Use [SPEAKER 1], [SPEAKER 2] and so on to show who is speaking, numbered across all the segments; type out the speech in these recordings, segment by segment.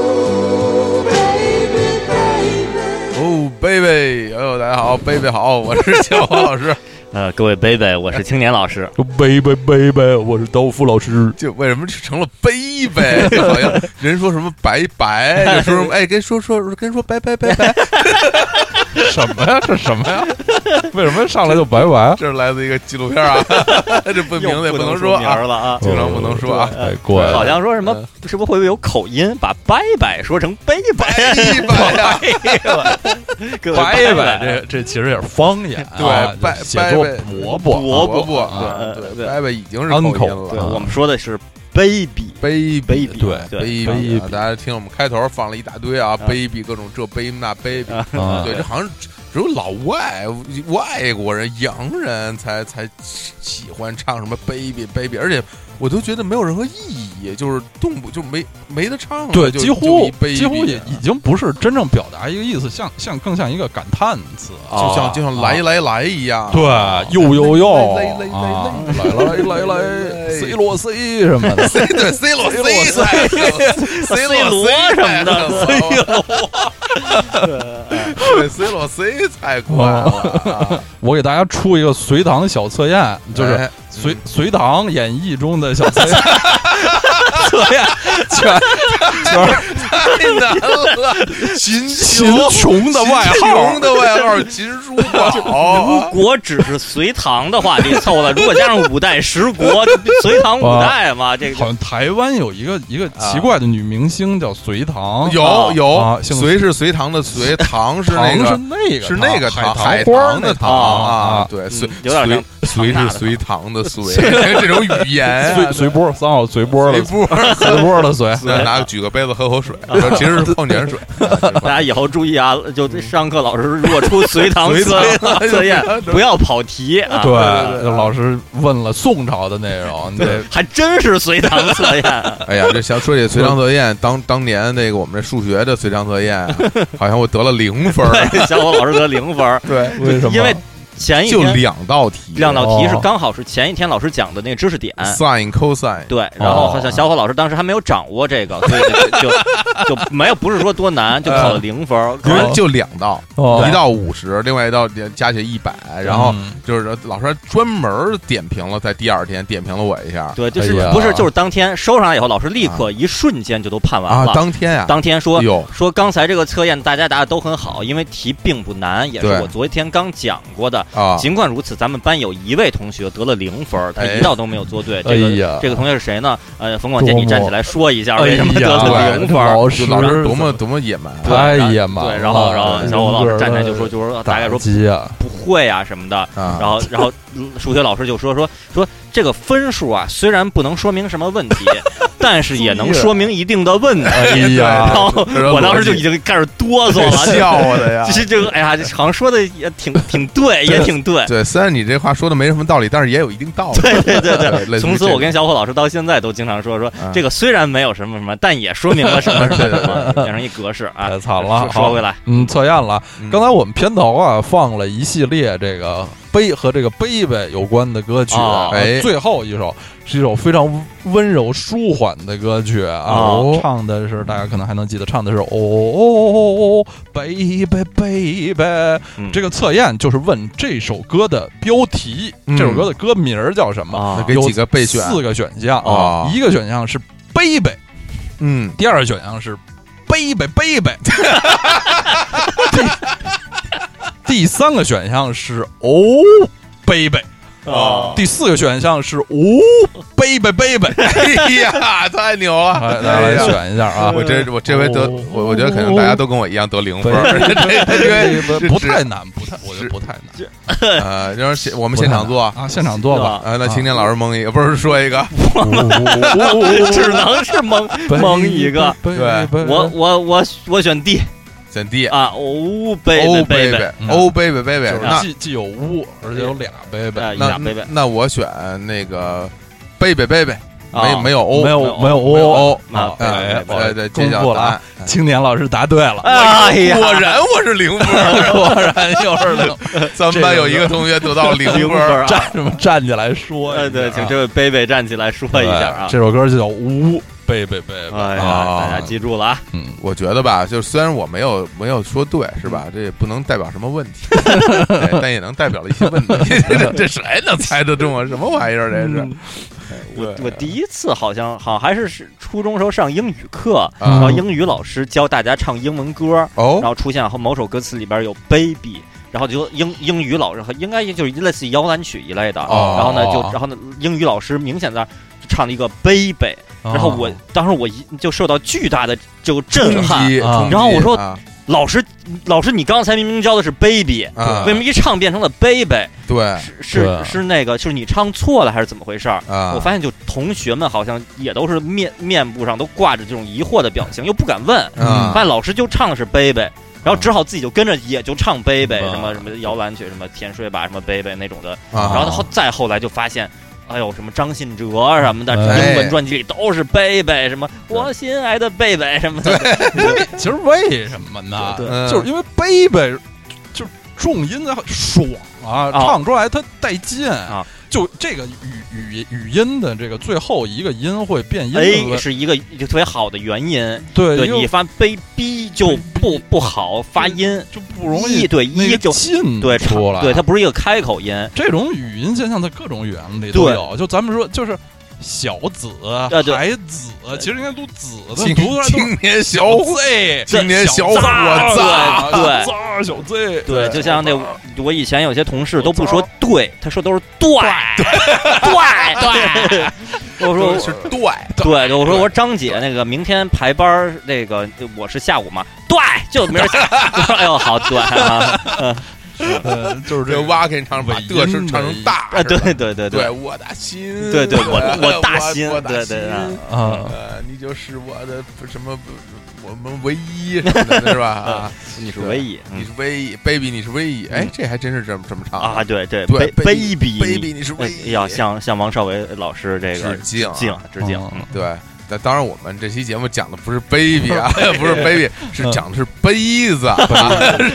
[SPEAKER 1] 好，哦贝哎贝好，我是小王老师。
[SPEAKER 2] 呃，各位贝贝，我是青年老师，
[SPEAKER 3] 贝贝贝贝，我是刀夫老师。
[SPEAKER 1] 就为什么就成了贝贝？就好像人说什么拜拜，就说什么哎，跟说说跟说拜拜拜拜，
[SPEAKER 3] 什么呀？这什么呀？为什么上来就拜拜？
[SPEAKER 1] 这是来自一个纪录片啊， 这不 名字也
[SPEAKER 2] 又不
[SPEAKER 1] 能
[SPEAKER 2] 说
[SPEAKER 1] 说
[SPEAKER 2] 名
[SPEAKER 1] 啊
[SPEAKER 2] 儿，了啊。
[SPEAKER 1] 经常不能说啊。
[SPEAKER 3] 哎，过来，
[SPEAKER 2] 好像说什么，是不是会不会有口音，把拜拜说成贝
[SPEAKER 1] 拜
[SPEAKER 2] 拜？
[SPEAKER 1] 拜呀，
[SPEAKER 2] 各位拜
[SPEAKER 3] 拜拜，，这这其实也是方言啊，
[SPEAKER 1] 对拜
[SPEAKER 3] 写
[SPEAKER 1] 拜拜
[SPEAKER 3] 作伯伯
[SPEAKER 2] 伯
[SPEAKER 1] 伯伯
[SPEAKER 2] 啊
[SPEAKER 1] 啊，
[SPEAKER 2] 对
[SPEAKER 1] 对，
[SPEAKER 2] 对
[SPEAKER 1] 拜拜已经是口
[SPEAKER 3] Uncle，
[SPEAKER 1] 音
[SPEAKER 2] 对，
[SPEAKER 1] 了啊。
[SPEAKER 2] 我们说的是 baby
[SPEAKER 1] 贝
[SPEAKER 2] baby，
[SPEAKER 3] 对
[SPEAKER 2] 对，
[SPEAKER 1] baby，
[SPEAKER 3] baby
[SPEAKER 1] 啊大家听我们开头放了一大堆啊
[SPEAKER 2] 啊
[SPEAKER 1] ，baby 各种这 baby 那 baby，
[SPEAKER 3] 啊
[SPEAKER 1] 对，这好像只只有老外外国人洋人才才喜欢唱什么 baby baby，而且我都觉得没有任何意义，就是动不就没没得唱了，
[SPEAKER 3] 对，
[SPEAKER 1] 就
[SPEAKER 3] 几乎
[SPEAKER 1] 就一 baby
[SPEAKER 3] 几乎也已经不是真正表达一个意思，像像更像一个感叹词啊。
[SPEAKER 1] 就像就像
[SPEAKER 3] 啊
[SPEAKER 1] 来来来一样，啊
[SPEAKER 3] 对，又又又
[SPEAKER 1] 来来来来
[SPEAKER 3] 啊来
[SPEAKER 1] 来
[SPEAKER 3] 来来
[SPEAKER 1] 来
[SPEAKER 3] 来
[SPEAKER 1] 来
[SPEAKER 3] ，C 罗 C 什么的
[SPEAKER 1] C 对 C 罗
[SPEAKER 3] C 罗
[SPEAKER 1] C 哎 C 罗
[SPEAKER 2] C 罗什么的
[SPEAKER 1] C 罗对 C 罗 C 太快了，啊
[SPEAKER 3] 我给大家出一个隋唐小测验， 就是
[SPEAKER 1] 哎
[SPEAKER 3] 隋隋唐演义中的小 测验，测验全全
[SPEAKER 1] 太难 了，秦
[SPEAKER 3] 秦
[SPEAKER 1] 琼
[SPEAKER 3] 琼的外号
[SPEAKER 1] 秦琼的外号秦叔
[SPEAKER 2] 如
[SPEAKER 1] 宝。
[SPEAKER 2] 果只是隋唐的话，你凑了；如果加上五代十国，隋唐五代嘛，这
[SPEAKER 3] 好
[SPEAKER 2] 个
[SPEAKER 3] 像台湾有一个一个奇怪的女明星叫隋唐，
[SPEAKER 1] 啊有
[SPEAKER 3] 啊
[SPEAKER 1] 有，
[SPEAKER 3] 姓
[SPEAKER 1] 隋是隋唐的隋，唐是
[SPEAKER 3] 唐
[SPEAKER 1] 那
[SPEAKER 3] 是
[SPEAKER 1] 个
[SPEAKER 3] 那个
[SPEAKER 1] 是那个
[SPEAKER 3] 唐
[SPEAKER 1] 唐，
[SPEAKER 3] 海
[SPEAKER 1] 海
[SPEAKER 3] 花
[SPEAKER 1] 棠的
[SPEAKER 3] 唐
[SPEAKER 1] 唐啊，
[SPEAKER 3] 啊，
[SPEAKER 1] 对，
[SPEAKER 2] 嗯
[SPEAKER 1] 隋
[SPEAKER 2] 有点
[SPEAKER 1] 隋
[SPEAKER 2] 像唐
[SPEAKER 1] 隋是
[SPEAKER 2] 娜的
[SPEAKER 1] 隋唐的 隋， 这种语言啊
[SPEAKER 3] 随随波三好随波
[SPEAKER 1] 随
[SPEAKER 3] 的
[SPEAKER 1] 波
[SPEAKER 3] 随 波的随，
[SPEAKER 1] 那拿举个杯子喝口 水，其实是泡碱水。
[SPEAKER 2] 大家以后注意啊！就这上课老师如果出隋唐
[SPEAKER 1] 隋唐
[SPEAKER 2] 测测验，不要跑题啊！
[SPEAKER 3] 对，
[SPEAKER 1] 对对
[SPEAKER 3] 老师问了宋朝的内容，你得
[SPEAKER 2] 还真是隋唐测验，
[SPEAKER 1] 哎呀，这想说起隋唐测验，当当年那个我们这数学的隋唐测验，好像我得了零分儿。
[SPEAKER 2] 对， 小伙老师得零分儿，
[SPEAKER 1] 对，
[SPEAKER 3] 为什么？
[SPEAKER 2] 因为前一
[SPEAKER 1] 就
[SPEAKER 2] 天
[SPEAKER 1] 两道题，
[SPEAKER 2] 两道题是
[SPEAKER 3] 哦
[SPEAKER 2] 刚好是前一天老师讲的那个知识点，
[SPEAKER 1] sin cosine。
[SPEAKER 2] 对，然后
[SPEAKER 3] 哦
[SPEAKER 2] 好像小伙老师当时还没有掌握这个，所以就就就没有不是说多难，就
[SPEAKER 1] 嗯
[SPEAKER 2] 考了零分儿。
[SPEAKER 1] 因
[SPEAKER 3] 哎
[SPEAKER 2] 可
[SPEAKER 1] 为
[SPEAKER 2] 能
[SPEAKER 1] 就两道，
[SPEAKER 3] 哦
[SPEAKER 1] 一道五十，另外一道加起来一百，然后
[SPEAKER 3] 嗯
[SPEAKER 1] 就是老师还专门点评了，在第二天点评了我一下
[SPEAKER 2] 对，就是
[SPEAKER 3] 哎呀
[SPEAKER 2] 不是就是当天收上来以后，老师立刻一瞬间就都判完
[SPEAKER 1] 啊，
[SPEAKER 2] 了。
[SPEAKER 1] 当天啊，
[SPEAKER 2] 当天
[SPEAKER 3] 哎
[SPEAKER 2] 说
[SPEAKER 1] 有
[SPEAKER 2] 说刚才这个测验大家答的都很好，因为题并不难，也是
[SPEAKER 1] 对
[SPEAKER 2] 我昨天刚讲过的。
[SPEAKER 1] 啊，
[SPEAKER 2] 尽管如此，咱们班有一位同学得了零分儿，他
[SPEAKER 1] 哎
[SPEAKER 2] 一道都没有做对。这
[SPEAKER 3] 哎
[SPEAKER 2] 个
[SPEAKER 3] 呀
[SPEAKER 2] 这个同学是谁呢？呃，冯广建，
[SPEAKER 3] 多
[SPEAKER 2] 你
[SPEAKER 3] 么
[SPEAKER 2] 站起来说一下，
[SPEAKER 3] 哎
[SPEAKER 2] 为什
[SPEAKER 3] 呀
[SPEAKER 2] 么得了零分儿？
[SPEAKER 3] 老
[SPEAKER 1] 就
[SPEAKER 3] 师
[SPEAKER 1] 老师多么多么野蛮啊，
[SPEAKER 3] 太野蛮了，嗯
[SPEAKER 2] 对，然后然后小伙老师
[SPEAKER 3] 对
[SPEAKER 2] 站起来就说，就说大概说
[SPEAKER 3] 打击 啊，
[SPEAKER 2] 不会啊什么的。然
[SPEAKER 1] 啊，
[SPEAKER 2] 后，然后嗯数学老师就说说说这个分数啊，虽然不能说明什么问 题，但是也能说明一定的问题。
[SPEAKER 3] 哎呀
[SPEAKER 2] 然，后
[SPEAKER 1] 这个
[SPEAKER 2] 我当时
[SPEAKER 1] 逻
[SPEAKER 2] 就
[SPEAKER 1] 辑
[SPEAKER 2] 已经开始哆嗦
[SPEAKER 3] 哎
[SPEAKER 2] 了，
[SPEAKER 1] 笑我的呀
[SPEAKER 2] 就。是这个，哎呀，这好像说的也挺挺对，
[SPEAKER 1] 对
[SPEAKER 2] 也挺对。
[SPEAKER 1] 对，虽然你这话说的没什么道理，但是也有一定道 理。
[SPEAKER 2] 对对对
[SPEAKER 1] 对类
[SPEAKER 2] 对，
[SPEAKER 1] 似于
[SPEAKER 2] 从此
[SPEAKER 1] 这
[SPEAKER 2] 我
[SPEAKER 1] 种
[SPEAKER 2] 跟小伙老师到现在都经常说说
[SPEAKER 1] 啊
[SPEAKER 2] 这个虽然没有什么什么，但也说明了什么什么什么，变成一格式啊。
[SPEAKER 3] 太惨了
[SPEAKER 2] 说说回来，
[SPEAKER 3] 嗯，测验了。
[SPEAKER 1] 嗯
[SPEAKER 3] 刚才我们片头啊放了一系列这个悲和这个贝贝有关的歌曲，
[SPEAKER 2] 哦
[SPEAKER 1] 哎
[SPEAKER 3] 最后一首是一首非常温柔舒缓的歌曲啊，
[SPEAKER 2] 哦
[SPEAKER 3] 唱的是大家可能还能记得，唱的是哦哦哦贝贝贝贝。
[SPEAKER 2] 嗯
[SPEAKER 3] 这个测验就是问这首歌的标题，
[SPEAKER 1] 嗯
[SPEAKER 3] 这首歌的歌名儿叫什么？
[SPEAKER 2] 啊
[SPEAKER 1] 给几个备选
[SPEAKER 3] 有四个选项
[SPEAKER 1] 哦
[SPEAKER 3] 一个选项是贝贝，
[SPEAKER 1] 嗯，
[SPEAKER 3] 第二个选项是贝贝贝贝， 第第三个选项是哦贝贝，
[SPEAKER 1] 哦
[SPEAKER 2] 啊
[SPEAKER 3] 第四个选项是哦贝贝贝贝，
[SPEAKER 1] 哎呀，太牛
[SPEAKER 3] 来
[SPEAKER 1] 了！
[SPEAKER 3] 来
[SPEAKER 1] 哎
[SPEAKER 3] 来
[SPEAKER 1] 呀
[SPEAKER 3] 选一下啊
[SPEAKER 1] 我。这我这回得
[SPEAKER 3] 哦
[SPEAKER 1] 我我觉得肯定大家都跟我一样得零分儿，
[SPEAKER 3] 贝贝
[SPEAKER 1] 因为
[SPEAKER 3] 哎不太难，不太，我觉
[SPEAKER 1] 是
[SPEAKER 3] 得不太难。
[SPEAKER 1] 呃，就是现我们现场做
[SPEAKER 3] 啊，现场 做吧。哦
[SPEAKER 1] 啊，那青年老师蒙一个，不是说一个，
[SPEAKER 2] 哦只能是蒙 蒙一个。
[SPEAKER 3] 贝
[SPEAKER 1] 对
[SPEAKER 3] 贝
[SPEAKER 2] 我我我我选 D
[SPEAKER 1] 选 D，
[SPEAKER 2] 啊，哦
[SPEAKER 1] 欧
[SPEAKER 2] 贝
[SPEAKER 1] 贝
[SPEAKER 2] 贝
[SPEAKER 1] 贝，
[SPEAKER 3] 嗯
[SPEAKER 1] 欧贝贝贝贝
[SPEAKER 2] 就，是
[SPEAKER 1] 那
[SPEAKER 3] 既既有乌，而且有俩贝贝，
[SPEAKER 2] 啊，
[SPEAKER 1] 那
[SPEAKER 2] 俩贝贝，
[SPEAKER 1] 那我选那个贝贝贝贝，
[SPEAKER 2] 啊
[SPEAKER 1] 没没有哦欧，
[SPEAKER 3] 没有没有欧。
[SPEAKER 1] 欧，
[SPEAKER 2] 啊
[SPEAKER 3] 哦哎
[SPEAKER 1] 哎，
[SPEAKER 3] 我
[SPEAKER 1] 对对，这
[SPEAKER 3] 公
[SPEAKER 1] 叫
[SPEAKER 3] 布了
[SPEAKER 1] 答
[SPEAKER 3] 啊
[SPEAKER 1] 案。，
[SPEAKER 3] 青年老师答对了，
[SPEAKER 2] 哎呀，
[SPEAKER 1] 果然我是零分 儿，
[SPEAKER 3] 果然又是零
[SPEAKER 1] 咱们班有一个同学得到零
[SPEAKER 2] 零
[SPEAKER 1] 分
[SPEAKER 2] 分
[SPEAKER 1] 儿，
[SPEAKER 2] 儿啊！
[SPEAKER 3] 站什么站起来说一下啊，
[SPEAKER 2] 呃，对，请这位贝贝站起来说一下啊
[SPEAKER 3] 哎这！首歌就叫《呜贝贝贝，
[SPEAKER 2] 哎呀，
[SPEAKER 1] 啊
[SPEAKER 2] 大家记住了啊！
[SPEAKER 3] 嗯，
[SPEAKER 1] 我觉得吧，就是虽然我没有没有说对，是吧？这也不能代表什么问 题，哎但也能代表了一些问题。这这谁能猜得中啊？什么玩意儿这是？哎
[SPEAKER 2] 我
[SPEAKER 1] 对
[SPEAKER 2] 我第一次好像好像还是是初中时候上英语课，然后
[SPEAKER 1] 啊
[SPEAKER 2] 英语老师教大家唱英文歌，然
[SPEAKER 1] 哦
[SPEAKER 2] 后出现后某首歌词里边有 baby，然后就英英语老师和应该就是类似于摇篮曲一类的，
[SPEAKER 1] 哦
[SPEAKER 2] 然后呢就
[SPEAKER 3] 哦
[SPEAKER 2] 然后呢英语老师明显在那儿唱了一个 baby，然
[SPEAKER 1] 哦
[SPEAKER 2] 后我当时我一就受到巨大的这个震
[SPEAKER 1] 冲
[SPEAKER 2] 撼，
[SPEAKER 1] 击
[SPEAKER 3] 啊
[SPEAKER 1] 冲击
[SPEAKER 2] 然后我说
[SPEAKER 1] 啊
[SPEAKER 2] 老师老师你刚才明明教的是 baby，
[SPEAKER 1] 啊哎
[SPEAKER 2] 为什么一唱变成了 baby？
[SPEAKER 1] 对
[SPEAKER 2] 是是
[SPEAKER 3] 对
[SPEAKER 2] 是那个就是你唱错了还是怎么回事儿？
[SPEAKER 1] 啊，
[SPEAKER 2] 我发现就同学们好像也都是面面部上都挂着这种疑惑的表情，又不敢问。
[SPEAKER 1] 啊
[SPEAKER 2] 发现老师就唱的是贝贝，然后只好自己就跟着也就唱贝贝，
[SPEAKER 3] 啊
[SPEAKER 2] 什么什么摇篮曲，什么甜睡吧，什么贝贝那种的。
[SPEAKER 1] 啊，
[SPEAKER 2] 然后后再后来就发现。哎呦，什么张信哲啊什么的，
[SPEAKER 3] 哎
[SPEAKER 2] 英文专辑里都是贝贝，什么我心爱的贝贝什么的，
[SPEAKER 3] 其实为什么呢？
[SPEAKER 2] 对
[SPEAKER 1] 嗯
[SPEAKER 3] 就是因为贝贝，就重音的爽啊，唱出来它带劲
[SPEAKER 2] 啊。
[SPEAKER 3] 就这个语语语音的这个最后一个音会变音的
[SPEAKER 2] 哎，
[SPEAKER 3] 问，
[SPEAKER 2] 是一个一个特别好的元音，
[SPEAKER 3] 对
[SPEAKER 2] 对
[SPEAKER 3] 因为
[SPEAKER 2] 你发 b b 就不不好发音，
[SPEAKER 3] 就不容
[SPEAKER 2] 一
[SPEAKER 3] 易
[SPEAKER 2] 对
[SPEAKER 3] 那
[SPEAKER 2] 一
[SPEAKER 3] 个
[SPEAKER 2] 就
[SPEAKER 3] 劲
[SPEAKER 2] 对唱
[SPEAKER 3] 出来，
[SPEAKER 2] 对它不是一个开口音，
[SPEAKER 3] 这种语音现象在各种语言里都
[SPEAKER 2] 对
[SPEAKER 3] 有。就咱们说，就是小子、
[SPEAKER 2] 对对
[SPEAKER 3] 孩子，其实应该读子，但
[SPEAKER 1] 青
[SPEAKER 3] 读出来都是
[SPEAKER 1] 啊青年小伙，
[SPEAKER 3] Z，
[SPEAKER 1] 青年小伙
[SPEAKER 3] 子，
[SPEAKER 1] 子，
[SPEAKER 2] 对对
[SPEAKER 3] 子小 Z，
[SPEAKER 2] 对，就像那
[SPEAKER 3] 小子
[SPEAKER 2] 我以前有些同事都不说对，他说都是对对 对。我说
[SPEAKER 1] 是对，
[SPEAKER 2] 对，对我说我说张姐，那个明天排班儿，那个我是下午嘛，对，就明儿 下。我说哎呦，好对啊，
[SPEAKER 3] 呃就是
[SPEAKER 1] 这
[SPEAKER 3] 这个
[SPEAKER 1] 蛙给你唱把
[SPEAKER 3] 尾音
[SPEAKER 1] 的是唱成大
[SPEAKER 2] 啊，对
[SPEAKER 1] 是吧
[SPEAKER 2] 对对
[SPEAKER 1] 对，
[SPEAKER 2] 对
[SPEAKER 1] 我的心，
[SPEAKER 2] 对对，我
[SPEAKER 1] 我
[SPEAKER 2] 大心
[SPEAKER 1] 我，
[SPEAKER 2] 对
[SPEAKER 1] 大
[SPEAKER 2] 对
[SPEAKER 1] 心
[SPEAKER 2] 啊，
[SPEAKER 3] 啊，
[SPEAKER 1] 呃，你就是我的什么，我们唯一什么的，是吧？啊，
[SPEAKER 2] 你是唯一，
[SPEAKER 1] 你
[SPEAKER 2] 嗯
[SPEAKER 1] 是唯一，baby，你是唯一。哎，这还真是这么这么唱
[SPEAKER 2] 啊，对对
[SPEAKER 1] 对
[SPEAKER 2] ，baby
[SPEAKER 1] ，baby，你是唯一，
[SPEAKER 2] 哎要向向王少伟老师这个
[SPEAKER 1] 致敬啊
[SPEAKER 2] 敬致敬，
[SPEAKER 3] 嗯
[SPEAKER 2] 嗯
[SPEAKER 1] 对。但当然，我们这期节目讲的不是 baby 啊，不是 baby，是讲的是杯子，啊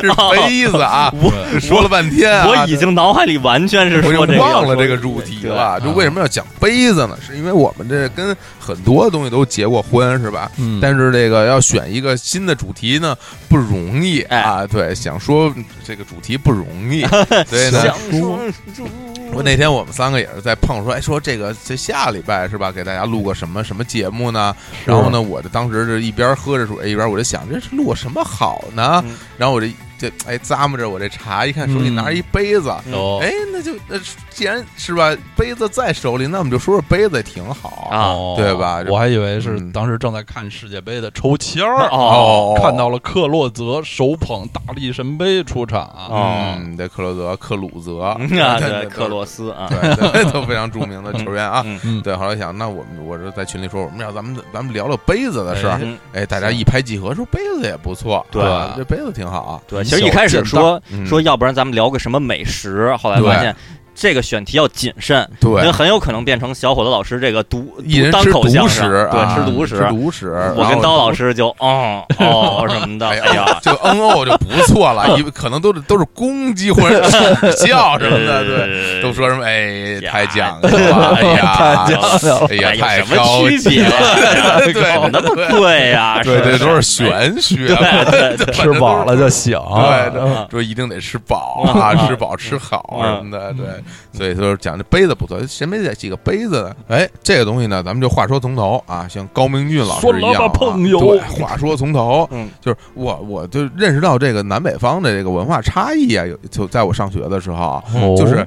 [SPEAKER 1] 是
[SPEAKER 2] 哦
[SPEAKER 1] 杯子啊。
[SPEAKER 2] 我
[SPEAKER 1] 这说了半天啊，
[SPEAKER 2] 我已经脑海里完全是说
[SPEAKER 1] 我就
[SPEAKER 2] 这个
[SPEAKER 1] 忘了
[SPEAKER 2] 要说
[SPEAKER 1] 这个主题了。就为什么要讲杯子呢？是因为我们这跟很多东西都结过婚，是吧？
[SPEAKER 3] 嗯
[SPEAKER 1] 但是这个要选一个新的主题呢，不容易
[SPEAKER 2] 哎
[SPEAKER 1] 啊。对，想说这个主题不容 易，所以
[SPEAKER 2] 对
[SPEAKER 1] 呢，
[SPEAKER 2] 想
[SPEAKER 3] 说
[SPEAKER 2] 说
[SPEAKER 1] 我那天我们三个也是在碰说，哎，说这个这下礼拜是吧，给大家录个什么什么节目呢？然后呢，我这当时是一边喝着水，一边我就想，这是录个什么好呢？
[SPEAKER 2] 嗯
[SPEAKER 1] 然后我这这哎咂摸着我这茶，一看手里拿着一杯子，
[SPEAKER 2] 哦
[SPEAKER 3] 有
[SPEAKER 1] 哎，那就那既然是吧，杯子在手里，那我们就说说杯子也挺好
[SPEAKER 2] 啊
[SPEAKER 3] 哦
[SPEAKER 1] 对吧
[SPEAKER 3] 我还以为是
[SPEAKER 1] 嗯
[SPEAKER 3] 当时正在看世界杯的抽签儿，
[SPEAKER 2] 哦
[SPEAKER 3] 看到了克洛泽手捧大力神杯出场，
[SPEAKER 2] 哦
[SPEAKER 1] 嗯，这克罗泽、克鲁泽
[SPEAKER 2] 嗯啊，
[SPEAKER 1] 对
[SPEAKER 2] 对，
[SPEAKER 1] 对
[SPEAKER 2] 克罗斯啊，
[SPEAKER 1] 对对，都非常著名的球员啊。
[SPEAKER 2] 嗯
[SPEAKER 3] 嗯
[SPEAKER 1] 对，后来想，那我们我就在群里说，我们要咱们咱们聊聊杯子的事儿
[SPEAKER 3] 哎。
[SPEAKER 2] 嗯，
[SPEAKER 1] 哎，大家一拍即合，说杯子也不错，
[SPEAKER 2] 对
[SPEAKER 1] 啊这杯子挺好啊。
[SPEAKER 2] 对，其实一开始说
[SPEAKER 1] 嗯
[SPEAKER 2] 说，要不然咱们聊个什么美食，后来发
[SPEAKER 1] 对
[SPEAKER 2] 现这个选题要谨慎，因为
[SPEAKER 1] 对，
[SPEAKER 2] 很有可能变成小伙子老师这个独
[SPEAKER 1] 一人
[SPEAKER 2] 单
[SPEAKER 1] 吃
[SPEAKER 2] 口相
[SPEAKER 1] 独食
[SPEAKER 2] 声，，
[SPEAKER 1] 啊
[SPEAKER 2] 对，吃独
[SPEAKER 1] 吃
[SPEAKER 2] 食。
[SPEAKER 1] 独食。
[SPEAKER 2] 我跟
[SPEAKER 1] 然
[SPEAKER 2] 刀
[SPEAKER 1] 后
[SPEAKER 2] 老师就哦 哦什么的，
[SPEAKER 1] 哎
[SPEAKER 2] 哎呀，
[SPEAKER 1] 就嗯哦就不错了，因为可能都是都是公鸡或者指教什么的，对，
[SPEAKER 2] 对
[SPEAKER 1] 都说什么哎
[SPEAKER 2] 呀
[SPEAKER 1] 太讲究 了，哎呀
[SPEAKER 3] 太讲究了
[SPEAKER 1] 哎呀太
[SPEAKER 2] 有什
[SPEAKER 1] 高
[SPEAKER 2] 么区
[SPEAKER 1] 级
[SPEAKER 2] 别 哎
[SPEAKER 1] 了，
[SPEAKER 2] 呀？
[SPEAKER 1] 对
[SPEAKER 2] 搞那么
[SPEAKER 1] 对
[SPEAKER 2] 贵呀？
[SPEAKER 1] 对对，
[SPEAKER 2] 是
[SPEAKER 1] 都是玄学
[SPEAKER 2] 对，对对
[SPEAKER 1] 吃饱了
[SPEAKER 3] 就醒，
[SPEAKER 1] 对，
[SPEAKER 2] 啊
[SPEAKER 1] 这嗯说一定得吃饱啊，吃饱吃好
[SPEAKER 2] 嗯
[SPEAKER 1] 什么的，对，所以说讲这杯子不错，谁没几个杯子呢？哎，这个东西呢，咱们就话说从头啊，像高明俊老师一样、啊
[SPEAKER 3] 说了吧，朋友
[SPEAKER 1] 对，话说从头，
[SPEAKER 2] 嗯
[SPEAKER 1] 就是我我就认识到这个南北方的这个文化差异啊，有就在我上学的时候啊，就是。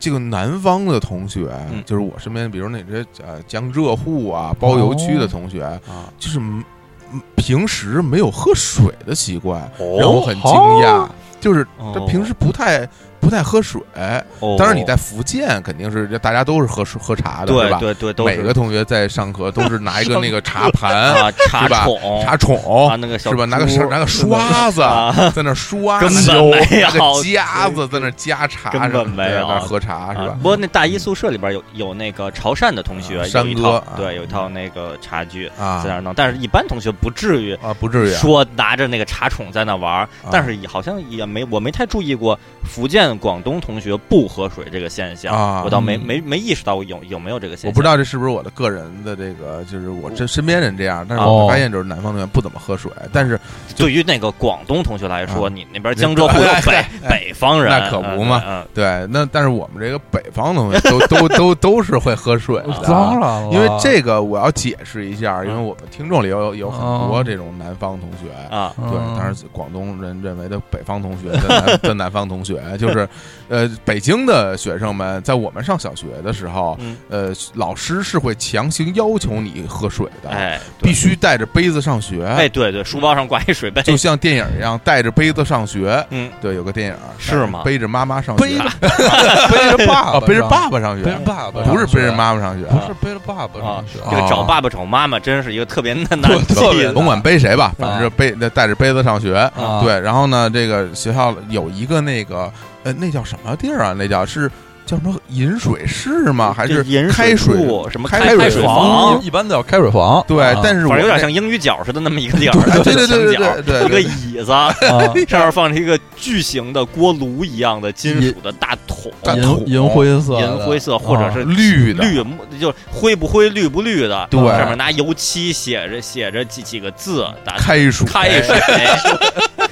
[SPEAKER 1] 这个南方的同学，
[SPEAKER 2] 哦嗯
[SPEAKER 1] 就是我身边，比如那些呃江浙沪啊、包邮区的
[SPEAKER 3] 哦
[SPEAKER 1] 同学，
[SPEAKER 2] 啊
[SPEAKER 1] 就是嗯平时没有喝水的习惯，
[SPEAKER 2] 哦
[SPEAKER 1] 让我很惊讶，就是他平时不太不太喝水。
[SPEAKER 2] 哦
[SPEAKER 1] 当然你在福建肯定是大家都是喝水喝茶的，
[SPEAKER 2] 对
[SPEAKER 1] 是吧？
[SPEAKER 2] 对对，都
[SPEAKER 1] 每
[SPEAKER 2] 是
[SPEAKER 1] 个同学在上课都是拿一个那个茶 盘、
[SPEAKER 2] 啊茶
[SPEAKER 1] 是吧
[SPEAKER 2] 宠
[SPEAKER 1] 茶宠
[SPEAKER 2] 啊，那个小
[SPEAKER 1] 是吧？拿个
[SPEAKER 2] 猪
[SPEAKER 1] 拿个刷子
[SPEAKER 2] 啊
[SPEAKER 1] 在那刷，
[SPEAKER 2] 根
[SPEAKER 1] 拿
[SPEAKER 2] 本
[SPEAKER 1] 个
[SPEAKER 2] 没有
[SPEAKER 1] 拿个夹子在那夹茶，
[SPEAKER 2] 根本没有
[SPEAKER 1] 在那喝茶是
[SPEAKER 2] 啊
[SPEAKER 1] 吧？
[SPEAKER 2] 不过那大一宿舍里边有有那个潮汕的同学
[SPEAKER 1] 啊，
[SPEAKER 2] 有一
[SPEAKER 1] 山
[SPEAKER 2] 套
[SPEAKER 1] 哥啊
[SPEAKER 2] 对，有一套那个茶具在那
[SPEAKER 1] 啊
[SPEAKER 2] 儿弄，但是一般同学不至于
[SPEAKER 1] 啊，不至于啊啊
[SPEAKER 2] 说拿着那个茶宠在那玩儿，但是也好像也没我没太注意过福建现广东同学不喝水这个现象，
[SPEAKER 1] 啊
[SPEAKER 2] 我倒没
[SPEAKER 3] 嗯
[SPEAKER 2] 没没意识到有有没有这个现象。
[SPEAKER 1] 我不知道这是不是我的个人的这个，就是我这身边人这样，但是
[SPEAKER 3] 啊
[SPEAKER 1] 我发现就是南方同学不怎么喝水，但是
[SPEAKER 2] 对于那个广东同学来说，
[SPEAKER 1] 啊
[SPEAKER 2] 你那边江浙沪 有
[SPEAKER 1] 哎
[SPEAKER 2] 北、
[SPEAKER 1] 哎哎
[SPEAKER 2] 北方人，
[SPEAKER 1] 那可不嘛
[SPEAKER 2] 嗯，嗯
[SPEAKER 1] 对，那但是我们这个北方同学都都都都是会喝水 的，
[SPEAKER 3] 当然了，
[SPEAKER 1] 因为这个我要解释一下，因为我们听众里有有很多
[SPEAKER 3] 哦
[SPEAKER 1] 这种南方同学，
[SPEAKER 2] 啊，
[SPEAKER 3] 嗯
[SPEAKER 1] 对，当然广东人认为的北方同学跟南跟南方同学，就是 呃，北京的学生们在我们上小学的时候，
[SPEAKER 2] 嗯，
[SPEAKER 1] 呃，老师是会强行要求你喝水的，
[SPEAKER 2] 哎，对
[SPEAKER 1] 啊必须带着杯子上学，
[SPEAKER 2] 哎，对对，书包上挂一水杯，
[SPEAKER 1] 就像电影一样，带着杯子上学。
[SPEAKER 2] 嗯，
[SPEAKER 1] 对，有个电影
[SPEAKER 2] 是吗
[SPEAKER 1] 背着妈妈上学，
[SPEAKER 3] 背着
[SPEAKER 1] 背着爸
[SPEAKER 3] 爸
[SPEAKER 1] 哦背着
[SPEAKER 3] 上
[SPEAKER 1] 爸爸上
[SPEAKER 3] 背着
[SPEAKER 1] 学，
[SPEAKER 3] 爸爸上学，
[SPEAKER 1] 不是背着妈妈上学。
[SPEAKER 3] 不是背着爸爸上学
[SPEAKER 2] 这个
[SPEAKER 1] 哦
[SPEAKER 2] 找爸爸找妈妈真是一个特别难难
[SPEAKER 3] 特
[SPEAKER 2] 记
[SPEAKER 3] 别
[SPEAKER 2] 的啊
[SPEAKER 1] 甭管背谁吧，反正就背带着杯子上学。
[SPEAKER 3] 啊
[SPEAKER 1] 对，然后呢，这个学校有一个那个呃，那叫什么地儿啊？那叫是叫什么饮水室吗？啊还
[SPEAKER 2] 就是饮
[SPEAKER 1] 开
[SPEAKER 2] 水
[SPEAKER 1] 水
[SPEAKER 2] 库什么
[SPEAKER 1] 开
[SPEAKER 2] 开
[SPEAKER 1] 水
[SPEAKER 2] 水
[SPEAKER 1] 房
[SPEAKER 2] 房，
[SPEAKER 3] 一般都叫开水房，
[SPEAKER 1] 对，但是
[SPEAKER 2] 反
[SPEAKER 1] 我
[SPEAKER 2] 正有点
[SPEAKER 1] 那
[SPEAKER 2] 像英语角似的那么一个地儿，
[SPEAKER 1] 对对
[SPEAKER 2] 小
[SPEAKER 1] 对对对
[SPEAKER 2] 墙角
[SPEAKER 1] 对对
[SPEAKER 2] 一个
[SPEAKER 1] 对对啊
[SPEAKER 2] 椅子，
[SPEAKER 3] 是
[SPEAKER 2] 上面放着一个巨型的锅炉一样的金属的大桶，
[SPEAKER 1] 大
[SPEAKER 3] 银
[SPEAKER 1] 土
[SPEAKER 3] 银灰色的，
[SPEAKER 2] 银灰色或者是
[SPEAKER 1] 啊绿的，
[SPEAKER 2] 绿木，就是灰不灰绿不绿的，
[SPEAKER 1] 对
[SPEAKER 2] 上面拿油漆写着写着几几个字，打
[SPEAKER 1] 开水
[SPEAKER 2] 开水，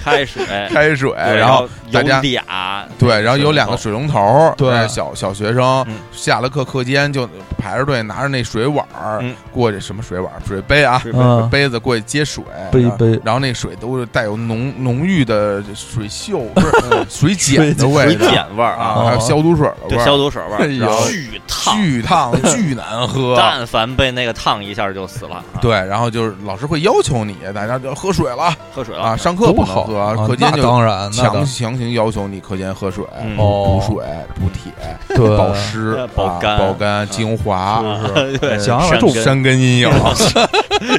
[SPEAKER 2] 开水，
[SPEAKER 1] 开水，
[SPEAKER 2] 对
[SPEAKER 1] 然后
[SPEAKER 2] 有
[SPEAKER 1] 大家
[SPEAKER 2] 俩，
[SPEAKER 1] 对，然后有两个水龙头，
[SPEAKER 3] 对
[SPEAKER 1] 哎小小学生
[SPEAKER 2] 嗯
[SPEAKER 1] 下了课课间就排着队拿着那水碗儿
[SPEAKER 2] 嗯
[SPEAKER 1] 过去，什么水碗儿水杯啊，
[SPEAKER 2] 水杯
[SPEAKER 3] 嗯，
[SPEAKER 1] 杯子过去接水，啊
[SPEAKER 3] 背一杯
[SPEAKER 1] 然后那水都是带有浓浓郁的水 锈，不是呃水碱的味
[SPEAKER 2] 水
[SPEAKER 1] 道
[SPEAKER 2] 碱味儿啊，
[SPEAKER 1] 啊，还有消毒水的味
[SPEAKER 2] 对，
[SPEAKER 1] 儿，
[SPEAKER 2] 消毒水味
[SPEAKER 3] 哎
[SPEAKER 1] 呦
[SPEAKER 2] 儿，巨烫，
[SPEAKER 1] 巨烫， 巨难喝。
[SPEAKER 2] 但凡被那个烫一下就死了。啊，
[SPEAKER 1] 对，然后就是老师会要求你，大家就要喝水了
[SPEAKER 2] 喝水
[SPEAKER 1] 啊，
[SPEAKER 2] 了。
[SPEAKER 1] 上课
[SPEAKER 3] 多
[SPEAKER 1] 不能
[SPEAKER 3] 好
[SPEAKER 1] 喝，
[SPEAKER 3] 啊
[SPEAKER 1] 课间
[SPEAKER 3] 那
[SPEAKER 1] 就
[SPEAKER 3] 当然，那
[SPEAKER 1] 强
[SPEAKER 3] 当
[SPEAKER 1] 强行要求你课间喝水，
[SPEAKER 2] 嗯
[SPEAKER 1] 补
[SPEAKER 3] 哦
[SPEAKER 1] 水、补铁、
[SPEAKER 3] 对
[SPEAKER 1] 保湿
[SPEAKER 2] 呃、保
[SPEAKER 1] 保
[SPEAKER 2] 肝
[SPEAKER 1] 保肝、精华，
[SPEAKER 2] 是对，
[SPEAKER 3] 想想
[SPEAKER 2] 山
[SPEAKER 3] 这
[SPEAKER 2] 根
[SPEAKER 1] 山哎根阴 影。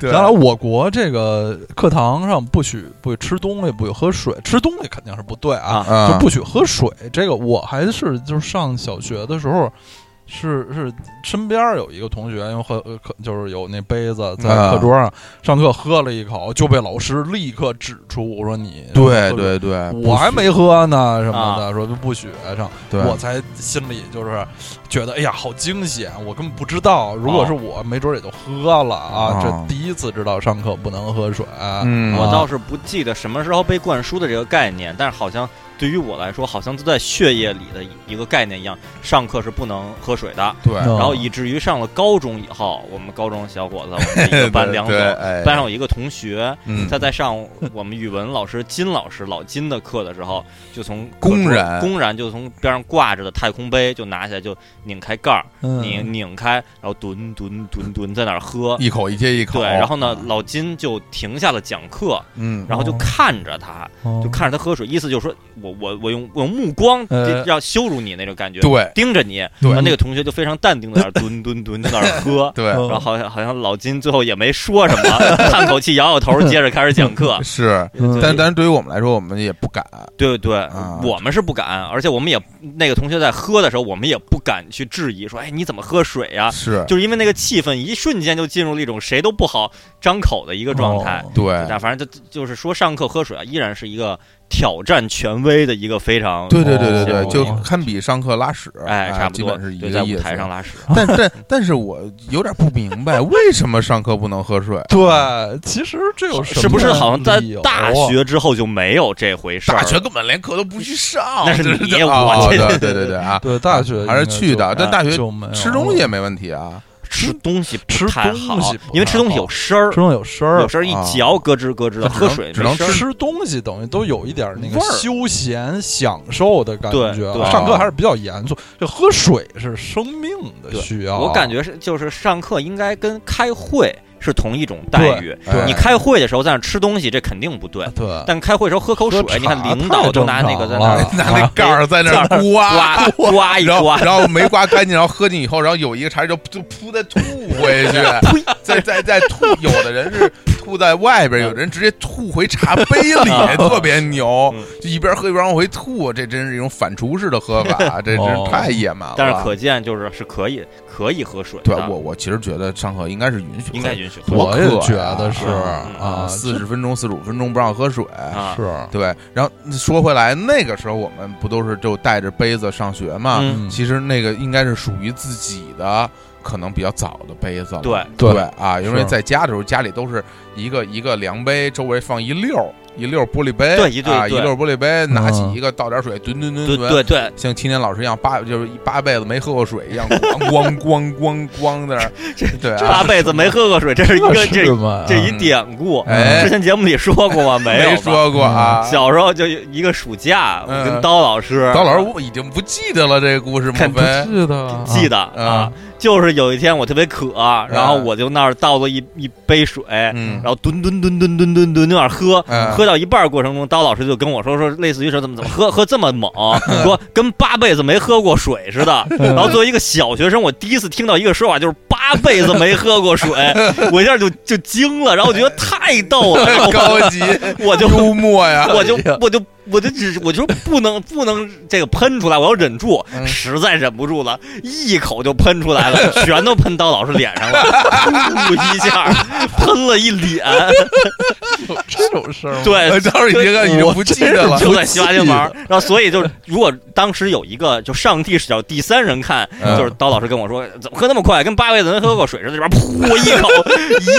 [SPEAKER 1] 对
[SPEAKER 3] 当然，我国这个课堂上不许不许吃东西，不许喝水，吃东西肯定是不对啊，
[SPEAKER 2] 啊，
[SPEAKER 1] 嗯
[SPEAKER 3] 就不许喝水。这个我还是就是上小学的时候，是是身边儿有一个同学，因为喝呃课就是有那杯子在
[SPEAKER 1] 啊
[SPEAKER 3] 课桌上、上课喝了一口，就被老师立刻指出，我说你
[SPEAKER 1] 对。对对，
[SPEAKER 3] 我还没喝呢，什么的，说就不许上，
[SPEAKER 1] 对
[SPEAKER 3] 我才心里就是觉得，哎呀，好惊险！我根本不知道，如果是我，没准儿也就喝了啊。
[SPEAKER 1] 哦
[SPEAKER 3] 这第一次知道上课不能喝水，
[SPEAKER 1] 嗯
[SPEAKER 2] 我
[SPEAKER 3] 啊
[SPEAKER 2] 倒是不记得什么时候被灌输的这个概念，但是好像对于我来说，好像都在血液里的一个概念一样，上课是不能喝水的。
[SPEAKER 1] 对，
[SPEAKER 3] 嗯
[SPEAKER 2] 然后以至于上了高中以后，我们高中小伙子，我们一个班两组
[SPEAKER 1] 对，哎
[SPEAKER 2] 班上有一个同学，
[SPEAKER 1] 嗯
[SPEAKER 2] 他在上我们语文老师金老师老金的课的时候，就从
[SPEAKER 1] 嗯公然
[SPEAKER 2] 公然就从边上挂着的太空杯就拿起来就拧开盖儿，拧
[SPEAKER 3] 嗯，
[SPEAKER 2] 拧开，然后吨吨吨吨在那儿喝。
[SPEAKER 1] 一口一接一口，啊
[SPEAKER 2] 对，然后呢，老金就停下了讲课，
[SPEAKER 1] 嗯，
[SPEAKER 2] 然后就
[SPEAKER 3] 哦
[SPEAKER 2] 看着他，就
[SPEAKER 1] 哦
[SPEAKER 3] 就
[SPEAKER 2] 看着他喝水，意思就是说我我我用我用目光
[SPEAKER 3] 呃
[SPEAKER 2] 要羞辱你那种感觉，
[SPEAKER 1] 对
[SPEAKER 2] 盯着你。
[SPEAKER 1] 对，
[SPEAKER 2] 然后那个同学就非常淡定的在那儿吨吨吨在那儿喝
[SPEAKER 1] 对
[SPEAKER 3] 嗯
[SPEAKER 2] 然后好像好像老金最后也没说什 么，叹口气，摇摇头，接着开始讲课。
[SPEAKER 1] 是，
[SPEAKER 3] 嗯
[SPEAKER 1] 但但对于我们来说，我们也不敢，
[SPEAKER 2] 对对，
[SPEAKER 1] 啊
[SPEAKER 2] 我们是不敢，而且我们也那个同学在喝的时候，我们也不敢去质疑说，哎，你怎么喝水呀、
[SPEAKER 1] 是，
[SPEAKER 2] 就是因为那个气氛，一瞬间就进入了一种谁都不好张口的一个状态。
[SPEAKER 3] 哦
[SPEAKER 1] 对，
[SPEAKER 2] 但反正就就是说，上课喝水啊，依然是一个挑战权威的一个非常
[SPEAKER 1] 对对对对对，
[SPEAKER 2] 哦
[SPEAKER 1] 就堪比上课拉屎，啊
[SPEAKER 2] 哎，差不
[SPEAKER 1] 基
[SPEAKER 2] 多
[SPEAKER 1] 本是一
[SPEAKER 2] 对，
[SPEAKER 1] 个
[SPEAKER 2] 在
[SPEAKER 1] 意
[SPEAKER 2] 舞
[SPEAKER 1] 思。
[SPEAKER 2] 台上拉屎。
[SPEAKER 1] 但但但是我有点不明白，为什么上课不能喝 水？
[SPEAKER 3] 对，其实这有什么
[SPEAKER 2] 是不是好像在
[SPEAKER 3] 理由啊
[SPEAKER 2] 大学之后就没有这回事儿？
[SPEAKER 1] 大学根本连课都不去上，
[SPEAKER 2] 那是
[SPEAKER 1] 这
[SPEAKER 2] 你
[SPEAKER 1] 这
[SPEAKER 2] 我
[SPEAKER 1] 哦
[SPEAKER 2] 这
[SPEAKER 1] 对对对对啊，
[SPEAKER 3] 对大学
[SPEAKER 1] 还是去的，
[SPEAKER 3] 应该
[SPEAKER 1] 但
[SPEAKER 2] 啊
[SPEAKER 1] 大
[SPEAKER 3] 就
[SPEAKER 1] 学
[SPEAKER 3] 就没有
[SPEAKER 1] 吃东西也没问题啊。
[SPEAKER 2] 吃东西不
[SPEAKER 3] 吃
[SPEAKER 2] 太
[SPEAKER 3] 东
[SPEAKER 2] 好
[SPEAKER 3] 西不，
[SPEAKER 2] 因为
[SPEAKER 3] 太
[SPEAKER 2] 吃东西
[SPEAKER 3] 好
[SPEAKER 2] 有声儿
[SPEAKER 3] 吃，东西有声儿
[SPEAKER 2] 有，声儿一
[SPEAKER 1] 啊
[SPEAKER 2] 嚼咯吱咯吱的，
[SPEAKER 1] 它
[SPEAKER 2] 喝
[SPEAKER 1] 只能
[SPEAKER 2] 水
[SPEAKER 1] 只
[SPEAKER 2] 没
[SPEAKER 1] 能
[SPEAKER 2] 声儿。
[SPEAKER 3] 吃东西等于都有一点那
[SPEAKER 1] 味
[SPEAKER 3] 个
[SPEAKER 1] 儿
[SPEAKER 3] 休闲享受的感
[SPEAKER 2] 对
[SPEAKER 3] 觉啊。
[SPEAKER 2] 对
[SPEAKER 3] 上课还是比较严肃，就喝水是生命的需要啊。
[SPEAKER 2] 我感觉是就是上课应该跟开会是同一种待遇。
[SPEAKER 1] 对
[SPEAKER 2] 你开会的时候在那吃东西，这肯定不对。
[SPEAKER 3] 啊对，
[SPEAKER 2] 但开会的时候喝口
[SPEAKER 3] 喝
[SPEAKER 2] 水，你看
[SPEAKER 3] 茶
[SPEAKER 2] 领
[SPEAKER 3] 太
[SPEAKER 2] 导都
[SPEAKER 3] 正
[SPEAKER 2] 拿那个在
[SPEAKER 3] 常
[SPEAKER 2] 那儿
[SPEAKER 3] 了
[SPEAKER 1] 拿那盖儿在那 儿
[SPEAKER 2] 盖
[SPEAKER 1] 刮
[SPEAKER 2] 刮刮一
[SPEAKER 1] 然后
[SPEAKER 2] 刮，
[SPEAKER 1] 然后没刮干净，然后喝进 以后，然后有一个茶就就噗再吐回去，再再再吐。有的人是吐吐在外边，有人直接吐回茶杯里， 特别牛
[SPEAKER 2] 嗯，
[SPEAKER 1] 就一边喝一边往回吐，这真是一种反刍式的喝 法，这真是太野蛮了。
[SPEAKER 2] 哦但是可见就是是可以可以喝水的，
[SPEAKER 1] 对我我其实觉得上课应该是允许喝，
[SPEAKER 2] 应该允许喝
[SPEAKER 1] 多
[SPEAKER 3] 我
[SPEAKER 1] 渴
[SPEAKER 3] 也
[SPEAKER 1] 呀
[SPEAKER 3] 觉得是
[SPEAKER 2] 嗯嗯
[SPEAKER 3] 啊，
[SPEAKER 1] 四十分钟、四十五分钟不让喝水。
[SPEAKER 2] 啊，
[SPEAKER 3] 是
[SPEAKER 1] 对，然后说回来，那个时候我们不都是就带着杯子上学嘛？
[SPEAKER 2] 嗯
[SPEAKER 3] 嗯
[SPEAKER 1] 其实那个应该是属于自己的，可能比较早的杯子了。
[SPEAKER 2] 对
[SPEAKER 1] 对
[SPEAKER 3] 对
[SPEAKER 1] 啊，因为
[SPEAKER 3] 是
[SPEAKER 1] 在家的时候，家里都是一个一个量杯，周围放一溜儿一溜儿玻璃杯，
[SPEAKER 2] 对一对
[SPEAKER 1] 啊，
[SPEAKER 2] 对
[SPEAKER 1] 一溜儿玻璃杯，拿起
[SPEAKER 3] 嗯
[SPEAKER 1] 一个倒点水，吨吨吨
[SPEAKER 2] 对
[SPEAKER 1] 吨，
[SPEAKER 2] 对对，
[SPEAKER 1] 像青年老师一样，八就是一八辈子没喝过水一样，咣咣咣咣在 那儿，对啊，
[SPEAKER 2] 八辈子没喝过水，这是一个这
[SPEAKER 3] 是吗？
[SPEAKER 2] 这一典故。
[SPEAKER 1] 哎
[SPEAKER 2] 之前节目里说过吗？没有吧。嗯
[SPEAKER 1] 说过啊。
[SPEAKER 2] 小时候就一个暑假，我
[SPEAKER 1] 嗯
[SPEAKER 2] 跟刀老师，
[SPEAKER 1] 高老师，我已经不记得了这个故事，莫
[SPEAKER 2] 看
[SPEAKER 3] 不
[SPEAKER 1] 非
[SPEAKER 3] 记得
[SPEAKER 2] 记
[SPEAKER 3] 得
[SPEAKER 2] 得
[SPEAKER 1] 嗯
[SPEAKER 2] 啊，就是有一天我特别渴，然后我就那儿倒了一一杯水，
[SPEAKER 1] 嗯
[SPEAKER 2] 然，后吨吨吨吨吨吨吨那儿喝。
[SPEAKER 1] 嗯
[SPEAKER 2] 喝到一半儿过程中，刀老师就跟我说说，类似于说怎么怎么喝喝这么猛，说跟八辈子没喝过水似的。然后作为一个小学生，我第一次听到一个说法就是八辈子没喝过水，我一下就就惊了，然后我觉得太逗了，然后我
[SPEAKER 1] 高级
[SPEAKER 2] 我 就
[SPEAKER 1] 幽默哎呀，
[SPEAKER 2] 我就我就我就只我就不能不能这个喷出来，我要忍住，
[SPEAKER 1] 嗯
[SPEAKER 2] 实在忍不住了，一口就喷出来了，全都喷刀老师脸上了，呼一下喷了一 脸，
[SPEAKER 3] 这种事儿吗，
[SPEAKER 1] 我
[SPEAKER 2] 对。
[SPEAKER 1] 当时已经已经不记得了
[SPEAKER 3] 我真是，
[SPEAKER 2] 就在洗碗间玩，然后所以就如果当时有一个就上帝视角第三人看，
[SPEAKER 1] 嗯
[SPEAKER 2] 就是刀老师跟我说怎么喝那么快，跟八辈子没喝过水似的，这边噗一口，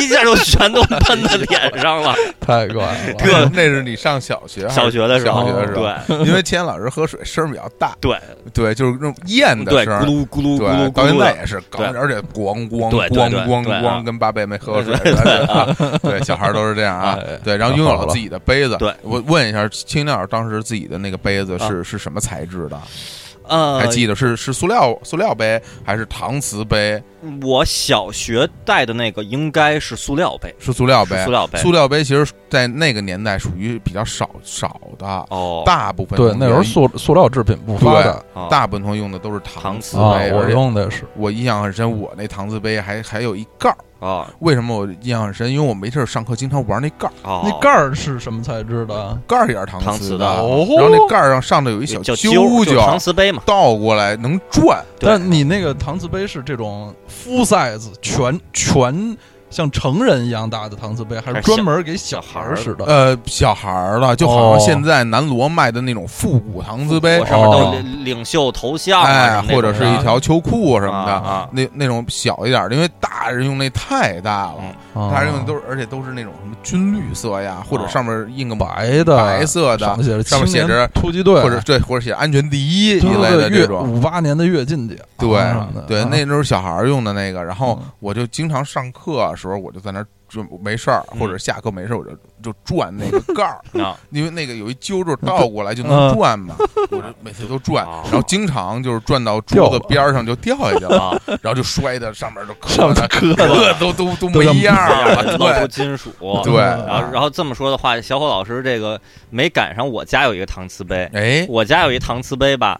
[SPEAKER 2] 一下就全都喷在脸上了。
[SPEAKER 3] 太怪了，
[SPEAKER 2] 特
[SPEAKER 1] 哎那那是你上小学还是，
[SPEAKER 2] 小学的时候，
[SPEAKER 1] 小学的时候
[SPEAKER 2] 对
[SPEAKER 1] 因为千老师喝水声儿比较大，
[SPEAKER 2] 对
[SPEAKER 1] 对，就是那种咽的
[SPEAKER 2] 对，
[SPEAKER 1] 声
[SPEAKER 2] 咕
[SPEAKER 1] 儿。
[SPEAKER 2] 噜咕噜咕
[SPEAKER 1] 嗯
[SPEAKER 2] 噜
[SPEAKER 1] 对，到
[SPEAKER 2] 咕
[SPEAKER 1] 现
[SPEAKER 2] 噜
[SPEAKER 1] 在
[SPEAKER 2] 的，
[SPEAKER 1] 也是高，
[SPEAKER 2] 对
[SPEAKER 1] 而且咣咣
[SPEAKER 2] 对对
[SPEAKER 1] 咣
[SPEAKER 2] 对
[SPEAKER 1] 咣
[SPEAKER 2] 对
[SPEAKER 1] 咣，
[SPEAKER 2] 啊
[SPEAKER 1] 跟八辈没喝过水似的。对，小孩儿都是这样啊
[SPEAKER 3] 哎。
[SPEAKER 1] 对，然后
[SPEAKER 3] 太
[SPEAKER 1] 拥有
[SPEAKER 3] 好
[SPEAKER 1] 了
[SPEAKER 3] 了
[SPEAKER 1] 自己的杯子。
[SPEAKER 2] 对啊
[SPEAKER 1] 我问一下，青鸟当时自己的那个杯子是是什么材质的？还
[SPEAKER 2] 呃，
[SPEAKER 1] 记得是是塑料塑料杯还是搪瓷杯？
[SPEAKER 2] 我小学带的那个应该是塑料杯，
[SPEAKER 1] 是塑料杯
[SPEAKER 2] 是。塑料杯。
[SPEAKER 1] 塑料杯其实，在那个年代属于比较少少的，
[SPEAKER 2] 哦，
[SPEAKER 1] 大部分
[SPEAKER 3] 对，
[SPEAKER 1] 同
[SPEAKER 3] 那
[SPEAKER 1] 学
[SPEAKER 3] 时候塑塑料制品不发
[SPEAKER 1] 对
[SPEAKER 3] 达
[SPEAKER 2] 哦
[SPEAKER 1] 大部分同学用的都是搪
[SPEAKER 2] 搪
[SPEAKER 1] 瓷
[SPEAKER 2] 瓷
[SPEAKER 1] 杯，
[SPEAKER 3] 啊，
[SPEAKER 1] 而
[SPEAKER 3] 我
[SPEAKER 1] 且
[SPEAKER 3] 用的是
[SPEAKER 1] 我印象很深，我那搪瓷杯还还有一盖儿。
[SPEAKER 2] 哦
[SPEAKER 1] 为什么我印象很深？因为我没事儿上课经常玩那盖儿，
[SPEAKER 2] 哦，
[SPEAKER 3] 那盖儿是什么材质的？
[SPEAKER 1] 盖儿也是搪
[SPEAKER 2] 搪
[SPEAKER 1] 瓷
[SPEAKER 2] 瓷
[SPEAKER 1] 的，
[SPEAKER 2] 的
[SPEAKER 3] 哦
[SPEAKER 1] 然后那盖儿上上头有一小
[SPEAKER 2] 叫
[SPEAKER 1] 啾
[SPEAKER 2] 就搪瓷杯嘛。
[SPEAKER 1] 倒过来能转，
[SPEAKER 2] 对
[SPEAKER 3] 但你那个搪瓷杯是这种 full size 全全像成人一样大的搪瓷杯，还是
[SPEAKER 2] 还是
[SPEAKER 3] 专
[SPEAKER 2] 小
[SPEAKER 3] 门给
[SPEAKER 2] 小
[SPEAKER 3] 小
[SPEAKER 2] 孩
[SPEAKER 3] 孩儿
[SPEAKER 2] 儿
[SPEAKER 3] 使的？
[SPEAKER 1] 呃，小孩儿了，就好
[SPEAKER 3] 哦
[SPEAKER 1] 像现在南锣卖的那种复古搪瓷杯
[SPEAKER 2] 我，上面
[SPEAKER 3] 哦
[SPEAKER 2] 都领领袖头像
[SPEAKER 1] 哎，
[SPEAKER 2] 啊，什么那
[SPEAKER 1] 或者
[SPEAKER 2] 种
[SPEAKER 1] 是
[SPEAKER 2] 的
[SPEAKER 1] 一条秋裤什么的，
[SPEAKER 2] 啊啊
[SPEAKER 1] 那那种小一点的，因为大人用那太大了
[SPEAKER 2] 嗯，
[SPEAKER 1] 大
[SPEAKER 3] 它
[SPEAKER 1] 人用的都是，而且都是那种什么军绿色呀，或者
[SPEAKER 2] 啊
[SPEAKER 1] 上面印个
[SPEAKER 3] 白的，
[SPEAKER 1] 白色
[SPEAKER 3] 上
[SPEAKER 1] 的
[SPEAKER 3] 面，写着
[SPEAKER 1] 上面
[SPEAKER 3] 青
[SPEAKER 1] 写
[SPEAKER 3] 年
[SPEAKER 1] 着
[SPEAKER 3] 突击队，
[SPEAKER 1] 或者对，或者写安全第一一
[SPEAKER 3] 对
[SPEAKER 1] 类
[SPEAKER 3] 对
[SPEAKER 1] 的
[SPEAKER 3] 对，
[SPEAKER 1] 这
[SPEAKER 3] 越
[SPEAKER 1] 种。
[SPEAKER 3] 五八年的跃进节，
[SPEAKER 1] 对
[SPEAKER 3] 啊什么的
[SPEAKER 1] 对，
[SPEAKER 3] 啊
[SPEAKER 1] 那时候小孩儿用的那个，然后
[SPEAKER 3] 嗯
[SPEAKER 1] 我就经常上课的时候，我就在那儿就没事儿，
[SPEAKER 2] 嗯
[SPEAKER 1] 或者下课没事儿，我就就转那个盖儿，
[SPEAKER 2] 啊
[SPEAKER 1] 因为那个有一揪就倒过来就
[SPEAKER 3] 嗯
[SPEAKER 1] 能转 嘛，我就每次都转，
[SPEAKER 2] 哦
[SPEAKER 1] 然后经常就是转到桌子边儿上就掉下去了，
[SPEAKER 2] 啊，
[SPEAKER 1] 然后就摔的上面就磕
[SPEAKER 3] 上面
[SPEAKER 1] 的
[SPEAKER 3] 磕
[SPEAKER 1] 磕都都都
[SPEAKER 3] 都
[SPEAKER 1] 没
[SPEAKER 3] 这么
[SPEAKER 1] 样
[SPEAKER 2] 这
[SPEAKER 1] 儿
[SPEAKER 2] 样
[SPEAKER 1] 了，
[SPEAKER 2] 的啊露出
[SPEAKER 1] 对
[SPEAKER 2] 金属。
[SPEAKER 1] 对，
[SPEAKER 3] 嗯
[SPEAKER 2] 然后然后这么说的话，小伙老师这个没赶上我家有一个搪瓷
[SPEAKER 3] 嗯
[SPEAKER 2] 杯，
[SPEAKER 1] 哎，
[SPEAKER 2] 我家有一搪瓷杯吧，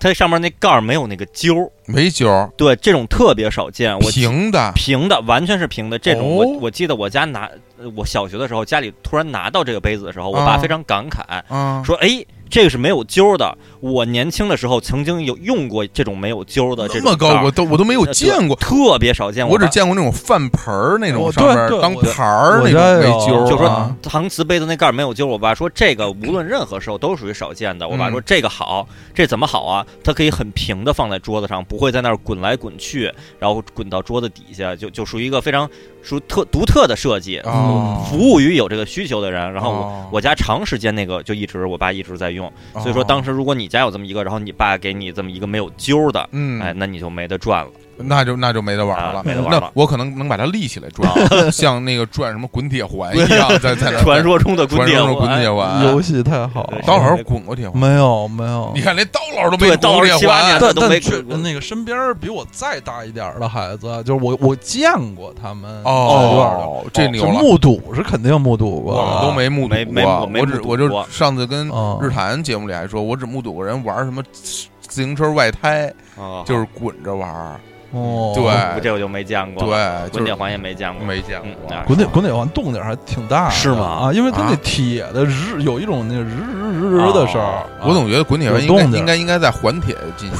[SPEAKER 2] 它上面那盖儿没有那个揪儿，
[SPEAKER 1] 没揪儿，
[SPEAKER 2] 对，这种特别少见。我
[SPEAKER 1] 平的，
[SPEAKER 2] 平的，完全是平的。这种我、
[SPEAKER 1] 哦
[SPEAKER 2] 我记得我家拿，呃我小学的时候家里突然拿到这个杯子的时候，我
[SPEAKER 1] 啊
[SPEAKER 2] 爸非常感慨，
[SPEAKER 1] 嗯，
[SPEAKER 2] 说：“哎，这个是没有揪的。我年轻的时候曾经有用过这种没有揪的这
[SPEAKER 1] 那
[SPEAKER 2] 种
[SPEAKER 1] 么
[SPEAKER 2] 盖
[SPEAKER 1] 高，
[SPEAKER 2] 儿
[SPEAKER 1] 我都我都没有
[SPEAKER 2] 呃
[SPEAKER 1] 见过，
[SPEAKER 2] 特别少见。
[SPEAKER 1] 我只
[SPEAKER 2] 爸
[SPEAKER 1] 见过那种饭盆儿那种
[SPEAKER 3] 我
[SPEAKER 1] 上
[SPEAKER 3] 哦对
[SPEAKER 1] 面
[SPEAKER 3] 对
[SPEAKER 1] 当
[SPEAKER 3] 我
[SPEAKER 1] 盘儿
[SPEAKER 3] 我
[SPEAKER 1] 那
[SPEAKER 3] 家
[SPEAKER 1] 种
[SPEAKER 3] 也
[SPEAKER 1] 没
[SPEAKER 3] 有
[SPEAKER 1] 揪儿啊，
[SPEAKER 2] 就
[SPEAKER 3] 啊
[SPEAKER 2] 说搪瓷杯的那盖儿没有揪，我爸说这 个无论任何时候都属于少见的。我爸
[SPEAKER 1] 嗯
[SPEAKER 2] 说这个好，这怎么好啊？它可以很平的放在桌子上，不会在那儿滚来滚去，然后滚到桌子底下，就就属于一个非常属于特独特的设计。
[SPEAKER 1] 哦
[SPEAKER 2] 服务于有这个需求的人。然后我、
[SPEAKER 1] 哦
[SPEAKER 2] 我家长时间那个就一直我爸一直在用，
[SPEAKER 1] 啊
[SPEAKER 2] 所以说当时如果你家有这么一个，然后你爸给你这么一个没有揪的，
[SPEAKER 1] 嗯，
[SPEAKER 2] 哎，那你就没得赚了。
[SPEAKER 1] 那就那就没得玩儿
[SPEAKER 2] 啊
[SPEAKER 1] 了，嗯
[SPEAKER 2] 没得玩儿
[SPEAKER 1] 那
[SPEAKER 2] 了啊
[SPEAKER 1] 我可能能把它立起来转，像那个转什么滚铁 环一样，在在那
[SPEAKER 2] 传说中的滚
[SPEAKER 1] 呃传
[SPEAKER 2] 铁
[SPEAKER 1] 说中的
[SPEAKER 2] 环
[SPEAKER 1] 滚铁环
[SPEAKER 3] 游，戏太好了
[SPEAKER 2] 对，
[SPEAKER 1] 刀老师滚过铁环，
[SPEAKER 3] 没有没有
[SPEAKER 1] 你，看连刀老师都
[SPEAKER 2] 嗯
[SPEAKER 1] 没
[SPEAKER 2] 对
[SPEAKER 1] 滚过
[SPEAKER 2] 刀老师
[SPEAKER 1] 铁
[SPEAKER 2] 七八
[SPEAKER 1] 环啊
[SPEAKER 2] 年，
[SPEAKER 3] 但
[SPEAKER 2] 都没
[SPEAKER 3] 但确
[SPEAKER 2] 过
[SPEAKER 3] 那个身边儿比我再大一点儿的孩子，就是我我见过他们在院儿里
[SPEAKER 1] 哦，这牛
[SPEAKER 3] 就
[SPEAKER 1] 了。
[SPEAKER 3] 目睹是肯定目睹过，
[SPEAKER 1] 我们都没目睹
[SPEAKER 2] 没没
[SPEAKER 1] 过，
[SPEAKER 2] 我没
[SPEAKER 1] 我只
[SPEAKER 2] 目睹
[SPEAKER 1] 我就
[SPEAKER 2] 过
[SPEAKER 1] 上次跟
[SPEAKER 3] 哦
[SPEAKER 1] 日坛节目里还说，我只目睹过人玩什么自自行车外胎，
[SPEAKER 2] 啊，
[SPEAKER 1] 就是滚着玩儿，
[SPEAKER 3] 哦，
[SPEAKER 1] 对
[SPEAKER 2] 这我就没见过，，
[SPEAKER 1] 对，就
[SPEAKER 2] 滚
[SPEAKER 1] 是
[SPEAKER 2] 铁环也没见过，
[SPEAKER 1] 没见
[SPEAKER 2] 嗯
[SPEAKER 1] 过
[SPEAKER 2] 啊。
[SPEAKER 3] 滚铁滚铁环动静还挺大的，
[SPEAKER 2] 是吗
[SPEAKER 3] 啊，因为它那
[SPEAKER 1] 啊
[SPEAKER 3] 铁的日有一种那日日日的声儿
[SPEAKER 2] 哦，
[SPEAKER 3] 啊
[SPEAKER 1] 我总觉得滚铁环
[SPEAKER 3] 有
[SPEAKER 1] 应
[SPEAKER 3] 动
[SPEAKER 1] 该
[SPEAKER 3] 静
[SPEAKER 1] 应该应该在环铁进行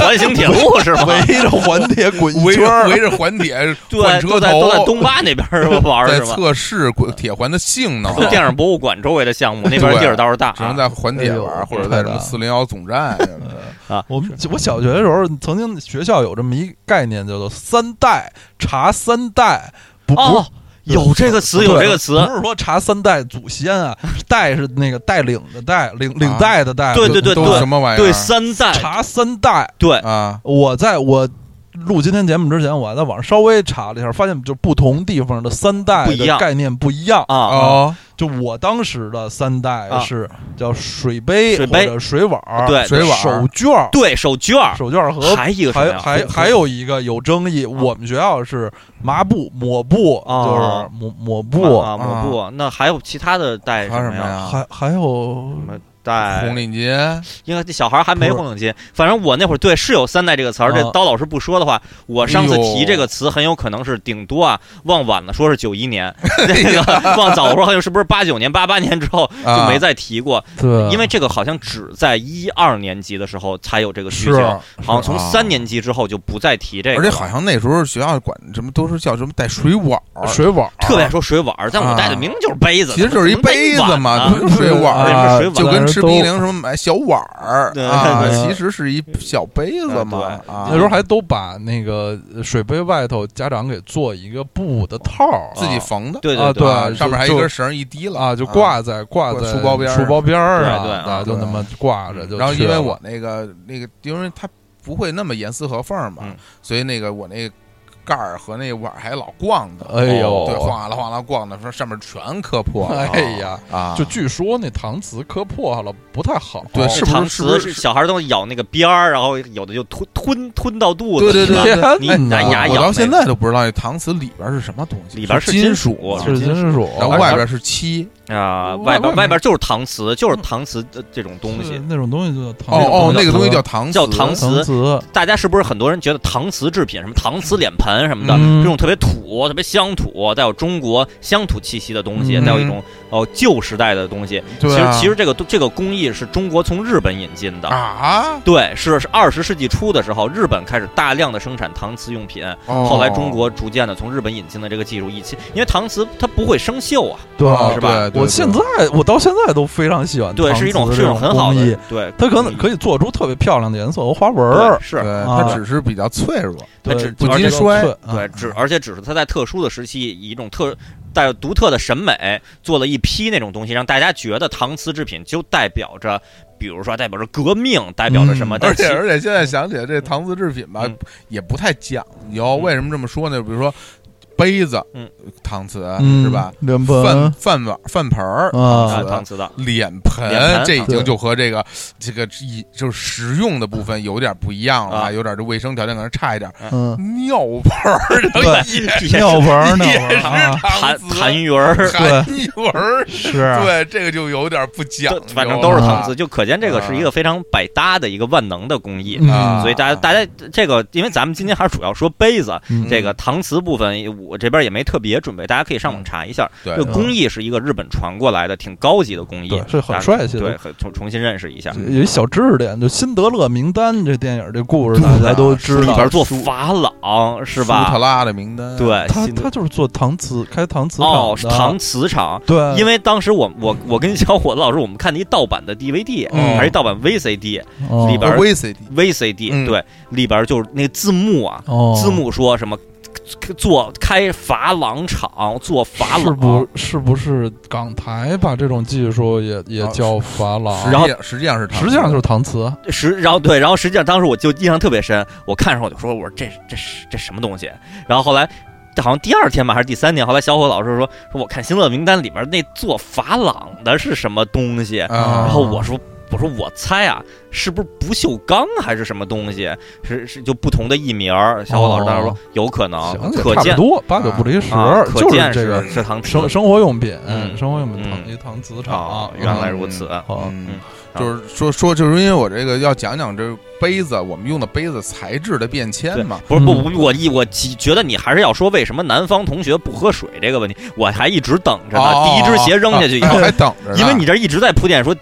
[SPEAKER 2] 环形铁路是吧？
[SPEAKER 3] 围着环铁滚一
[SPEAKER 1] 围
[SPEAKER 3] 圈
[SPEAKER 1] 着
[SPEAKER 3] 儿，
[SPEAKER 1] 围着环铁
[SPEAKER 2] 对，
[SPEAKER 1] 换
[SPEAKER 2] 都
[SPEAKER 1] 车
[SPEAKER 2] 在都在
[SPEAKER 1] 头，
[SPEAKER 2] 东坝那边儿 玩儿
[SPEAKER 1] 在
[SPEAKER 2] 是吧？
[SPEAKER 1] 测试滚铁环的性能，
[SPEAKER 2] 就电影博物馆周围的项目，那边
[SPEAKER 1] 对
[SPEAKER 2] 地儿倒是大啊，
[SPEAKER 1] 只能在环铁
[SPEAKER 3] 哎
[SPEAKER 1] 玩
[SPEAKER 3] 呦
[SPEAKER 1] 或者在什
[SPEAKER 3] 太
[SPEAKER 1] 么
[SPEAKER 3] 大
[SPEAKER 1] 四零幺总站啊什么的。
[SPEAKER 3] 我们我小学的时候，曾经学校有这么一概念，叫做“三代查三代”，不
[SPEAKER 2] 哦，有这个词，有这个词
[SPEAKER 3] 不，是说查三代祖先啊，代是那个带领的带，领领带的带，
[SPEAKER 2] 啊对对对
[SPEAKER 1] 都是什么玩意儿？
[SPEAKER 2] 对三代，
[SPEAKER 3] 查三代。
[SPEAKER 2] 对，
[SPEAKER 1] 啊，
[SPEAKER 3] 我在我录今天节目之前，我还在网上稍微查了一下，发现就不同地方的三代
[SPEAKER 2] 不一样
[SPEAKER 3] 的概念不一样。
[SPEAKER 2] 啊，
[SPEAKER 1] 哦，
[SPEAKER 3] 就我当时的三代
[SPEAKER 2] 啊
[SPEAKER 3] 是叫水杯
[SPEAKER 2] 水
[SPEAKER 3] 或
[SPEAKER 2] 杯
[SPEAKER 3] 者水碗儿，
[SPEAKER 2] 对
[SPEAKER 1] 水碗
[SPEAKER 3] 手绢儿，
[SPEAKER 2] 对手绢儿，
[SPEAKER 3] 手绢儿和
[SPEAKER 2] 还一个什么
[SPEAKER 3] 还
[SPEAKER 2] 呀？
[SPEAKER 3] 还还有一个有争议，我们学校是麻布抹布，
[SPEAKER 2] 啊
[SPEAKER 3] 就是抹抹
[SPEAKER 2] 不
[SPEAKER 3] 布，
[SPEAKER 2] 啊，抹布。那还有其他的带
[SPEAKER 1] 还有
[SPEAKER 2] 哎么
[SPEAKER 1] 什么
[SPEAKER 2] 呀？
[SPEAKER 1] 呀？
[SPEAKER 3] 还还有
[SPEAKER 2] 什么
[SPEAKER 1] 红
[SPEAKER 2] 带？
[SPEAKER 1] 领巾，
[SPEAKER 2] 应该这小孩还没
[SPEAKER 3] 不是
[SPEAKER 2] 红领巾。反正我那会儿对是有三代这个词儿，这
[SPEAKER 3] 啊
[SPEAKER 2] 刀老师不说的话，我上次
[SPEAKER 1] 哎呦
[SPEAKER 2] 提这个词很有可能是顶多啊，忘晚了说是九一 年，那个忘早了说好像是不是八九年、八八年之后就
[SPEAKER 1] 啊
[SPEAKER 2] 没再提过，
[SPEAKER 3] 对
[SPEAKER 2] 因为这个好像只在一二年级的时候才有这个需
[SPEAKER 3] 是
[SPEAKER 2] 求，好像从
[SPEAKER 1] 啊
[SPEAKER 2] 三年级之后就不再提这个
[SPEAKER 1] 而
[SPEAKER 2] 了，
[SPEAKER 1] 且好像那时候学校管什么都是叫什么带水碗儿，
[SPEAKER 3] 水碗儿，
[SPEAKER 2] 特别爱说水碗儿，但我带的
[SPEAKER 1] 啊
[SPEAKER 2] 明明就是杯子，
[SPEAKER 1] 其实就是一
[SPEAKER 2] 怎么能带
[SPEAKER 1] 杯子
[SPEAKER 2] 碗
[SPEAKER 1] 嘛，
[SPEAKER 2] 呢
[SPEAKER 1] 不 是水碗
[SPEAKER 2] 对
[SPEAKER 1] 儿，
[SPEAKER 2] 啊
[SPEAKER 3] 啊
[SPEAKER 2] 水碗
[SPEAKER 1] 就跟吃冰
[SPEAKER 3] 都
[SPEAKER 1] 激凌什么买小碗儿
[SPEAKER 2] 对
[SPEAKER 1] 啊，
[SPEAKER 3] 对
[SPEAKER 1] 其实是一小杯子嘛
[SPEAKER 2] 嗯对
[SPEAKER 1] 啊
[SPEAKER 3] 那时。候还都把那个水杯外头家长给做一个布的套儿
[SPEAKER 1] 自己缝的，
[SPEAKER 2] 对
[SPEAKER 3] 啊
[SPEAKER 2] 对
[SPEAKER 3] 对
[SPEAKER 1] 上面还一
[SPEAKER 3] 就
[SPEAKER 1] 根绳儿一提了
[SPEAKER 3] 啊，就挂在挂
[SPEAKER 1] 挂
[SPEAKER 3] 在
[SPEAKER 1] 书包边儿
[SPEAKER 3] 书包边儿啊，
[SPEAKER 2] 对对啊
[SPEAKER 3] 啊就那么挂着就去了。
[SPEAKER 1] 然后因为我那个那个，因为它不会那么严丝合缝嘛，
[SPEAKER 2] 嗯
[SPEAKER 1] 所以那个我那盖儿和那碗儿还老逛的，
[SPEAKER 3] 哎呦
[SPEAKER 1] 对，晃啊啦晃啦逛的，说上面全磕破了，
[SPEAKER 3] 哎呀，
[SPEAKER 1] 啊，
[SPEAKER 3] 就据说那搪瓷磕破了不太好，
[SPEAKER 1] 对是不是
[SPEAKER 2] 搪
[SPEAKER 1] 是不
[SPEAKER 2] 瓷
[SPEAKER 1] 是
[SPEAKER 2] 小孩儿都咬那个边儿，然后有的就吞吞吞到肚子，
[SPEAKER 1] 对对
[SPEAKER 2] 是吧
[SPEAKER 1] 对
[SPEAKER 3] 天
[SPEAKER 2] 你拿
[SPEAKER 3] 哪
[SPEAKER 2] 牙咬
[SPEAKER 1] 我
[SPEAKER 2] 那
[SPEAKER 1] 到现
[SPEAKER 2] 个
[SPEAKER 1] 在都不知道那搪瓷里边是什么东西，
[SPEAKER 2] 里边哦
[SPEAKER 1] 是
[SPEAKER 2] 是金
[SPEAKER 1] 属
[SPEAKER 2] 属
[SPEAKER 1] 啊
[SPEAKER 3] 是金属，
[SPEAKER 1] 然后外边是漆，
[SPEAKER 2] 啊，
[SPEAKER 3] 外
[SPEAKER 2] 外边
[SPEAKER 3] 外
[SPEAKER 2] 外边就是搪瓷，就是搪瓷的这种东
[SPEAKER 3] 是
[SPEAKER 2] 西。
[SPEAKER 3] 那种东西就叫
[SPEAKER 1] 哦
[SPEAKER 3] 搪
[SPEAKER 1] 哦，
[SPEAKER 3] 瓷
[SPEAKER 1] 那个东西叫搪瓷，
[SPEAKER 2] 叫搪瓷
[SPEAKER 3] 搪瓷，
[SPEAKER 2] 大家是不是很多人觉得搪瓷制品，什么搪瓷脸盆什么的，
[SPEAKER 3] 嗯
[SPEAKER 2] 这种特别土、特别乡土，带有中国乡土气息的东西，
[SPEAKER 3] 嗯
[SPEAKER 2] 带有一种哦旧时代的东西。
[SPEAKER 1] 对啊
[SPEAKER 2] 其实其实这个这个工艺是中国从日本引进的。
[SPEAKER 1] 啊，
[SPEAKER 2] 对，是是二十世纪初的时候，日本开始大量的生产搪瓷用品，后
[SPEAKER 1] 后
[SPEAKER 2] 来中国逐渐的从日本引进了这个技术，一起，因为搿瓷它不会生锈啊，
[SPEAKER 3] 对
[SPEAKER 1] 哦
[SPEAKER 2] 是吧
[SPEAKER 1] 对对
[SPEAKER 3] 我现在我到现在都非常喜欢，
[SPEAKER 2] 对，是一种是一种很好的，嗯对，
[SPEAKER 3] 它可能
[SPEAKER 2] 工艺
[SPEAKER 3] 可以做出特别漂亮的颜色和花纹
[SPEAKER 2] 对
[SPEAKER 3] 儿，
[SPEAKER 1] 对
[SPEAKER 2] 是，啊
[SPEAKER 1] 对
[SPEAKER 3] 啊
[SPEAKER 1] 它只是比较脆弱，
[SPEAKER 2] 它
[SPEAKER 3] 对
[SPEAKER 2] 只
[SPEAKER 1] 不
[SPEAKER 2] 而且
[SPEAKER 1] 经摔
[SPEAKER 3] 对啊
[SPEAKER 2] 对，只而且只是它在特殊的时期，以一种特带有独特的审美，做了一批那种东西，让大家觉得搪瓷制品就代表着，比如说代表着革命，代表着什么，
[SPEAKER 1] 而
[SPEAKER 2] 但其
[SPEAKER 1] 且嗯而且现在想起来，这搪瓷制品吧
[SPEAKER 2] 嗯，
[SPEAKER 1] 也不太讲究。
[SPEAKER 2] 嗯
[SPEAKER 1] 为什么这么说呢？比如说杯子
[SPEAKER 2] 嗯，
[SPEAKER 1] 搪瓷
[SPEAKER 3] 嗯
[SPEAKER 1] 是吧？？
[SPEAKER 3] 脸
[SPEAKER 1] 饭
[SPEAKER 3] 盆
[SPEAKER 1] 饭碗饭盆
[SPEAKER 2] 啊
[SPEAKER 1] 儿
[SPEAKER 3] 啊
[SPEAKER 1] 搪
[SPEAKER 2] 搪
[SPEAKER 1] 瓷，
[SPEAKER 2] 瓷的，
[SPEAKER 1] 脸
[SPEAKER 2] 脸盆啊
[SPEAKER 1] 盆这已
[SPEAKER 3] 对
[SPEAKER 1] 经就和这个这个一就是实用的部分有点不一样了
[SPEAKER 2] 啊
[SPEAKER 1] 啊，有点这卫生条件可能差一点。
[SPEAKER 3] 嗯，
[SPEAKER 1] 尿盆儿
[SPEAKER 3] 对
[SPEAKER 2] 也是
[SPEAKER 3] 尿盆儿尿
[SPEAKER 1] 也
[SPEAKER 3] 盆
[SPEAKER 1] 是
[SPEAKER 3] 儿啊，
[SPEAKER 2] 弹
[SPEAKER 1] 搪
[SPEAKER 2] 弹
[SPEAKER 1] 瓷，
[SPEAKER 2] 鱼儿，
[SPEAKER 1] 含一纹儿，
[SPEAKER 3] 是，啊
[SPEAKER 1] 对这个就有点不讲
[SPEAKER 2] 都
[SPEAKER 1] 究，啊
[SPEAKER 2] 反正都是搪
[SPEAKER 1] 搪
[SPEAKER 2] 瓷，就可见这个是一个非常百搭的一个万能的工艺。
[SPEAKER 3] 嗯
[SPEAKER 1] 啊
[SPEAKER 2] 所以大家，大家这个，因为咱们今天还是主要说杯子，
[SPEAKER 3] 嗯
[SPEAKER 2] 这个搪瓷部分，我这边也没特别准备，大家可以上网查一
[SPEAKER 3] 嗯
[SPEAKER 2] 下。
[SPEAKER 1] 对嗯
[SPEAKER 2] 这工艺是一个日本传过来的，挺高级的工艺，
[SPEAKER 3] 对是很
[SPEAKER 2] 大家
[SPEAKER 3] 帅气的
[SPEAKER 2] 对，很重重新认识一下。
[SPEAKER 3] 有一小知识点，就《辛德勒名单》这电影这故事大家都知
[SPEAKER 2] 啊里
[SPEAKER 3] 道
[SPEAKER 2] 边，做珐琅是
[SPEAKER 1] 舒特
[SPEAKER 2] 吧？
[SPEAKER 1] 拉的名单，嗯
[SPEAKER 2] 对，
[SPEAKER 3] 他
[SPEAKER 2] 新的
[SPEAKER 3] 他就是做搪瓷开搿瓷
[SPEAKER 2] 哦，是搪
[SPEAKER 3] 厂的，嗯
[SPEAKER 2] 瓷厂。
[SPEAKER 3] 对，
[SPEAKER 2] 因为当时我我我跟小伙子老师，我们看的一盗版的 DVD，、
[SPEAKER 1] 嗯
[SPEAKER 2] 还是盗版 VCD，VCD、
[SPEAKER 3] 哦
[SPEAKER 2] 里边儿
[SPEAKER 1] VCD。
[SPEAKER 2] VCD
[SPEAKER 1] 嗯
[SPEAKER 2] 对，里边就是那个字幕啊，
[SPEAKER 3] 哦
[SPEAKER 2] 字幕说什么做开珐琅厂，做珐
[SPEAKER 3] 是
[SPEAKER 2] 琅
[SPEAKER 3] 不是不是港台把这种技术也
[SPEAKER 2] 哦
[SPEAKER 3] 也
[SPEAKER 1] 啊
[SPEAKER 3] 叫珐琅？
[SPEAKER 1] 实际上实际上是搪瓷
[SPEAKER 3] 实际上就是搪瓷，
[SPEAKER 2] 实，然后对，然后实际上当时我就印象特别深，我看上我就说，我说这这是这什么东西？然后后来。好像第二天吧，还是第三天？后来小伙老师说说，我看《新乐名单》里边那做珐琅的是什么东西？
[SPEAKER 1] 啊
[SPEAKER 2] 然后我说我说我猜啊，是不是不锈钢还是什么东西？是是就不同的译名儿。小伙老师当时说
[SPEAKER 3] 哦
[SPEAKER 2] 有可能，
[SPEAKER 3] 行，
[SPEAKER 2] 啊可
[SPEAKER 3] 也差
[SPEAKER 2] 见
[SPEAKER 3] 不多八九不离十
[SPEAKER 2] 啊，，可
[SPEAKER 3] 就是
[SPEAKER 2] 见
[SPEAKER 3] 这个
[SPEAKER 2] 是搪瓷
[SPEAKER 3] 生生活用品，
[SPEAKER 2] 嗯
[SPEAKER 3] 生活用品
[SPEAKER 2] 嗯
[SPEAKER 3] 糖一搪瓷
[SPEAKER 2] 啊
[SPEAKER 3] 厂，，
[SPEAKER 2] 原来
[SPEAKER 3] 嗯
[SPEAKER 2] 如此。
[SPEAKER 3] 好，
[SPEAKER 1] 嗯
[SPEAKER 2] 嗯，
[SPEAKER 1] 就是说说，就是因为我这个要讲讲这杯子，我们用的杯子材质的变迁嘛。
[SPEAKER 2] 不是不
[SPEAKER 3] 嗯
[SPEAKER 2] 不，我一我其觉得你还是要说为什么南方同学不喝水这个问题，我还一直等着呢。
[SPEAKER 1] 哦
[SPEAKER 2] 第一只鞋扔下去以
[SPEAKER 1] 哦哦
[SPEAKER 2] 后
[SPEAKER 1] 哦，还等着呢，
[SPEAKER 2] 因为你这一直在铺垫说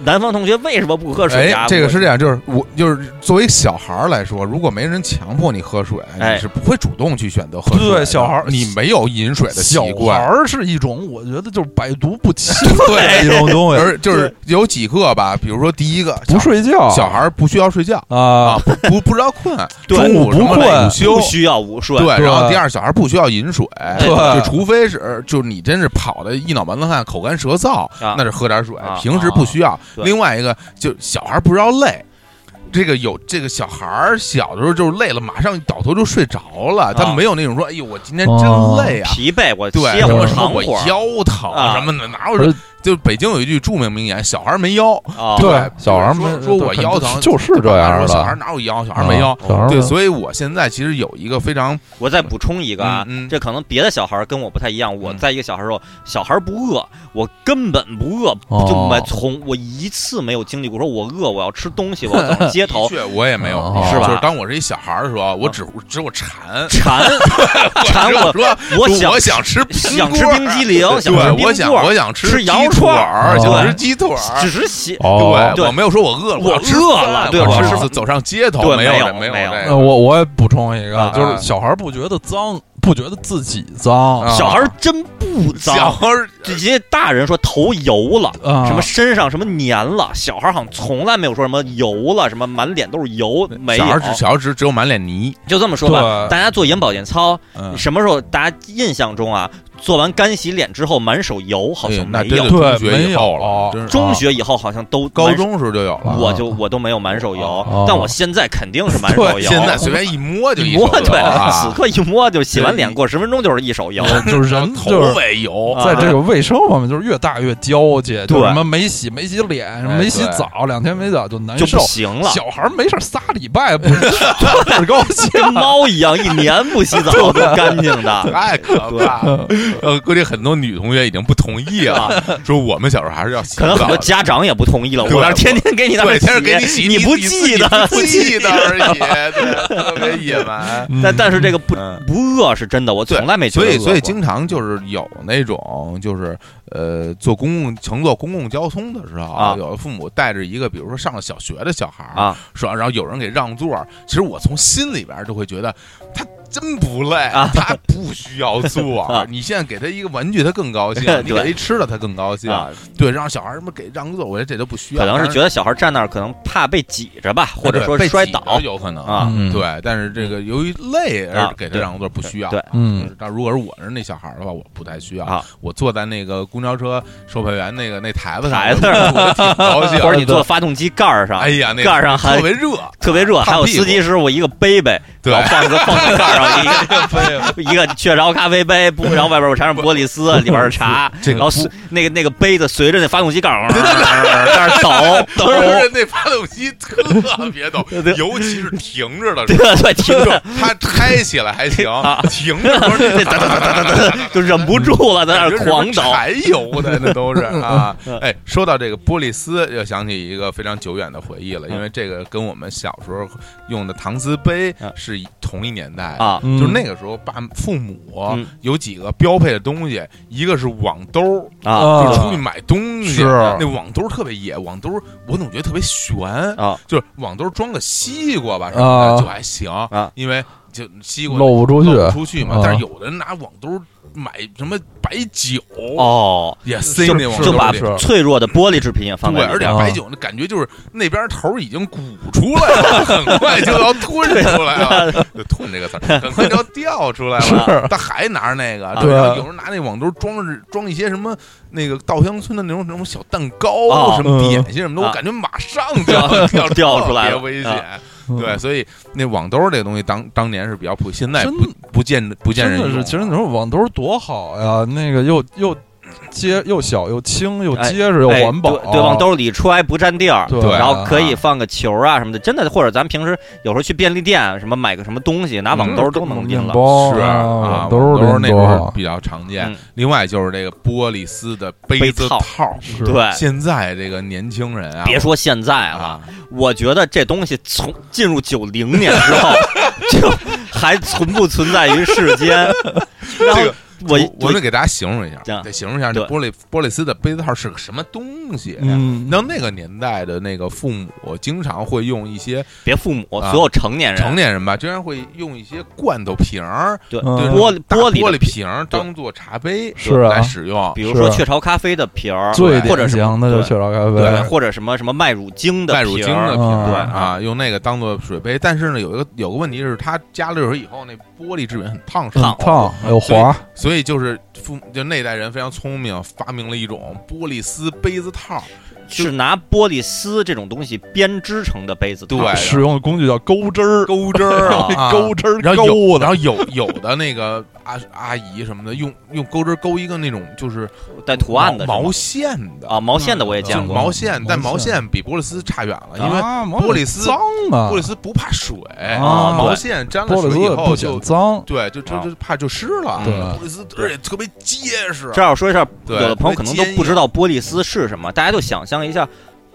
[SPEAKER 2] 南方同学为什么不喝水
[SPEAKER 1] 哎
[SPEAKER 2] 啊？，
[SPEAKER 1] 这个
[SPEAKER 2] 我
[SPEAKER 1] 是这样，就是我就是作为小孩儿来说，如果没人强迫你喝水，
[SPEAKER 2] 哎
[SPEAKER 1] 你是不会主动去选择喝水的。
[SPEAKER 3] 对小孩儿
[SPEAKER 1] 你没有饮水的习
[SPEAKER 3] 小孩
[SPEAKER 1] 惯。
[SPEAKER 3] 儿是一种，我觉得就是百毒不侵的
[SPEAKER 1] 对
[SPEAKER 3] 一种东西，
[SPEAKER 1] 而就是有几个吧，比如说第一个，
[SPEAKER 3] 不睡觉，
[SPEAKER 1] 小小孩儿不需要睡觉啊
[SPEAKER 3] 啊，，
[SPEAKER 1] 不不不知道困，
[SPEAKER 2] 对
[SPEAKER 1] 中午什么
[SPEAKER 3] 不困
[SPEAKER 1] 午休
[SPEAKER 2] 不，需要午睡，
[SPEAKER 1] 对，
[SPEAKER 3] 对
[SPEAKER 1] 然后第二，小孩不需要饮水，
[SPEAKER 3] 对
[SPEAKER 1] 就除非是就你真是跑的一脑门子汗、口干舌燥，
[SPEAKER 2] 啊
[SPEAKER 1] 那是喝点水
[SPEAKER 2] 啊，
[SPEAKER 1] 平时不需要。
[SPEAKER 2] 对
[SPEAKER 1] 另外一个就小孩不知道累。这个有这个小孩儿小的时候就是累了，马上倒头就睡着了，他
[SPEAKER 2] 啊
[SPEAKER 1] 没有那种说，哎呦，我今天真
[SPEAKER 3] 哦
[SPEAKER 1] 累啊，
[SPEAKER 2] 疲惫，我
[SPEAKER 1] 对，
[SPEAKER 2] 歇
[SPEAKER 1] 什
[SPEAKER 2] 会
[SPEAKER 1] 么
[SPEAKER 2] 儿
[SPEAKER 1] 什么
[SPEAKER 2] 躺
[SPEAKER 1] 我
[SPEAKER 2] 会儿
[SPEAKER 1] 腰疼
[SPEAKER 2] 啊
[SPEAKER 1] 什么的，哪有这？就北京有一句著名名言，小孩没腰，
[SPEAKER 2] 啊，
[SPEAKER 3] 对，小孩儿
[SPEAKER 1] 说
[SPEAKER 3] 没
[SPEAKER 1] 说我
[SPEAKER 3] 对
[SPEAKER 1] 腰疼
[SPEAKER 3] 就是这样
[SPEAKER 1] 说
[SPEAKER 3] 的，
[SPEAKER 1] 小孩哪有腰，小孩没腰
[SPEAKER 3] 啊，小孩儿
[SPEAKER 1] 对，
[SPEAKER 3] 没
[SPEAKER 1] 所以我现在其实有一个非常
[SPEAKER 2] 我再补充一个啊，
[SPEAKER 1] 嗯嗯
[SPEAKER 2] 这可能别的小孩儿跟我不太一样。我
[SPEAKER 1] 嗯
[SPEAKER 2] 在一个小孩儿时候，小孩儿不饿，我根本不饿，
[SPEAKER 3] 哦
[SPEAKER 2] 就没从我一次没有经历过，说我饿，我要吃东西，我要走街头
[SPEAKER 1] 的确我也没有
[SPEAKER 3] 哦，
[SPEAKER 2] 是吧哦
[SPEAKER 1] 就是当我是一小孩儿的时候，我只只有馋，
[SPEAKER 2] 馋 馋
[SPEAKER 1] 我
[SPEAKER 2] 我，我
[SPEAKER 1] 说想
[SPEAKER 2] 想
[SPEAKER 1] 我想吃
[SPEAKER 2] 想
[SPEAKER 1] 冰
[SPEAKER 2] 吃
[SPEAKER 1] 棍儿
[SPEAKER 2] 冰激凌想吃
[SPEAKER 1] 对
[SPEAKER 2] 冰
[SPEAKER 1] 我想
[SPEAKER 2] 棍儿
[SPEAKER 1] 我想吃
[SPEAKER 2] 吃
[SPEAKER 1] 鸡
[SPEAKER 2] 羊
[SPEAKER 1] 腿
[SPEAKER 2] 串哦
[SPEAKER 1] 儿
[SPEAKER 3] 儿
[SPEAKER 1] 想
[SPEAKER 3] 对
[SPEAKER 1] 吃鸡腿儿
[SPEAKER 2] 只，是写
[SPEAKER 3] 哦，
[SPEAKER 1] 对我没有说我饿了，
[SPEAKER 2] 我
[SPEAKER 1] 要吃
[SPEAKER 2] 饿
[SPEAKER 1] 饭
[SPEAKER 2] 了对
[SPEAKER 1] 我
[SPEAKER 3] 我
[SPEAKER 1] 要
[SPEAKER 3] 吃
[SPEAKER 1] 走
[SPEAKER 2] 饭
[SPEAKER 1] 走上街头
[SPEAKER 2] 对
[SPEAKER 1] 没有
[SPEAKER 2] 没
[SPEAKER 1] 这
[SPEAKER 2] 有
[SPEAKER 1] 没有
[SPEAKER 2] 没有
[SPEAKER 1] 这
[SPEAKER 3] 呃，
[SPEAKER 1] 个。
[SPEAKER 3] 我我也补充一个
[SPEAKER 2] 啊，
[SPEAKER 3] 就是小孩儿不觉得脏，不觉得自己脏
[SPEAKER 1] 啊
[SPEAKER 2] 小孩儿真不
[SPEAKER 1] 小
[SPEAKER 2] 脏，
[SPEAKER 1] 孩儿
[SPEAKER 2] 这些大人说头油了。
[SPEAKER 3] 啊，
[SPEAKER 2] 什么身上什么粘了，小孩儿好像从来没有说什么油了，什么满脸都是油，没
[SPEAKER 1] 小
[SPEAKER 2] 有
[SPEAKER 1] 孩儿。只小孩儿只只有满脸泥，
[SPEAKER 2] 就这么说吧，
[SPEAKER 3] 对
[SPEAKER 2] 大家做眼保健操，
[SPEAKER 1] 嗯，
[SPEAKER 2] 什么时候大家印象中啊，做完干洗脸之后满手油好
[SPEAKER 1] 哎呀
[SPEAKER 2] 像
[SPEAKER 1] 那
[SPEAKER 2] 没
[SPEAKER 1] 真
[SPEAKER 2] 有哦
[SPEAKER 1] 的，
[SPEAKER 3] 对
[SPEAKER 1] 中学以
[SPEAKER 3] 没有
[SPEAKER 1] 后了，真是啊
[SPEAKER 2] 中学以后好像都
[SPEAKER 1] 高
[SPEAKER 2] 满手，
[SPEAKER 1] 中时候就有了。
[SPEAKER 2] 我就我都没有满手
[SPEAKER 3] 哦
[SPEAKER 2] 油，但我现在肯定是满手油。
[SPEAKER 1] 现在随便一摸就
[SPEAKER 2] 一
[SPEAKER 1] 一
[SPEAKER 2] 摸
[SPEAKER 1] 手油
[SPEAKER 2] 对，此
[SPEAKER 1] 啊，
[SPEAKER 2] 刻一摸就洗完脸
[SPEAKER 1] 对
[SPEAKER 2] 过十分钟就是一手油。
[SPEAKER 3] 就是人
[SPEAKER 1] 头
[SPEAKER 3] 就是
[SPEAKER 1] 尾油
[SPEAKER 2] 啊
[SPEAKER 3] 在这个卫生方面，就是越大越娇气，就
[SPEAKER 2] 对
[SPEAKER 3] 什么没洗没洗脸，什么没洗
[SPEAKER 1] 对
[SPEAKER 3] 澡，两天没澡就难
[SPEAKER 2] 就
[SPEAKER 3] 受
[SPEAKER 2] 不。行了，
[SPEAKER 3] 小孩儿没事儿仨礼拜不是 不是高兴，
[SPEAKER 1] 啊
[SPEAKER 2] 跟猫一样，一年不洗 澡都干净的。
[SPEAKER 1] 太可怕了。 啊呃，估计很多女同学已经不同意了，说我们小时候还是要洗
[SPEAKER 2] 可能很
[SPEAKER 1] 澡
[SPEAKER 2] 多
[SPEAKER 1] 的。
[SPEAKER 2] 家长也不同意了。
[SPEAKER 1] 对啊
[SPEAKER 2] 我要是天天给 你那么
[SPEAKER 1] 对，
[SPEAKER 2] 洗，
[SPEAKER 1] 天天给你洗，
[SPEAKER 2] 你不
[SPEAKER 1] 自己
[SPEAKER 2] 记得，
[SPEAKER 1] 不记得而已，对，特别野蛮。
[SPEAKER 2] 但但是这个不
[SPEAKER 1] 嗯
[SPEAKER 2] 不饿是真的，我从来 没觉
[SPEAKER 1] 所
[SPEAKER 2] 得
[SPEAKER 1] 以，所以
[SPEAKER 2] 经
[SPEAKER 1] 经常就是有那种，就是呃，坐公共乘坐公共交通的时候，
[SPEAKER 2] 啊
[SPEAKER 1] 有的父母带着一个，比如说上了小学的小孩儿，
[SPEAKER 2] 啊，
[SPEAKER 1] 说然后有人给让座儿，其实我从心里边儿就会觉得他真不累，
[SPEAKER 2] 啊
[SPEAKER 1] 他不需要 坐儿。
[SPEAKER 2] 啊
[SPEAKER 1] 你现在给他一个玩具，他更高兴；你
[SPEAKER 2] 对
[SPEAKER 1] 给一吃的，他更高兴。
[SPEAKER 2] 啊
[SPEAKER 1] 对，让小孩儿什么给让座，我觉得这都不需要。
[SPEAKER 2] 可能
[SPEAKER 1] 但
[SPEAKER 2] 是觉得小孩站那儿可能怕被挤着吧，或者
[SPEAKER 1] 对
[SPEAKER 2] 说
[SPEAKER 1] 被
[SPEAKER 2] 是摔
[SPEAKER 1] 挤
[SPEAKER 2] 倒
[SPEAKER 1] 着有可能
[SPEAKER 2] 啊
[SPEAKER 3] 嗯，
[SPEAKER 1] 对，但是这个由于累而
[SPEAKER 2] 啊
[SPEAKER 1] 给他
[SPEAKER 2] 对
[SPEAKER 1] 让座不需要。
[SPEAKER 2] 对
[SPEAKER 3] 嗯，
[SPEAKER 1] 但如果是我是那小孩儿的话，我不太需要。
[SPEAKER 2] 啊，
[SPEAKER 1] 我坐在那个公交车售票员那个那台子上，
[SPEAKER 2] 台子
[SPEAKER 1] 我就挺高兴。
[SPEAKER 2] 或者你坐发动机盖儿上
[SPEAKER 1] 哎，呀，那
[SPEAKER 2] 盖儿上还
[SPEAKER 1] 特别热，
[SPEAKER 2] 特别热，
[SPEAKER 1] 烫
[SPEAKER 2] 还有
[SPEAKER 1] 屁股
[SPEAKER 2] 司机师傅一个背背，
[SPEAKER 1] 对
[SPEAKER 2] 然后放个放在盖儿上 一个一个雀巢咖啡杯，不然后外边我缠上波利斯，里边是茶，
[SPEAKER 1] 这个
[SPEAKER 2] 然后随那个那个杯子随着那发动机盖儿在那儿抖抖
[SPEAKER 1] 不，是那发动机特别抖，
[SPEAKER 2] 对
[SPEAKER 1] 尤其是停着的时
[SPEAKER 2] 对
[SPEAKER 1] 候。
[SPEAKER 2] 对，停 着，
[SPEAKER 1] 它开起来还行
[SPEAKER 2] 啊，
[SPEAKER 1] 停着的时候
[SPEAKER 2] 对哒哒哒哒哒哒，就忍不住了，在那
[SPEAKER 1] 感觉
[SPEAKER 2] 儿
[SPEAKER 1] 是
[SPEAKER 2] 狂抖。
[SPEAKER 1] 柴油的那都是啊
[SPEAKER 2] 嗯。
[SPEAKER 1] 哎，说到这个波利斯，又想起一个非常久远的回忆了，因为这个跟我们小时候用的搪瓷杯
[SPEAKER 2] 嗯
[SPEAKER 1] 是同一年代的。
[SPEAKER 2] 啊，
[SPEAKER 3] 嗯
[SPEAKER 1] 就是那个时候，爸父母
[SPEAKER 2] 嗯
[SPEAKER 1] 有几个标配的东西，一个是网兜，
[SPEAKER 2] 啊
[SPEAKER 1] 就是出去买东西，
[SPEAKER 3] 是
[SPEAKER 1] 那网兜特别野，网兜我总觉得特别悬
[SPEAKER 2] 啊，
[SPEAKER 1] 就是网兜装个西瓜吧什么的
[SPEAKER 3] 啊
[SPEAKER 1] 就还行
[SPEAKER 2] 啊，
[SPEAKER 1] 因为就西瓜
[SPEAKER 3] 露不出去，
[SPEAKER 1] 露不出去嘛
[SPEAKER 3] 啊，
[SPEAKER 1] 但是有的人拿网兜买什么白酒
[SPEAKER 2] 哦，
[SPEAKER 1] 也塞
[SPEAKER 2] 就
[SPEAKER 1] 那网
[SPEAKER 2] 就
[SPEAKER 1] 兜
[SPEAKER 2] 把
[SPEAKER 1] 里。
[SPEAKER 3] 是
[SPEAKER 2] 脆弱的玻璃制品也放
[SPEAKER 1] 对，
[SPEAKER 2] 在里啊
[SPEAKER 1] 而且
[SPEAKER 2] 面。
[SPEAKER 1] 白酒那感觉就是那边头儿已经鼓出来了，很快就要吞出来了，
[SPEAKER 2] 啊
[SPEAKER 1] 就吞这个词儿，很快就要掉出来了
[SPEAKER 3] 是。
[SPEAKER 1] 他还拿着那
[SPEAKER 2] 啊
[SPEAKER 1] 个，
[SPEAKER 3] 对啊
[SPEAKER 1] 然后有人拿那网兜装着装一些什么那个稻香村的那种那种小蛋糕、
[SPEAKER 2] 啊
[SPEAKER 1] 什么
[SPEAKER 3] 嗯
[SPEAKER 1] 点心什么的，
[SPEAKER 2] 啊
[SPEAKER 1] 我感觉马上就要掉
[SPEAKER 2] 掉出来了啊
[SPEAKER 1] 特别危险。
[SPEAKER 3] 嗯
[SPEAKER 1] 对，所以那网兜这个东西当当年是比较普，现在
[SPEAKER 3] 真
[SPEAKER 1] 不不见不见
[SPEAKER 3] 真
[SPEAKER 1] 人
[SPEAKER 3] 的
[SPEAKER 1] 用
[SPEAKER 3] 是，
[SPEAKER 1] 了。
[SPEAKER 3] 其实你说网兜多好呀，那个又又结又小又轻又
[SPEAKER 2] 哎
[SPEAKER 3] 结实又
[SPEAKER 2] 哎
[SPEAKER 3] 环保，啊
[SPEAKER 2] 对，对往兜里揣不占地儿，
[SPEAKER 3] 对
[SPEAKER 2] 然后可以放个球啊什么的，真的，或者咱平时有时候去便利店什么买个什么东西，拿网
[SPEAKER 3] 嗯
[SPEAKER 2] 兜都能拎
[SPEAKER 3] 面
[SPEAKER 2] 了。
[SPEAKER 3] 包
[SPEAKER 1] 是
[SPEAKER 3] 啊，
[SPEAKER 1] 啊，
[SPEAKER 3] 都
[SPEAKER 1] 都是
[SPEAKER 3] 是
[SPEAKER 1] 那
[SPEAKER 3] 那
[SPEAKER 1] 会儿比较常见
[SPEAKER 2] 嗯。
[SPEAKER 1] 另外就是这个玻璃丝的杯
[SPEAKER 2] 杯
[SPEAKER 1] 子
[SPEAKER 2] 套
[SPEAKER 1] 套，
[SPEAKER 3] 是
[SPEAKER 2] 对，
[SPEAKER 1] 现在这个年轻人啊，
[SPEAKER 2] 别说现在了，
[SPEAKER 1] 啊，
[SPEAKER 2] 我觉得这东西从进入九零年之后， 就还存不存在于世间？然后
[SPEAKER 1] 这个
[SPEAKER 2] 我
[SPEAKER 1] 我我得给大家形容一下
[SPEAKER 2] 这，样
[SPEAKER 1] 得形容一下这
[SPEAKER 2] 对
[SPEAKER 1] 玻璃玻璃丝的杯子套是个什么东西呀？
[SPEAKER 3] 嗯，
[SPEAKER 1] 那那个年代的那个父母经常会用一些
[SPEAKER 2] 别父母，
[SPEAKER 1] 啊
[SPEAKER 2] 所有成年人，
[SPEAKER 1] 成年人吧，经常会用一些罐头瓶儿、
[SPEAKER 2] 对
[SPEAKER 3] 嗯
[SPEAKER 2] 玻璃
[SPEAKER 1] 大
[SPEAKER 2] 玻璃
[SPEAKER 1] 玻
[SPEAKER 2] 的
[SPEAKER 1] 璃瓶儿当做茶杯
[SPEAKER 3] 是啊
[SPEAKER 1] 来使用。
[SPEAKER 2] 比如说
[SPEAKER 3] 是
[SPEAKER 2] 雀巢咖啡的瓶儿，
[SPEAKER 3] 最
[SPEAKER 2] 或者
[SPEAKER 3] 典
[SPEAKER 2] 什
[SPEAKER 3] 型
[SPEAKER 2] 么
[SPEAKER 3] 的就
[SPEAKER 2] 对
[SPEAKER 3] 雀巢咖
[SPEAKER 2] 对，
[SPEAKER 3] 啡，
[SPEAKER 2] 或者什么什么麦乳精的
[SPEAKER 1] 麦乳精
[SPEAKER 2] 瓶
[SPEAKER 1] 的
[SPEAKER 2] 儿
[SPEAKER 1] 瓶儿
[SPEAKER 3] 对
[SPEAKER 1] 啊，用那个当做水杯，但是呢，有一个有个问题是，它加了水以后，那玻璃制品很烫手，
[SPEAKER 3] 很嗯烫又滑，
[SPEAKER 1] 所以就是父就那代人非常聪明，发明了一种玻璃丝杯子套，
[SPEAKER 2] 是拿玻璃丝这种东西编织成的杯子套，
[SPEAKER 1] 对
[SPEAKER 3] 使用的工具叫钩针儿，
[SPEAKER 1] 钩针儿啊，
[SPEAKER 3] 钩针儿
[SPEAKER 1] 然后
[SPEAKER 3] 钩
[SPEAKER 1] 有，
[SPEAKER 3] 的
[SPEAKER 1] 然后 有有的那个阿阿姨什么的，用用钩针钩一个那种就是
[SPEAKER 2] 带图案的是吗
[SPEAKER 1] 毛毛线的，
[SPEAKER 2] 啊，毛线的我也
[SPEAKER 1] 就
[SPEAKER 2] 见
[SPEAKER 1] 是
[SPEAKER 2] 过，
[SPEAKER 1] 毛线，但毛
[SPEAKER 3] 毛线
[SPEAKER 1] 线比玻璃丝差远了，因为
[SPEAKER 3] 啊
[SPEAKER 1] 玻璃丝
[SPEAKER 3] 脏啊，
[SPEAKER 1] 玻璃丝不怕水，
[SPEAKER 3] 啊
[SPEAKER 1] 毛
[SPEAKER 2] 对
[SPEAKER 1] 线沾了
[SPEAKER 3] 玻璃
[SPEAKER 1] 水
[SPEAKER 3] 丝
[SPEAKER 1] 以
[SPEAKER 3] 也不
[SPEAKER 1] 后
[SPEAKER 3] 显
[SPEAKER 1] 就
[SPEAKER 3] 脏，
[SPEAKER 1] 对，就就
[SPEAKER 2] 啊
[SPEAKER 1] 就怕就湿了。
[SPEAKER 3] 对
[SPEAKER 1] 玻璃丝而且特别结实啊
[SPEAKER 2] 这，要说一下，有
[SPEAKER 1] 对
[SPEAKER 2] 的朋友可能都不知道玻璃丝是什么，大家就想象一下，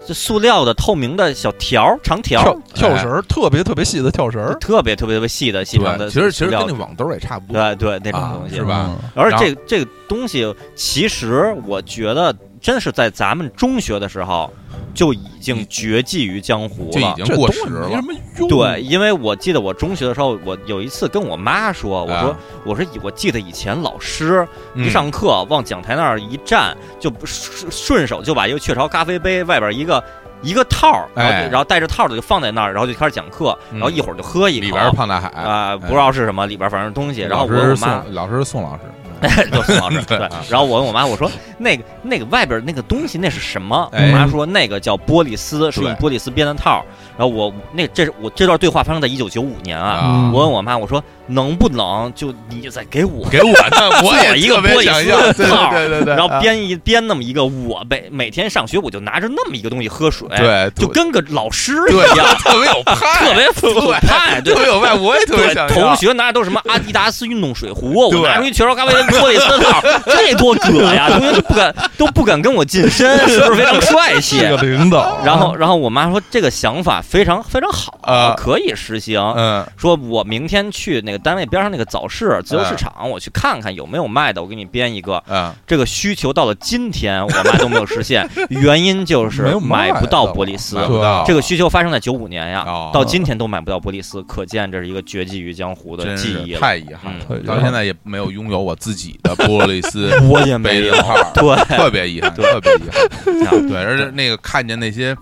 [SPEAKER 2] 这塑料的透明的小条儿长条
[SPEAKER 3] 跳
[SPEAKER 2] 儿，
[SPEAKER 3] 跳绳儿特别特别细的跳绳儿，
[SPEAKER 2] 特别特别特别细的细长的
[SPEAKER 1] 对，其实其
[SPEAKER 2] 塑
[SPEAKER 1] 实
[SPEAKER 2] 料
[SPEAKER 1] 跟那网兜儿也差不多。
[SPEAKER 2] 对对那种
[SPEAKER 1] 啊
[SPEAKER 2] 东西
[SPEAKER 1] 是吧
[SPEAKER 3] 嗯？
[SPEAKER 2] 而
[SPEAKER 1] 然后
[SPEAKER 2] 这这个东西，其实我觉得真是在咱们中学的时候就已经绝迹于江湖
[SPEAKER 1] 就已
[SPEAKER 2] 了。
[SPEAKER 1] 经
[SPEAKER 3] 这
[SPEAKER 1] 过
[SPEAKER 3] 东
[SPEAKER 1] 时
[SPEAKER 3] 西
[SPEAKER 1] 了
[SPEAKER 3] 没什么用，
[SPEAKER 2] 对，，因为我记得我中学的时候，我有一次跟我妈说，我说、
[SPEAKER 1] 啊
[SPEAKER 2] 我说我记得以前老师
[SPEAKER 1] 嗯
[SPEAKER 2] 一上课往讲台那儿一站，就顺顺手就把一个雀巢咖啡杯外边一个一个套儿，然后就、
[SPEAKER 1] 哎
[SPEAKER 2] 然后带着套儿的就放在那儿，然后就开始讲课，
[SPEAKER 1] 嗯
[SPEAKER 2] 然后一会儿就喝一口
[SPEAKER 1] 里边儿胖大海
[SPEAKER 2] 啊、不知道是什么，里边反正是东西。然后我
[SPEAKER 1] 老
[SPEAKER 2] 问我
[SPEAKER 1] 师
[SPEAKER 2] 妈，
[SPEAKER 1] 宋老师是 宋老师，嗯
[SPEAKER 2] 就宋老师对
[SPEAKER 1] 啊，
[SPEAKER 2] 然后我问我妈，我说那个那个外边那个东西那是什么？我
[SPEAKER 1] 哎
[SPEAKER 2] 妈说那个叫玻璃丝，是
[SPEAKER 1] 对
[SPEAKER 2] 用玻璃丝编的套儿。然后我那这是我这段对话发生在一九九五年啊。
[SPEAKER 1] 啊
[SPEAKER 3] 嗯
[SPEAKER 2] 我问我妈，我说能不能就你再给我
[SPEAKER 1] 给我 的我
[SPEAKER 2] 做
[SPEAKER 1] 也
[SPEAKER 2] 一个
[SPEAKER 1] 特别
[SPEAKER 2] 玻璃
[SPEAKER 1] 想
[SPEAKER 2] 丝
[SPEAKER 1] 要，
[SPEAKER 2] 的
[SPEAKER 1] 对
[SPEAKER 2] 套儿
[SPEAKER 1] 对对对对，
[SPEAKER 2] 然后
[SPEAKER 1] 啊
[SPEAKER 2] 编一编那么一个，我每每天上学我就拿着那么一个东西喝水，
[SPEAKER 1] 对
[SPEAKER 2] 就
[SPEAKER 1] 对
[SPEAKER 2] 跟个老师一
[SPEAKER 1] 对
[SPEAKER 2] 样，
[SPEAKER 1] 特 别有派，
[SPEAKER 2] 特别腐败，对
[SPEAKER 1] 特。别有派，我也特别
[SPEAKER 2] 对
[SPEAKER 1] 想，
[SPEAKER 2] 同
[SPEAKER 1] 要。
[SPEAKER 2] 学拿的都是什么阿迪达斯运动水壶，我
[SPEAKER 1] 对
[SPEAKER 2] 拿出一雀巢咖啡跟玻璃丝套，这多葛呀！同学都不敢都不敢跟我近身，是不是非常帅气？
[SPEAKER 3] 这个领导，
[SPEAKER 2] 然后，然后我妈说这个想法非常非常好，
[SPEAKER 1] 啊
[SPEAKER 2] 可以实行。
[SPEAKER 1] 嗯，
[SPEAKER 2] 说我明天去那个单位边上那个早市自由市场，我去看看有没有卖的，我给你编一个。
[SPEAKER 1] 嗯，
[SPEAKER 2] 这个需求到了今天，我妈都没有实 现，原因就是买不到玻璃丝
[SPEAKER 1] 买。不到
[SPEAKER 2] 这个需求发生在九五年呀，
[SPEAKER 1] 哦
[SPEAKER 2] 到今天都买不到玻璃丝，可见这是一个绝迹于江湖的
[SPEAKER 1] 真
[SPEAKER 2] 记
[SPEAKER 1] 是
[SPEAKER 2] 忆了。
[SPEAKER 1] 太遗憾了，
[SPEAKER 3] 嗯
[SPEAKER 1] 到现在也没有拥有我自己 的玻璃丝
[SPEAKER 2] 我也没
[SPEAKER 1] 杯
[SPEAKER 2] 有
[SPEAKER 1] 子套儿，
[SPEAKER 2] 对
[SPEAKER 1] 特别遗憾，
[SPEAKER 2] 对
[SPEAKER 1] 特别遗憾。
[SPEAKER 2] 啊
[SPEAKER 1] 对，而且那个看见那些，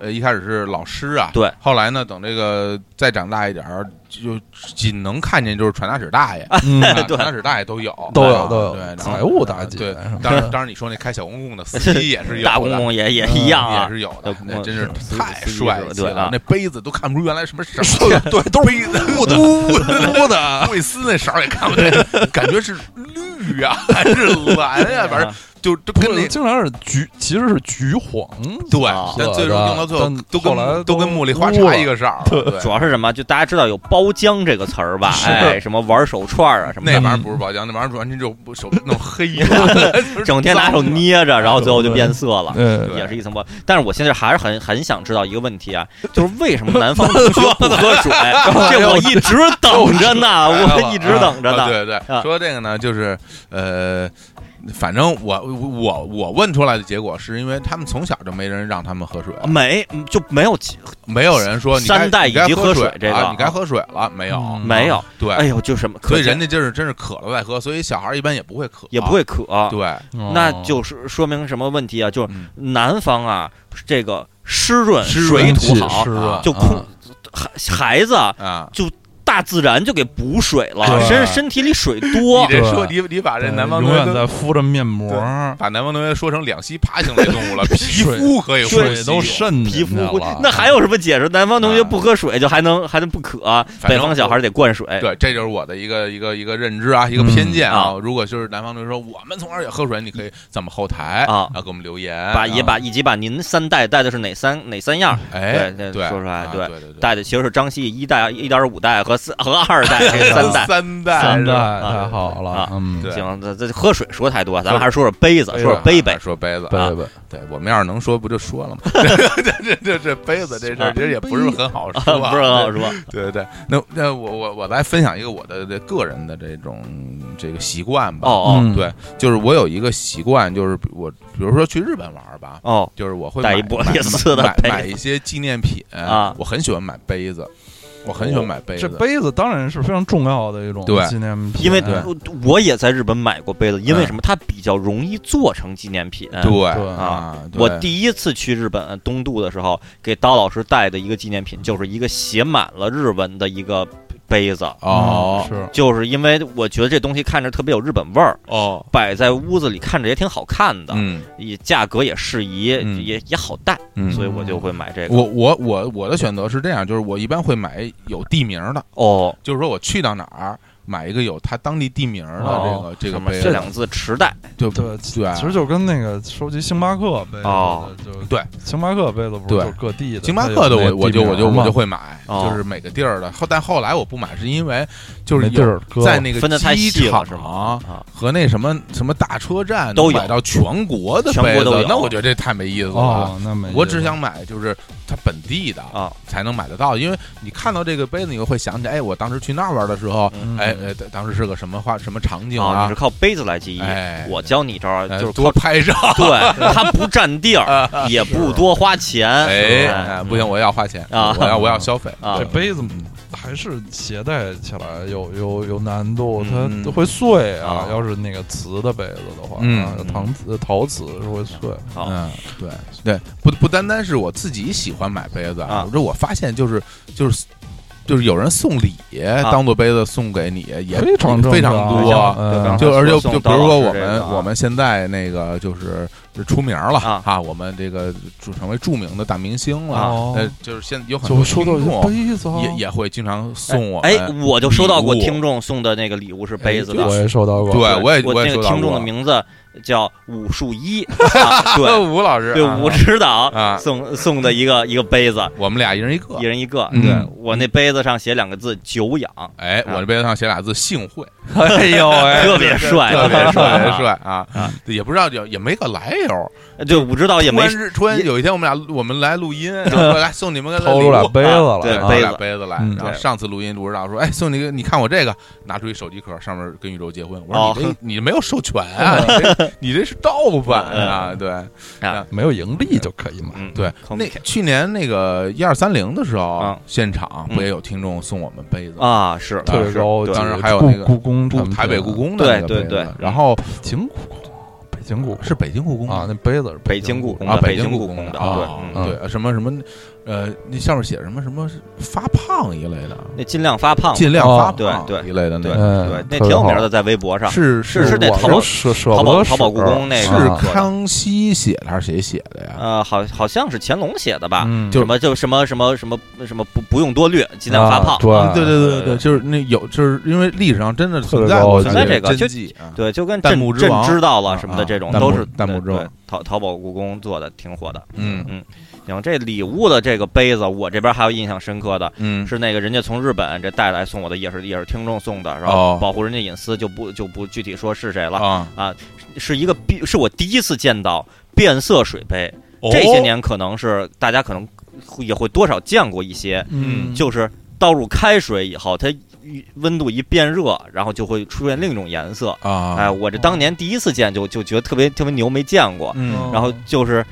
[SPEAKER 1] 呃，一开始是老师啊，
[SPEAKER 2] 对，
[SPEAKER 1] 后来呢，等这个再长大一点儿，就仅能看见就是传达室大爷，
[SPEAKER 3] 嗯，
[SPEAKER 1] 啊
[SPEAKER 2] 哎对
[SPEAKER 1] 传达室大爷都有，
[SPEAKER 3] 都
[SPEAKER 1] 对吧
[SPEAKER 3] 有都有
[SPEAKER 1] 对，然后呃
[SPEAKER 3] 财务大姐
[SPEAKER 1] 对
[SPEAKER 3] 什么，
[SPEAKER 1] 当然当然你说那开小公共的司 机也是有的，嗯
[SPEAKER 2] 大公公也也一样
[SPEAKER 1] 也
[SPEAKER 2] 啊，
[SPEAKER 1] 是有
[SPEAKER 2] 小
[SPEAKER 1] 的
[SPEAKER 2] 公，
[SPEAKER 1] 那
[SPEAKER 2] 公
[SPEAKER 1] 真是
[SPEAKER 2] 司
[SPEAKER 1] 太
[SPEAKER 2] 司机
[SPEAKER 1] 帅
[SPEAKER 2] 是吧
[SPEAKER 1] 气
[SPEAKER 2] 对
[SPEAKER 1] 了
[SPEAKER 2] 啊，
[SPEAKER 1] 那杯子都看不出原来什么色儿，
[SPEAKER 3] 对，都是
[SPEAKER 1] 杯子乌的 乌的乌的，贵司那色儿也看不见，感觉是绿呀、还是蓝呀、
[SPEAKER 2] 啊
[SPEAKER 1] 反正就都跟那
[SPEAKER 3] 经常是橘，其实是橘黄，
[SPEAKER 1] 对
[SPEAKER 2] 啊，
[SPEAKER 1] 但最终用到最后
[SPEAKER 3] 但
[SPEAKER 1] 都
[SPEAKER 3] 后来
[SPEAKER 1] 跟都跟
[SPEAKER 3] 都
[SPEAKER 1] 茉莉花
[SPEAKER 3] 污
[SPEAKER 1] 茶
[SPEAKER 3] 了
[SPEAKER 1] 一个色儿，对
[SPEAKER 2] 主要是什么？就大家知道有包浆这个词儿 吧？
[SPEAKER 3] 是
[SPEAKER 2] 哎，什么玩手串儿啊什么
[SPEAKER 1] 那玩
[SPEAKER 2] 的，
[SPEAKER 1] 意儿不是包浆，那玩意儿完全就不手弄 黑了， 就是
[SPEAKER 2] 整天拿手
[SPEAKER 1] 脏了
[SPEAKER 2] 捏着，然后最后就变色了。
[SPEAKER 3] 嗯，
[SPEAKER 1] 对
[SPEAKER 2] 也是一层包。但是我现在还是很很想知道一个问题啊， 就是为什么南方同学不喝水？这我一直等着
[SPEAKER 1] 哦
[SPEAKER 2] 呢，我一直等着
[SPEAKER 1] 哎啊
[SPEAKER 2] 呢。
[SPEAKER 1] 对对
[SPEAKER 2] 啊
[SPEAKER 1] 对，说这个呢，就是呃，反正我我我问出来的结果是因为他们从小就没人让他们喝水，
[SPEAKER 2] 没就没有几
[SPEAKER 1] 没有人说你该
[SPEAKER 2] 哦三代
[SPEAKER 1] 你该
[SPEAKER 2] 以及喝
[SPEAKER 1] 水
[SPEAKER 2] 水这个
[SPEAKER 1] 啊你该喝水了没有？
[SPEAKER 3] 嗯
[SPEAKER 2] 没有，
[SPEAKER 1] 对，
[SPEAKER 2] 哎呦，就什么，
[SPEAKER 1] 所以
[SPEAKER 2] 可见
[SPEAKER 1] 人家就是真是渴了再喝，所以小孩一般也不会渴，啊
[SPEAKER 2] 也不会渴，
[SPEAKER 1] 对，
[SPEAKER 2] 那就是说明什么问题啊？就是
[SPEAKER 1] 嗯
[SPEAKER 2] 南方啊，这个湿润
[SPEAKER 1] 湿
[SPEAKER 2] 水
[SPEAKER 1] 润
[SPEAKER 2] 土好，
[SPEAKER 3] 湿润
[SPEAKER 2] 就空孩孩子啊
[SPEAKER 1] 啊，
[SPEAKER 2] 大自然就给补水了，
[SPEAKER 3] 对
[SPEAKER 2] 身身体里水多
[SPEAKER 1] 你，这说你你把这南方
[SPEAKER 3] 永
[SPEAKER 1] 同
[SPEAKER 3] 远
[SPEAKER 1] 学
[SPEAKER 3] 在
[SPEAKER 1] 都
[SPEAKER 3] 敷着面膜，
[SPEAKER 1] 把南方同学说成两栖爬行类动 物了，皮肤可以呼
[SPEAKER 3] 水
[SPEAKER 1] 吸
[SPEAKER 3] 都渗
[SPEAKER 2] 皮
[SPEAKER 3] 进
[SPEAKER 2] 肤
[SPEAKER 3] 去
[SPEAKER 2] 会
[SPEAKER 3] 了。
[SPEAKER 2] 那还有什么解释？南方同学不喝水就还能还能不渴、啊
[SPEAKER 1] 反正
[SPEAKER 2] 北方小孩得灌水。
[SPEAKER 1] 对，这就是我的一个一个一个认知啊，一个偏见啊。
[SPEAKER 2] 嗯
[SPEAKER 1] 如果就是南方同学说我们从小也喝水，你可以咱们后台
[SPEAKER 2] 啊
[SPEAKER 1] 给我们留言，
[SPEAKER 2] 把
[SPEAKER 1] 啊
[SPEAKER 2] 也把以及把您三代带的是哪三哪三样？对
[SPEAKER 1] 哎
[SPEAKER 2] 对
[SPEAKER 1] 对
[SPEAKER 2] 说出来
[SPEAKER 1] 啊
[SPEAKER 2] 对
[SPEAKER 1] 对对对
[SPEAKER 2] 带的其实是张希一代、一点五代和四和二代三代。
[SPEAKER 1] 三代
[SPEAKER 3] 现
[SPEAKER 1] 是
[SPEAKER 3] 在
[SPEAKER 1] 吧
[SPEAKER 2] 啊
[SPEAKER 3] 太好了
[SPEAKER 2] 啊，
[SPEAKER 3] 嗯，
[SPEAKER 1] 对
[SPEAKER 2] 行，这这喝水说太多，咱们还是说说杯子，
[SPEAKER 3] 杯
[SPEAKER 2] 说
[SPEAKER 3] 子
[SPEAKER 2] 说杯
[SPEAKER 1] 对
[SPEAKER 2] 杯
[SPEAKER 1] 啊。说杯子啊，
[SPEAKER 3] 贝贝，
[SPEAKER 1] 对我们要是能说，不就说了吗？ 这这这这杯子这事儿其实也不是很好说啊，
[SPEAKER 2] 啊 不是很 好说，
[SPEAKER 1] 对对对，那那我我我来分享一个我的这个人的这种这个习惯吧。
[SPEAKER 2] 哦
[SPEAKER 3] 嗯
[SPEAKER 1] 对，就是我有一个习惯，就是比我比如说去日本玩儿吧，
[SPEAKER 2] 哦
[SPEAKER 1] 就是我会
[SPEAKER 2] 带
[SPEAKER 1] 买
[SPEAKER 2] 一波
[SPEAKER 1] 买
[SPEAKER 2] 类似的
[SPEAKER 1] 买
[SPEAKER 2] 杯
[SPEAKER 1] 买一些纪念品
[SPEAKER 2] 啊
[SPEAKER 1] 我很喜欢买杯子，我很喜欢买杯子。
[SPEAKER 3] 这杯子当哦然是非常重要的一种
[SPEAKER 1] 对
[SPEAKER 3] 纪念品，
[SPEAKER 2] 因为
[SPEAKER 3] 对
[SPEAKER 2] 我我也在日本买过杯子，因为
[SPEAKER 1] 嗯
[SPEAKER 2] 什么？它比较容易做成纪念品。
[SPEAKER 1] 对
[SPEAKER 3] 对
[SPEAKER 1] 啊，对
[SPEAKER 2] 嗯我第一次去日本东渡的时候，给刀老师带的一个纪念品，就是一个写满了日文的一个杯子，
[SPEAKER 1] 哦
[SPEAKER 3] 嗯是
[SPEAKER 2] 就是因为我觉得这东西看着特别有日本味儿，
[SPEAKER 1] 哦
[SPEAKER 2] 摆在屋子里看着也挺好看的，
[SPEAKER 1] 嗯，
[SPEAKER 2] 也价格也适宜，
[SPEAKER 1] 嗯
[SPEAKER 2] 也也好带，
[SPEAKER 1] 嗯
[SPEAKER 2] 所以我就会买这个。
[SPEAKER 1] 我我我我的选择是这样，就是我一般会买有地名的，
[SPEAKER 2] 哦，
[SPEAKER 1] 就是说我去到哪儿买一个有它当地地名的这个、
[SPEAKER 2] 哦
[SPEAKER 1] 这个
[SPEAKER 2] 上面
[SPEAKER 1] 杯
[SPEAKER 2] 这
[SPEAKER 1] 子，
[SPEAKER 2] 两个字池袋
[SPEAKER 1] 对
[SPEAKER 3] 对
[SPEAKER 1] 对啊
[SPEAKER 3] 其实就跟那个收集星巴克杯子
[SPEAKER 2] 哦
[SPEAKER 3] 的，就
[SPEAKER 1] 对
[SPEAKER 3] 星巴克杯子不是
[SPEAKER 1] 对
[SPEAKER 3] 就各地的，
[SPEAKER 1] 星巴克的
[SPEAKER 3] 它有那
[SPEAKER 1] 我我就
[SPEAKER 3] 地名
[SPEAKER 1] 我就
[SPEAKER 3] 嘛
[SPEAKER 1] 我就会买，
[SPEAKER 2] 哦
[SPEAKER 1] 就是每个地儿的。后但后来我不买是因为就是
[SPEAKER 3] 没地
[SPEAKER 1] 有
[SPEAKER 3] 儿搁
[SPEAKER 1] 在那个
[SPEAKER 2] 分的太
[SPEAKER 1] 机
[SPEAKER 2] 细了
[SPEAKER 1] 场
[SPEAKER 2] 是吗？啊，
[SPEAKER 1] 和那什么什么大车站
[SPEAKER 2] 都有
[SPEAKER 1] 能买到全国的
[SPEAKER 2] 全国
[SPEAKER 1] 杯子
[SPEAKER 2] 都有，
[SPEAKER 1] 那我觉得这太没意思了。
[SPEAKER 3] 哦，那没意思，
[SPEAKER 1] 我只想买就是它本地的
[SPEAKER 2] 啊
[SPEAKER 1] 才能买得到，因为你看到这个杯子，你就会想起，哎，我当时去那儿玩的时候，
[SPEAKER 2] 嗯
[SPEAKER 1] 哎，呃，当当时是个什么画什么场景
[SPEAKER 2] 啊，你
[SPEAKER 1] 啊
[SPEAKER 2] 是，靠杯子来记忆。
[SPEAKER 1] 哎，
[SPEAKER 2] 我教你一招，
[SPEAKER 1] 哎
[SPEAKER 2] 就是
[SPEAKER 1] 多
[SPEAKER 2] 靠
[SPEAKER 1] 拍照，
[SPEAKER 2] 对，它不占地儿，也不多花钱。
[SPEAKER 1] 哎，啊哎
[SPEAKER 2] 哎
[SPEAKER 1] 不行，我要花钱
[SPEAKER 2] 啊
[SPEAKER 1] 我要我要消费
[SPEAKER 2] 啊
[SPEAKER 1] 对
[SPEAKER 3] 这杯子还是携带起来有有有难度，它
[SPEAKER 1] 嗯
[SPEAKER 3] 它会碎
[SPEAKER 2] 啊。
[SPEAKER 3] 啊要是那个瓷的杯子的话，
[SPEAKER 1] 嗯
[SPEAKER 3] 啊
[SPEAKER 1] 嗯
[SPEAKER 3] 搪瓷陶瓷是会碎。
[SPEAKER 2] 好，
[SPEAKER 1] 嗯，对对，不不单单是我自己喜欢买杯子
[SPEAKER 2] 啊
[SPEAKER 1] 我这我发现就是就是就是有人送礼
[SPEAKER 2] 啊
[SPEAKER 1] 当做杯子送给你，也
[SPEAKER 3] 非常正
[SPEAKER 1] 非常
[SPEAKER 3] 常
[SPEAKER 1] 多
[SPEAKER 3] 啊
[SPEAKER 2] 对
[SPEAKER 3] 嗯
[SPEAKER 2] 刚才
[SPEAKER 1] 就而且
[SPEAKER 2] 送
[SPEAKER 1] 就比
[SPEAKER 2] 刀
[SPEAKER 1] 如
[SPEAKER 2] 老
[SPEAKER 1] 说
[SPEAKER 2] 师
[SPEAKER 1] 我
[SPEAKER 2] 这个
[SPEAKER 1] 们
[SPEAKER 2] 啊
[SPEAKER 1] 我们现在那个就是就出名了
[SPEAKER 2] 啊
[SPEAKER 1] 我们这个就成为著名的大明星了，
[SPEAKER 3] 哦
[SPEAKER 1] 呃，就是现在
[SPEAKER 2] 嗯
[SPEAKER 1] 有很
[SPEAKER 3] 就
[SPEAKER 1] 多
[SPEAKER 3] 收
[SPEAKER 1] 听
[SPEAKER 3] 到一些
[SPEAKER 1] 众
[SPEAKER 3] 杯子啊，
[SPEAKER 1] 也也会经常送我们，
[SPEAKER 2] 哎，我就收到过
[SPEAKER 1] 礼物哎
[SPEAKER 2] 听众送的那个礼物是杯子的
[SPEAKER 3] 哎我。也收到过。
[SPEAKER 1] 对我也
[SPEAKER 2] 我
[SPEAKER 1] 我也
[SPEAKER 2] 那
[SPEAKER 1] 收
[SPEAKER 2] 个
[SPEAKER 1] 到
[SPEAKER 2] 听众的
[SPEAKER 1] 过
[SPEAKER 2] 名字叫武术 一，啊对
[SPEAKER 1] 吴老师
[SPEAKER 2] 对，
[SPEAKER 1] 啊
[SPEAKER 2] 武指
[SPEAKER 1] 啊
[SPEAKER 2] 导送送的一个一个杯子，
[SPEAKER 1] 我们俩一人一个
[SPEAKER 2] 一，人一个。
[SPEAKER 1] 嗯
[SPEAKER 2] 对我那杯子上写两个字“久仰
[SPEAKER 1] 哎，
[SPEAKER 2] 啊
[SPEAKER 1] 我这杯子上写俩字“幸会”，
[SPEAKER 3] 哎 呦喂
[SPEAKER 2] 特别帅
[SPEAKER 1] 特别
[SPEAKER 2] 特别帅
[SPEAKER 1] 帅，特别
[SPEAKER 2] 啊
[SPEAKER 1] 帅啊
[SPEAKER 2] 啊！
[SPEAKER 1] 对也不知道也也没个来由。”，
[SPEAKER 2] 对，武指导也
[SPEAKER 1] 突
[SPEAKER 2] 没
[SPEAKER 1] 然之突然有一天，我们俩我们来录音，然后说来哎送你们个
[SPEAKER 3] 掏出
[SPEAKER 1] 来
[SPEAKER 3] 俩杯子
[SPEAKER 2] 啊对
[SPEAKER 1] 对，
[SPEAKER 3] 来，
[SPEAKER 2] 杯子
[SPEAKER 1] 拿俩杯子来。
[SPEAKER 3] 嗯
[SPEAKER 1] 然后
[SPEAKER 2] 对
[SPEAKER 1] 上次录音，卢指导说：“哎，送你个，你看我这个，拿出一手机壳，上面跟宇宙结婚。”我说
[SPEAKER 2] 哦：“嗯
[SPEAKER 1] 你这你没有授权啊，你这你这是盗版啊！”对
[SPEAKER 2] 啊，
[SPEAKER 3] 没有盈利就可以买。
[SPEAKER 2] 嗯，
[SPEAKER 1] 对，
[SPEAKER 2] 空
[SPEAKER 1] 那去年那个一二三零的时候
[SPEAKER 2] 啊，
[SPEAKER 1] 现场
[SPEAKER 2] 嗯
[SPEAKER 1] 不也有听众送我们杯子？
[SPEAKER 2] 啊是
[SPEAKER 3] 特别
[SPEAKER 1] 是
[SPEAKER 3] 高级，
[SPEAKER 1] 当时还有那个
[SPEAKER 3] 故宫产
[SPEAKER 1] 故
[SPEAKER 3] 品，
[SPEAKER 1] 台北故宫的那个
[SPEAKER 2] 对
[SPEAKER 1] 杯
[SPEAKER 2] 对
[SPEAKER 1] 子
[SPEAKER 2] 对，
[SPEAKER 1] 然后
[SPEAKER 3] 北京故宫，北京故宫
[SPEAKER 1] 是北京故宫吗
[SPEAKER 3] 啊，那杯子是
[SPEAKER 2] 北
[SPEAKER 3] 京
[SPEAKER 2] 京故
[SPEAKER 3] 宫
[SPEAKER 2] 宫
[SPEAKER 1] 啊，
[SPEAKER 2] 的
[SPEAKER 1] 北
[SPEAKER 2] 北京
[SPEAKER 1] 故
[SPEAKER 2] 故宫的
[SPEAKER 1] 啊
[SPEAKER 2] 对嗯
[SPEAKER 1] 对，什么什么，呃，那上面写什么什么发胖一类的，
[SPEAKER 2] 那尽量发胖，
[SPEAKER 1] 尽量发
[SPEAKER 3] 哦
[SPEAKER 1] 胖
[SPEAKER 2] 啊对对
[SPEAKER 1] 一类的那
[SPEAKER 2] 对
[SPEAKER 1] 个，
[SPEAKER 3] 嗯
[SPEAKER 2] 对，那挺有名的，在微博上。
[SPEAKER 1] 是
[SPEAKER 2] 是是那
[SPEAKER 3] 我
[SPEAKER 2] 淘
[SPEAKER 3] 都
[SPEAKER 2] 宝
[SPEAKER 3] 舍舍
[SPEAKER 2] 淘
[SPEAKER 3] 不
[SPEAKER 2] 宝
[SPEAKER 3] 得
[SPEAKER 2] 淘宝
[SPEAKER 3] 使
[SPEAKER 2] 故宫那
[SPEAKER 1] 是
[SPEAKER 2] 个
[SPEAKER 3] 啊
[SPEAKER 2] 做的
[SPEAKER 1] 康熙写的还是谁写的呀？
[SPEAKER 2] 呃，好，好像是乾隆写的吧？
[SPEAKER 3] 嗯
[SPEAKER 1] 啊就
[SPEAKER 2] 什么就什么什么什么什么不不用多虑，尽量发
[SPEAKER 3] 啊
[SPEAKER 2] 胖。
[SPEAKER 1] 嗯对
[SPEAKER 3] 对
[SPEAKER 1] 对对
[SPEAKER 2] 对
[SPEAKER 1] 对，就是那有，就是因为历史上真的存
[SPEAKER 3] 特别
[SPEAKER 1] 在
[SPEAKER 3] 高
[SPEAKER 1] 过
[SPEAKER 3] 级
[SPEAKER 1] 像
[SPEAKER 2] 存在这个
[SPEAKER 1] 真
[SPEAKER 2] 就
[SPEAKER 1] 迹啊，
[SPEAKER 2] 对，就跟
[SPEAKER 1] 弹
[SPEAKER 2] 朕
[SPEAKER 1] 幕之
[SPEAKER 2] 朕
[SPEAKER 1] 王
[SPEAKER 2] 知道
[SPEAKER 1] 啊
[SPEAKER 2] 了什么的这种，
[SPEAKER 1] 弹幕
[SPEAKER 2] 都是
[SPEAKER 1] 弹幕
[SPEAKER 2] 对
[SPEAKER 1] 之王
[SPEAKER 2] 对淘淘宝故宫做的，挺火的。
[SPEAKER 1] 嗯
[SPEAKER 2] 嗯，行，这礼物的这个杯子，我这边还有印象深刻的
[SPEAKER 1] 嗯，
[SPEAKER 2] 是那个人家从日本这带来送我的，也是也是听众送的，然
[SPEAKER 1] 哦
[SPEAKER 2] 后保护人家隐私，就不就不具体说是谁了。
[SPEAKER 1] 啊，
[SPEAKER 2] 是一个变，是我第一次见到变色水杯，
[SPEAKER 1] 哦
[SPEAKER 2] 这些年可能是大家可能会也会多少见过一些，
[SPEAKER 1] 嗯
[SPEAKER 2] 就是倒入开水以后，它一温度一变热，然后就会出现另一种颜色。
[SPEAKER 1] 哦啊，
[SPEAKER 2] 哎，我这当年嗯第一次见就就觉得特别特别牛，没见过。
[SPEAKER 1] 嗯，
[SPEAKER 2] 然后就是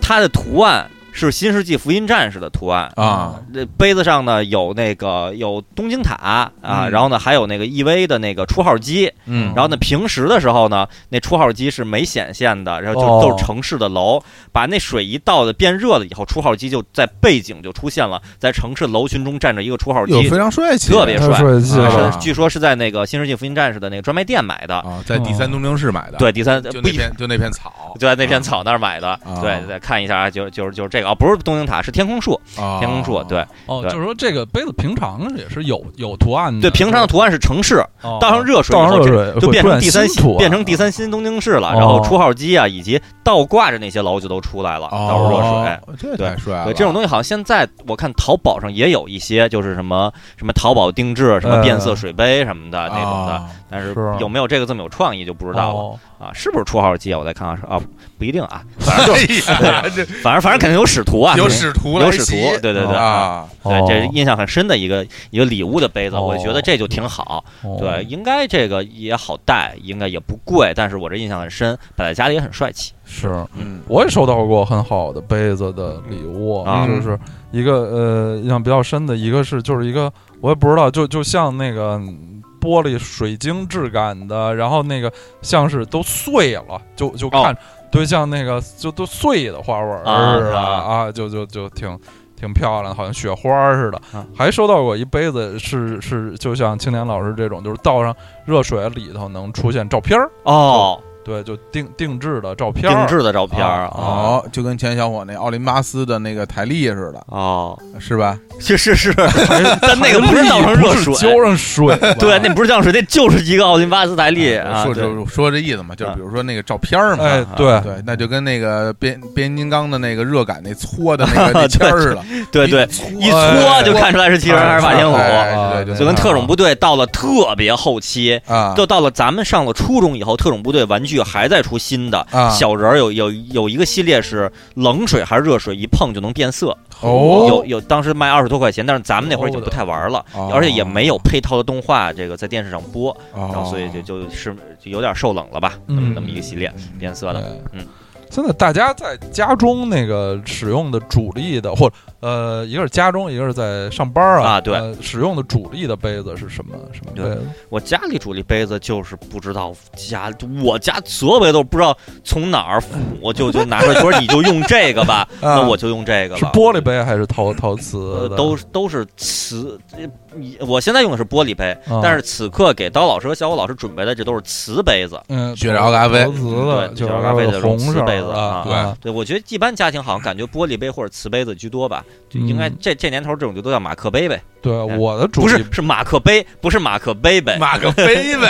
[SPEAKER 2] 它的图案是《新世纪福音战士》的图案。
[SPEAKER 1] 啊
[SPEAKER 2] 那杯子上呢有那个有东京塔啊，
[SPEAKER 1] 嗯
[SPEAKER 2] 然后呢还有那个 EV 的那个出号机，
[SPEAKER 1] 嗯
[SPEAKER 2] 然后呢平时的时候呢那出号机是没显现的，然后
[SPEAKER 3] 哦
[SPEAKER 2] 就都是城市的楼，把那水一倒的变热了以后，出号机就在背景就出现了，在城市楼群中站着一个出号
[SPEAKER 1] 有
[SPEAKER 2] 机
[SPEAKER 1] 非，常帅气，
[SPEAKER 2] 特别帅
[SPEAKER 3] 太帅气
[SPEAKER 1] 啊
[SPEAKER 3] 了哦
[SPEAKER 2] 是据说是在那个《新世纪福音战士》的那个专卖店买的，
[SPEAKER 1] 啊，在第三东京市买的，，
[SPEAKER 2] 对，第三
[SPEAKER 1] 就
[SPEAKER 2] 不
[SPEAKER 1] 那
[SPEAKER 2] 一
[SPEAKER 1] 片就那片草，
[SPEAKER 2] 就在
[SPEAKER 3] 哦
[SPEAKER 2] 那片草那儿买的
[SPEAKER 1] 啊，
[SPEAKER 2] 对，再看一下啊，就就是就是这个啊，不是东京塔，是天空树，
[SPEAKER 1] 啊
[SPEAKER 2] 天空树，对
[SPEAKER 3] 哦，
[SPEAKER 2] 对
[SPEAKER 3] 就是说这个杯子平常也是有有图案的，
[SPEAKER 2] 对，平常的图案是城市，
[SPEAKER 3] 嗯哦
[SPEAKER 2] 倒上热水以
[SPEAKER 3] 倒上
[SPEAKER 2] 后，
[SPEAKER 3] 热
[SPEAKER 2] 这
[SPEAKER 3] 水
[SPEAKER 2] 就
[SPEAKER 3] 呃会
[SPEAKER 2] 变
[SPEAKER 3] 出
[SPEAKER 2] 成
[SPEAKER 3] 现
[SPEAKER 2] 第三
[SPEAKER 3] 新图案啊
[SPEAKER 2] 变成第三新东京市了，
[SPEAKER 3] 哦
[SPEAKER 2] 然后出号机啊，以及倒挂着那些楼就都出来了，啊倒是热
[SPEAKER 3] 哦
[SPEAKER 2] 水。
[SPEAKER 1] 水，哦这太帅了，
[SPEAKER 2] 对这种东西，好像现在我看淘宝上也有一些，就是什么什么淘宝定制、什么变色水杯什么的、啊那种 的，
[SPEAKER 1] 的，
[SPEAKER 2] 但是
[SPEAKER 3] 嗯哦是啊
[SPEAKER 2] 有没有这个这么有创意就不知道了、
[SPEAKER 3] 哦
[SPEAKER 2] 啊！是不是出号机啊？我再看看是啊，不一定啊，
[SPEAKER 1] 反正 就
[SPEAKER 2] 反正反正肯定有使徒啊，
[SPEAKER 1] 有
[SPEAKER 2] 肯定
[SPEAKER 1] 使徒来
[SPEAKER 2] 有使徒
[SPEAKER 1] 袭，
[SPEAKER 2] 对对对
[SPEAKER 1] 啊，
[SPEAKER 2] 对，
[SPEAKER 3] 哦
[SPEAKER 2] 这是印象很深的一个一个礼物的杯子，
[SPEAKER 3] 哦
[SPEAKER 2] 我觉得这就挺好。
[SPEAKER 3] 哦
[SPEAKER 2] 对，应该这个也好带，应该也不贵，但是我这印象很深，摆在家里也很帅气。
[SPEAKER 3] 是。
[SPEAKER 1] 嗯
[SPEAKER 3] 我也收到过很好的杯子的礼物，
[SPEAKER 2] 啊
[SPEAKER 3] 就是一个呃印象比较深的，一个是就是一个我也不知道，就就像那个嗯玻璃水晶质感的，然后那个像是都碎了，就就
[SPEAKER 2] 哦
[SPEAKER 3] 看、对像那个就都碎的花纹
[SPEAKER 2] 啊
[SPEAKER 3] 似的
[SPEAKER 2] 啊
[SPEAKER 3] 啊，就就就挺。挺漂亮的，好像雪花似的。
[SPEAKER 2] 啊
[SPEAKER 3] 还收到过一杯子是，是就像青年老师这种，就是倒上热水里头能出现照片儿，
[SPEAKER 2] 哦，
[SPEAKER 3] 对，就定定制的照片
[SPEAKER 2] 定
[SPEAKER 3] 儿，
[SPEAKER 2] 制的照片儿
[SPEAKER 3] 啊
[SPEAKER 2] 啊。
[SPEAKER 1] 哦，就跟前小伙那奥林巴斯的那个台历似的，
[SPEAKER 2] 哦，
[SPEAKER 1] 是吧？
[SPEAKER 2] 是是 是，
[SPEAKER 3] 还
[SPEAKER 1] 哎
[SPEAKER 2] 但那个不是倒成热水
[SPEAKER 3] 不是浇上水 吧，
[SPEAKER 2] 对，那不是酱水，那就是一个奥林巴斯台历啊。
[SPEAKER 1] 哎说
[SPEAKER 2] 对嗯
[SPEAKER 1] 就说这意思嘛，就是比如说那个照片嘛，
[SPEAKER 3] 哎，对，
[SPEAKER 1] 对，那就跟那个变变形金刚的那个热感那搓的 那个那签儿似的，
[SPEAKER 2] 对对，一
[SPEAKER 1] 一
[SPEAKER 2] 搓就看出来是七十还是马天
[SPEAKER 1] 虎，
[SPEAKER 2] 虎，
[SPEAKER 1] 哎哎对对，
[SPEAKER 2] 就跟
[SPEAKER 1] 对
[SPEAKER 2] 特种部队到了特别后期，
[SPEAKER 1] 啊，
[SPEAKER 2] 就到了咱们上了初中以后，特种部队玩具还在出新的。
[SPEAKER 1] 啊
[SPEAKER 2] 小人儿有有有一个系列是冷水还是热水一碰就能变色，有
[SPEAKER 1] 哦，
[SPEAKER 2] 有当时卖二十多块钱，但是咱们那会儿已经不太玩了，
[SPEAKER 1] 哦
[SPEAKER 2] 而且也没有配套的动画这个在电视上播，然
[SPEAKER 1] 哦
[SPEAKER 2] 后所以就就是就有点受冷了吧，
[SPEAKER 3] 嗯
[SPEAKER 2] 那么一个系
[SPEAKER 1] 哦
[SPEAKER 2] 列变色的，
[SPEAKER 3] 对
[SPEAKER 2] 嗯。
[SPEAKER 3] 现在大家在家中那个使用的主力的，或者呃，一个是家中，一个是在上班啊。
[SPEAKER 2] 啊对
[SPEAKER 3] 呃使用的主力的杯子是什么什么杯
[SPEAKER 2] 对
[SPEAKER 3] 子？
[SPEAKER 2] 我家里主力杯子就是不知道家我家所有杯子都不知道从哪儿父母就就拿出来说你就用这个 吧，
[SPEAKER 1] 啊
[SPEAKER 2] 那我就用这个
[SPEAKER 3] 是
[SPEAKER 2] 吧。
[SPEAKER 3] 玻璃杯还是陶陶瓷
[SPEAKER 2] 呃，
[SPEAKER 3] 的？
[SPEAKER 2] 都是都是瓷，呃你我现在用的是玻璃杯，
[SPEAKER 3] 啊
[SPEAKER 2] 但是此刻给刀老师和小虎老师准备的这都是瓷杯子。
[SPEAKER 3] 嗯，
[SPEAKER 1] 雪糕咖
[SPEAKER 2] 哦
[SPEAKER 1] 啡
[SPEAKER 3] 陶瓷的，
[SPEAKER 2] 嗯对
[SPEAKER 3] 雪
[SPEAKER 2] 雪
[SPEAKER 3] 糕
[SPEAKER 2] 糕咖啡
[SPEAKER 3] 啡
[SPEAKER 2] 的
[SPEAKER 3] 红
[SPEAKER 2] 瓷
[SPEAKER 3] 色
[SPEAKER 2] 杯子
[SPEAKER 3] 啊
[SPEAKER 2] 啊，
[SPEAKER 3] 啊
[SPEAKER 2] 对，我觉得一般家庭好像感觉玻璃杯或者瓷杯子居多吧，就应该
[SPEAKER 3] 嗯
[SPEAKER 2] 这这年头这种就都叫马克杯呗，
[SPEAKER 3] 对，
[SPEAKER 2] 哎
[SPEAKER 3] 我的主
[SPEAKER 2] 不是
[SPEAKER 3] 力
[SPEAKER 2] 是马克杯，不是马克杯呗。
[SPEAKER 1] 马克杯 呗，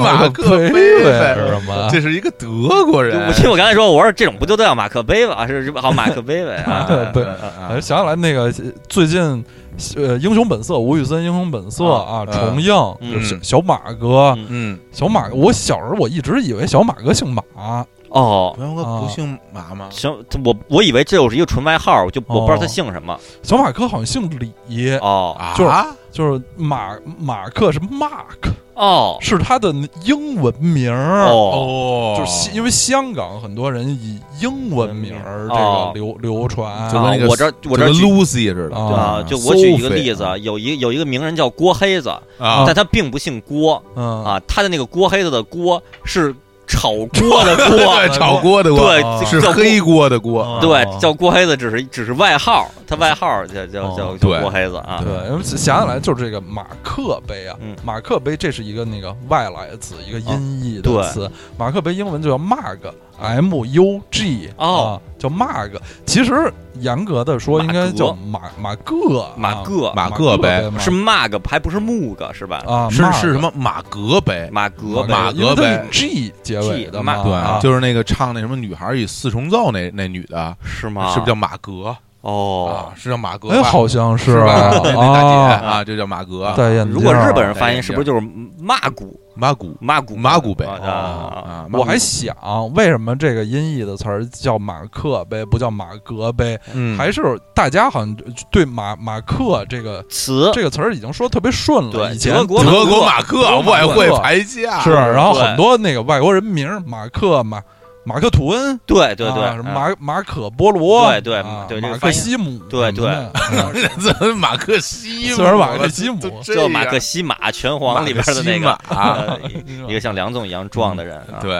[SPEAKER 1] 马
[SPEAKER 3] 马
[SPEAKER 1] 克
[SPEAKER 3] 杯是
[SPEAKER 1] 呗，
[SPEAKER 3] 什么？
[SPEAKER 1] 这是一个德国
[SPEAKER 2] 就
[SPEAKER 1] 人
[SPEAKER 2] 我， 听我刚才说，我说这种不就都叫马克杯吧？是是好马克杯呗 啊。
[SPEAKER 3] 对
[SPEAKER 1] 啊
[SPEAKER 3] 哎，想起来那个呃最近，呃，《英雄本色》吴宇森《英雄本色》
[SPEAKER 1] 啊
[SPEAKER 3] 啊，
[SPEAKER 1] 嗯
[SPEAKER 3] 重映，就
[SPEAKER 2] 嗯
[SPEAKER 3] 小小马哥，
[SPEAKER 2] 嗯
[SPEAKER 1] 嗯，
[SPEAKER 3] 小马，我小时候我一直以为小马哥姓马，
[SPEAKER 2] 哦，
[SPEAKER 1] 文哥不
[SPEAKER 3] 啊
[SPEAKER 1] 姓马吗？
[SPEAKER 2] 行，我我以为这就是一个纯外号，我就我不知道他
[SPEAKER 3] 哦
[SPEAKER 2] 姓什么。
[SPEAKER 3] 小马哥好像姓李，
[SPEAKER 2] 哦
[SPEAKER 1] 啊，
[SPEAKER 3] 就是就是马马克是 Mark，
[SPEAKER 2] 哦
[SPEAKER 3] 是他的英文名儿。
[SPEAKER 2] 哦
[SPEAKER 1] 哦，
[SPEAKER 3] 就是西因为香港很多人以英文名儿这
[SPEAKER 2] 哦
[SPEAKER 3] 个流、流传，
[SPEAKER 1] 就
[SPEAKER 2] 啊
[SPEAKER 1] 跟那个
[SPEAKER 2] 我这我
[SPEAKER 1] 就
[SPEAKER 2] 这
[SPEAKER 1] 跟
[SPEAKER 2] 举
[SPEAKER 1] Lucy 似的
[SPEAKER 3] 啊
[SPEAKER 2] 啊，就我举一个例子，啊，有一有一个名人叫郭黑子，
[SPEAKER 1] 啊
[SPEAKER 2] 但他并不姓郭
[SPEAKER 3] 嗯，
[SPEAKER 2] 啊，他的那个郭黑子的郭是 炒锅的锅，
[SPEAKER 1] 对，炒锅的锅，啊
[SPEAKER 2] 对，
[SPEAKER 1] 是
[SPEAKER 2] 叫
[SPEAKER 1] 黑锅的锅，
[SPEAKER 3] 哦
[SPEAKER 2] 对，叫郭黑子只是只是外号，他外号叫叫
[SPEAKER 3] 哦
[SPEAKER 2] 叫
[SPEAKER 1] 对
[SPEAKER 2] 叫郭黑子啊
[SPEAKER 1] 对。
[SPEAKER 3] 对，因为想起来就是这个马克杯啊，
[SPEAKER 2] 嗯啊
[SPEAKER 3] 马克杯这是一个那个外来词，一个音译的
[SPEAKER 2] 对
[SPEAKER 3] 词。马克杯英文就叫 mug，m u g，
[SPEAKER 2] 哦
[SPEAKER 3] 啊，叫 mug。其实严格的说，
[SPEAKER 2] 马
[SPEAKER 3] 应
[SPEAKER 2] 格
[SPEAKER 3] 该叫马马个啊
[SPEAKER 2] 马个
[SPEAKER 1] 马
[SPEAKER 3] 个
[SPEAKER 1] 克杯
[SPEAKER 3] 嘛
[SPEAKER 2] 是 mug 还不是 mug 是吧？
[SPEAKER 3] 啊，
[SPEAKER 1] 是是什
[SPEAKER 3] 么
[SPEAKER 1] 么马格杯？
[SPEAKER 2] 马格呗
[SPEAKER 1] 马
[SPEAKER 3] 因为它
[SPEAKER 1] 格杯
[SPEAKER 3] 是 g 结尾的嘛，
[SPEAKER 2] G，
[SPEAKER 1] 对，
[SPEAKER 3] 啊
[SPEAKER 1] 就是那个唱那什么女孩与四重奏那那女的，啊
[SPEAKER 2] 是吗？
[SPEAKER 1] 是不是叫马格？
[SPEAKER 2] 哦
[SPEAKER 1] 啊，？是叫马格吧？
[SPEAKER 3] 哎，好像
[SPEAKER 1] 是吧？
[SPEAKER 3] 啊
[SPEAKER 1] 那那大姐
[SPEAKER 3] 啊，
[SPEAKER 1] 啊，就叫马格，
[SPEAKER 3] 戴眼镜。
[SPEAKER 2] 如果日本人发音是不是就是骂古
[SPEAKER 1] 马古
[SPEAKER 2] 骂古
[SPEAKER 1] 马古呗
[SPEAKER 2] 啊
[SPEAKER 3] 哦
[SPEAKER 2] 啊？
[SPEAKER 1] 啊，
[SPEAKER 3] 我还想，为什么这个音译的词儿叫马克杯，不叫马格杯？
[SPEAKER 1] 是
[SPEAKER 3] 还是大家好像对马马克这个
[SPEAKER 2] 词
[SPEAKER 3] 这个词儿已经说特别顺了，
[SPEAKER 2] 对
[SPEAKER 3] 以前
[SPEAKER 2] 德国
[SPEAKER 1] 德国马克
[SPEAKER 3] 德国马克
[SPEAKER 1] 外汇牌价
[SPEAKER 3] 是，然后
[SPEAKER 2] 对
[SPEAKER 3] 很多那个外国人名儿马克嘛，马克吐温，
[SPEAKER 2] 对对对
[SPEAKER 3] 啊什么，
[SPEAKER 2] 嗯
[SPEAKER 3] 马马可波罗，
[SPEAKER 2] 对对
[SPEAKER 3] 啊
[SPEAKER 2] 对这个
[SPEAKER 3] 马
[SPEAKER 2] 翻
[SPEAKER 3] 克
[SPEAKER 2] 译
[SPEAKER 3] 西姆，
[SPEAKER 2] 对对
[SPEAKER 3] 嗯，
[SPEAKER 1] 马克西姆，
[SPEAKER 3] 虽然马克西姆
[SPEAKER 1] 就这
[SPEAKER 2] 就
[SPEAKER 1] 样
[SPEAKER 2] 马克西马拳皇里边的那个
[SPEAKER 1] 马啊克西马
[SPEAKER 2] 呃一一个像梁总一样壮的人啊，
[SPEAKER 1] 对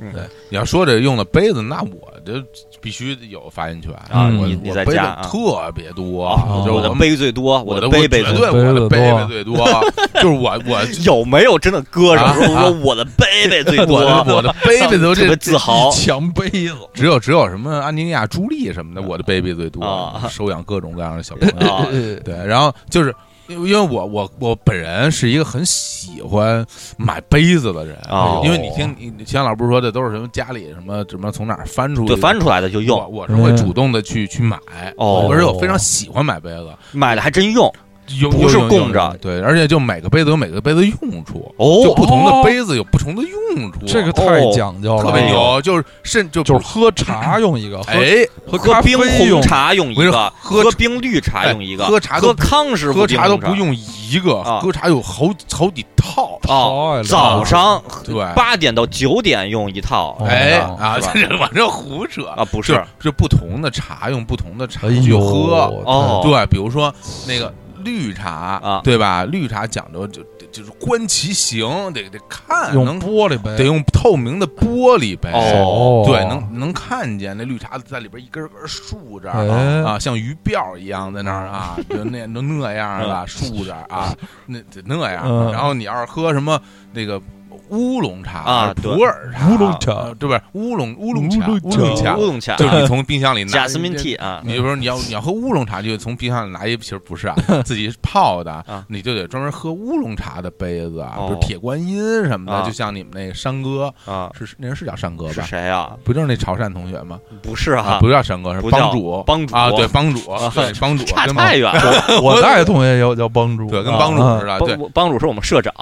[SPEAKER 2] 嗯
[SPEAKER 1] 对，你要说这用的杯子，那我这必须有发言权
[SPEAKER 2] 啊
[SPEAKER 1] 我
[SPEAKER 2] 你你
[SPEAKER 1] 我
[SPEAKER 2] 在
[SPEAKER 1] 杯子
[SPEAKER 2] 家啊
[SPEAKER 1] 特别多，
[SPEAKER 2] 哦
[SPEAKER 1] 就是
[SPEAKER 2] 我的
[SPEAKER 1] 们
[SPEAKER 2] 杯最多，
[SPEAKER 1] 我
[SPEAKER 2] 的
[SPEAKER 1] 杯
[SPEAKER 2] 杯杯
[SPEAKER 1] 绝
[SPEAKER 2] 最
[SPEAKER 1] 对
[SPEAKER 2] 多。
[SPEAKER 1] 我的杯
[SPEAKER 3] 杯
[SPEAKER 1] 子
[SPEAKER 3] 子
[SPEAKER 1] 最多， 就是我我
[SPEAKER 2] 有没有真的搁上
[SPEAKER 1] 啊
[SPEAKER 2] 说
[SPEAKER 1] 啊
[SPEAKER 2] 说我的杯杯最
[SPEAKER 1] 我的我
[SPEAKER 2] 多？
[SPEAKER 1] 的杯 子都
[SPEAKER 2] 特
[SPEAKER 1] 这
[SPEAKER 2] 别自豪
[SPEAKER 3] 啊强杯子，
[SPEAKER 1] 只有只有什么安吉丽亚朱莉什么的，我的 baby 最多，
[SPEAKER 2] 啊
[SPEAKER 1] 收养各种各样 的小朋友。
[SPEAKER 2] 啊
[SPEAKER 1] 对，然后就是因为因为我我我本人是一个很喜欢买杯子的人，
[SPEAKER 2] 哦
[SPEAKER 1] 因为你听你你钱老不是说这都是什么家里什么什么从哪儿翻出
[SPEAKER 2] 对，翻
[SPEAKER 1] 出
[SPEAKER 2] 出来的就
[SPEAKER 1] 我
[SPEAKER 2] 用，
[SPEAKER 1] 我是
[SPEAKER 3] 嗯
[SPEAKER 1] 会主动的去去买，
[SPEAKER 2] 哦
[SPEAKER 1] 而且我非常喜欢买杯子，
[SPEAKER 2] 买了还真用
[SPEAKER 1] 有
[SPEAKER 2] 不是
[SPEAKER 1] 有有
[SPEAKER 2] 供
[SPEAKER 1] 有
[SPEAKER 2] 着
[SPEAKER 1] 对，而且就每个杯子有每个杯子用处，就
[SPEAKER 2] 哦
[SPEAKER 1] 不同的杯子有不同的用处，
[SPEAKER 3] 这个太讲究了，
[SPEAKER 1] 特别有，就是甚就
[SPEAKER 3] 就是喝茶用一个，喝
[SPEAKER 1] 哎。
[SPEAKER 3] 喝
[SPEAKER 2] 喝
[SPEAKER 3] 咖啡
[SPEAKER 2] 冰红
[SPEAKER 3] 用，
[SPEAKER 2] 茶用一
[SPEAKER 1] 我跟你
[SPEAKER 2] 个
[SPEAKER 1] 说，
[SPEAKER 2] 喝
[SPEAKER 1] 喝
[SPEAKER 2] 冰绿茶用一个，
[SPEAKER 1] 哎喝茶都
[SPEAKER 2] 喝康师傅
[SPEAKER 1] 喝茶
[SPEAKER 2] 冰
[SPEAKER 1] 都
[SPEAKER 2] 红
[SPEAKER 1] 不用一个，
[SPEAKER 2] 啊
[SPEAKER 1] 喝茶有好好几套。
[SPEAKER 2] 哦。
[SPEAKER 3] 哎
[SPEAKER 2] 早上
[SPEAKER 1] 对
[SPEAKER 2] 八点到九点用一套，
[SPEAKER 3] 哦
[SPEAKER 1] 哎
[SPEAKER 2] 哦
[SPEAKER 1] 啊，
[SPEAKER 2] 是吧
[SPEAKER 1] 这是往这胡扯
[SPEAKER 2] 啊，不
[SPEAKER 1] 就是就不同的茶用不同的茶
[SPEAKER 3] 哎
[SPEAKER 1] 去
[SPEAKER 3] 呦
[SPEAKER 1] 喝。
[SPEAKER 2] 哦
[SPEAKER 1] 对，比如说那个绿茶
[SPEAKER 2] 啊
[SPEAKER 1] 对吧？绿茶讲究就就就是观其形，得得看，
[SPEAKER 3] 用
[SPEAKER 1] 能
[SPEAKER 3] 玻璃杯，
[SPEAKER 1] 得用透明的玻璃杯。
[SPEAKER 2] 哦
[SPEAKER 1] 对，能能看见那绿茶在里边一根根竖着
[SPEAKER 3] 哎
[SPEAKER 1] 啊，像鱼鳔一样在那儿 啊，就那都那样了，竖着啊，那得那样。
[SPEAKER 3] 嗯
[SPEAKER 1] 然后你要是喝什么那个乌龙茶
[SPEAKER 2] 啊对
[SPEAKER 1] 普洱茶，
[SPEAKER 3] 乌龙茶
[SPEAKER 1] 呃对不是乌龙乌龙茶，
[SPEAKER 3] 乌
[SPEAKER 1] 乌
[SPEAKER 3] 龙
[SPEAKER 1] 龙
[SPEAKER 3] 茶
[SPEAKER 1] 茶
[SPEAKER 2] 乌，龙茶，
[SPEAKER 1] 啊就是你从冰箱里拿
[SPEAKER 2] 啊贾斯敏 tea 啊，
[SPEAKER 1] 你比如说你要你要喝乌龙茶，就从冰箱里拿一，其实不是啊，自己泡的
[SPEAKER 2] 啊，
[SPEAKER 1] 你就得专门喝乌龙茶的杯子啊，
[SPEAKER 2] 哦
[SPEAKER 1] 比如铁观音什么
[SPEAKER 2] 啊
[SPEAKER 1] 的，就像你们那山哥
[SPEAKER 2] 啊，
[SPEAKER 1] 是那人是叫山哥
[SPEAKER 2] 是
[SPEAKER 1] 吧？
[SPEAKER 2] 谁啊？
[SPEAKER 1] 不就是那潮汕同学吗？
[SPEAKER 2] 不是啊，
[SPEAKER 1] 不叫山哥，是
[SPEAKER 2] 不叫
[SPEAKER 1] 帮主，
[SPEAKER 2] 帮主
[SPEAKER 1] 啊，对，帮主
[SPEAKER 2] 啊，
[SPEAKER 1] 对，帮主，
[SPEAKER 2] 差
[SPEAKER 1] 跟
[SPEAKER 2] 太远了。
[SPEAKER 3] 我大学同学也有叫帮啊主，
[SPEAKER 1] 对，跟帮主似的，对，
[SPEAKER 2] 啊
[SPEAKER 1] 嗯
[SPEAKER 2] 帮帮主是我们社长，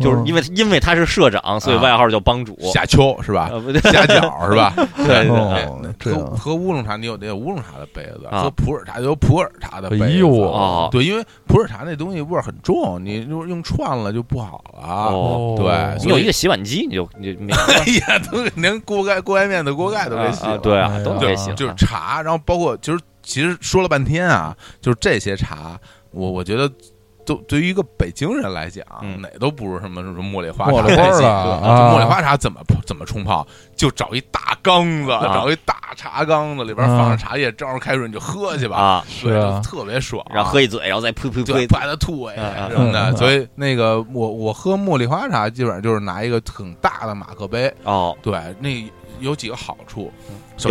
[SPEAKER 2] 就是因为因为他是社长，所以
[SPEAKER 1] 啊
[SPEAKER 2] 外号叫帮主。
[SPEAKER 1] 夏秋 是吧？
[SPEAKER 2] 呃不对
[SPEAKER 1] 虾饺是吧？
[SPEAKER 2] 对对
[SPEAKER 3] 哦
[SPEAKER 2] 对
[SPEAKER 1] 对
[SPEAKER 3] 这
[SPEAKER 1] 喝
[SPEAKER 3] 样
[SPEAKER 1] 喝乌龙茶，你有得有乌龙茶的杯子，
[SPEAKER 2] 啊
[SPEAKER 1] 喝普洱茶有普洱茶的杯子。
[SPEAKER 3] 哎呦
[SPEAKER 2] 哦
[SPEAKER 1] 对，因为普洱茶那东西味儿很重，你如果用串了就不好了。
[SPEAKER 2] 哦，
[SPEAKER 1] 对
[SPEAKER 2] 你有一个洗碗机，你就你就 没
[SPEAKER 1] 哎呀，都 连锅盖锅盖面的锅盖都给洗
[SPEAKER 2] 啊
[SPEAKER 1] 了。
[SPEAKER 2] 啊对啊
[SPEAKER 3] 哎，呀
[SPEAKER 2] 都
[SPEAKER 1] 对
[SPEAKER 2] 给洗了，
[SPEAKER 1] 就是茶，然后包括其实其实说了半天啊，就是这些茶，我我觉得。都对于一个北京人来讲，
[SPEAKER 2] 嗯
[SPEAKER 1] 哪都不如什么什么茉莉花茶
[SPEAKER 3] 茉莉花
[SPEAKER 1] 那些
[SPEAKER 3] 了
[SPEAKER 1] 对
[SPEAKER 3] 啊
[SPEAKER 1] 茉莉花茶怎么泡怎么冲泡？就找一大缸子，
[SPEAKER 2] 啊
[SPEAKER 1] 找一大茶缸子，里边
[SPEAKER 3] 啊
[SPEAKER 1] 放着茶叶，照着开水你就喝去吧，
[SPEAKER 2] 啊，
[SPEAKER 1] 对，
[SPEAKER 3] 是啊
[SPEAKER 1] 就特别爽。
[SPEAKER 2] 然后喝一嘴，然后再噗噗
[SPEAKER 1] 对，
[SPEAKER 2] 噗。
[SPEAKER 1] 把它吐哎
[SPEAKER 2] 嗯嗯
[SPEAKER 1] 什么的。
[SPEAKER 3] 嗯
[SPEAKER 1] 所以那个我我喝茉莉花茶，基本上就是拿一个很大的马克杯。
[SPEAKER 2] 哦，
[SPEAKER 1] 对，那有几个好处，首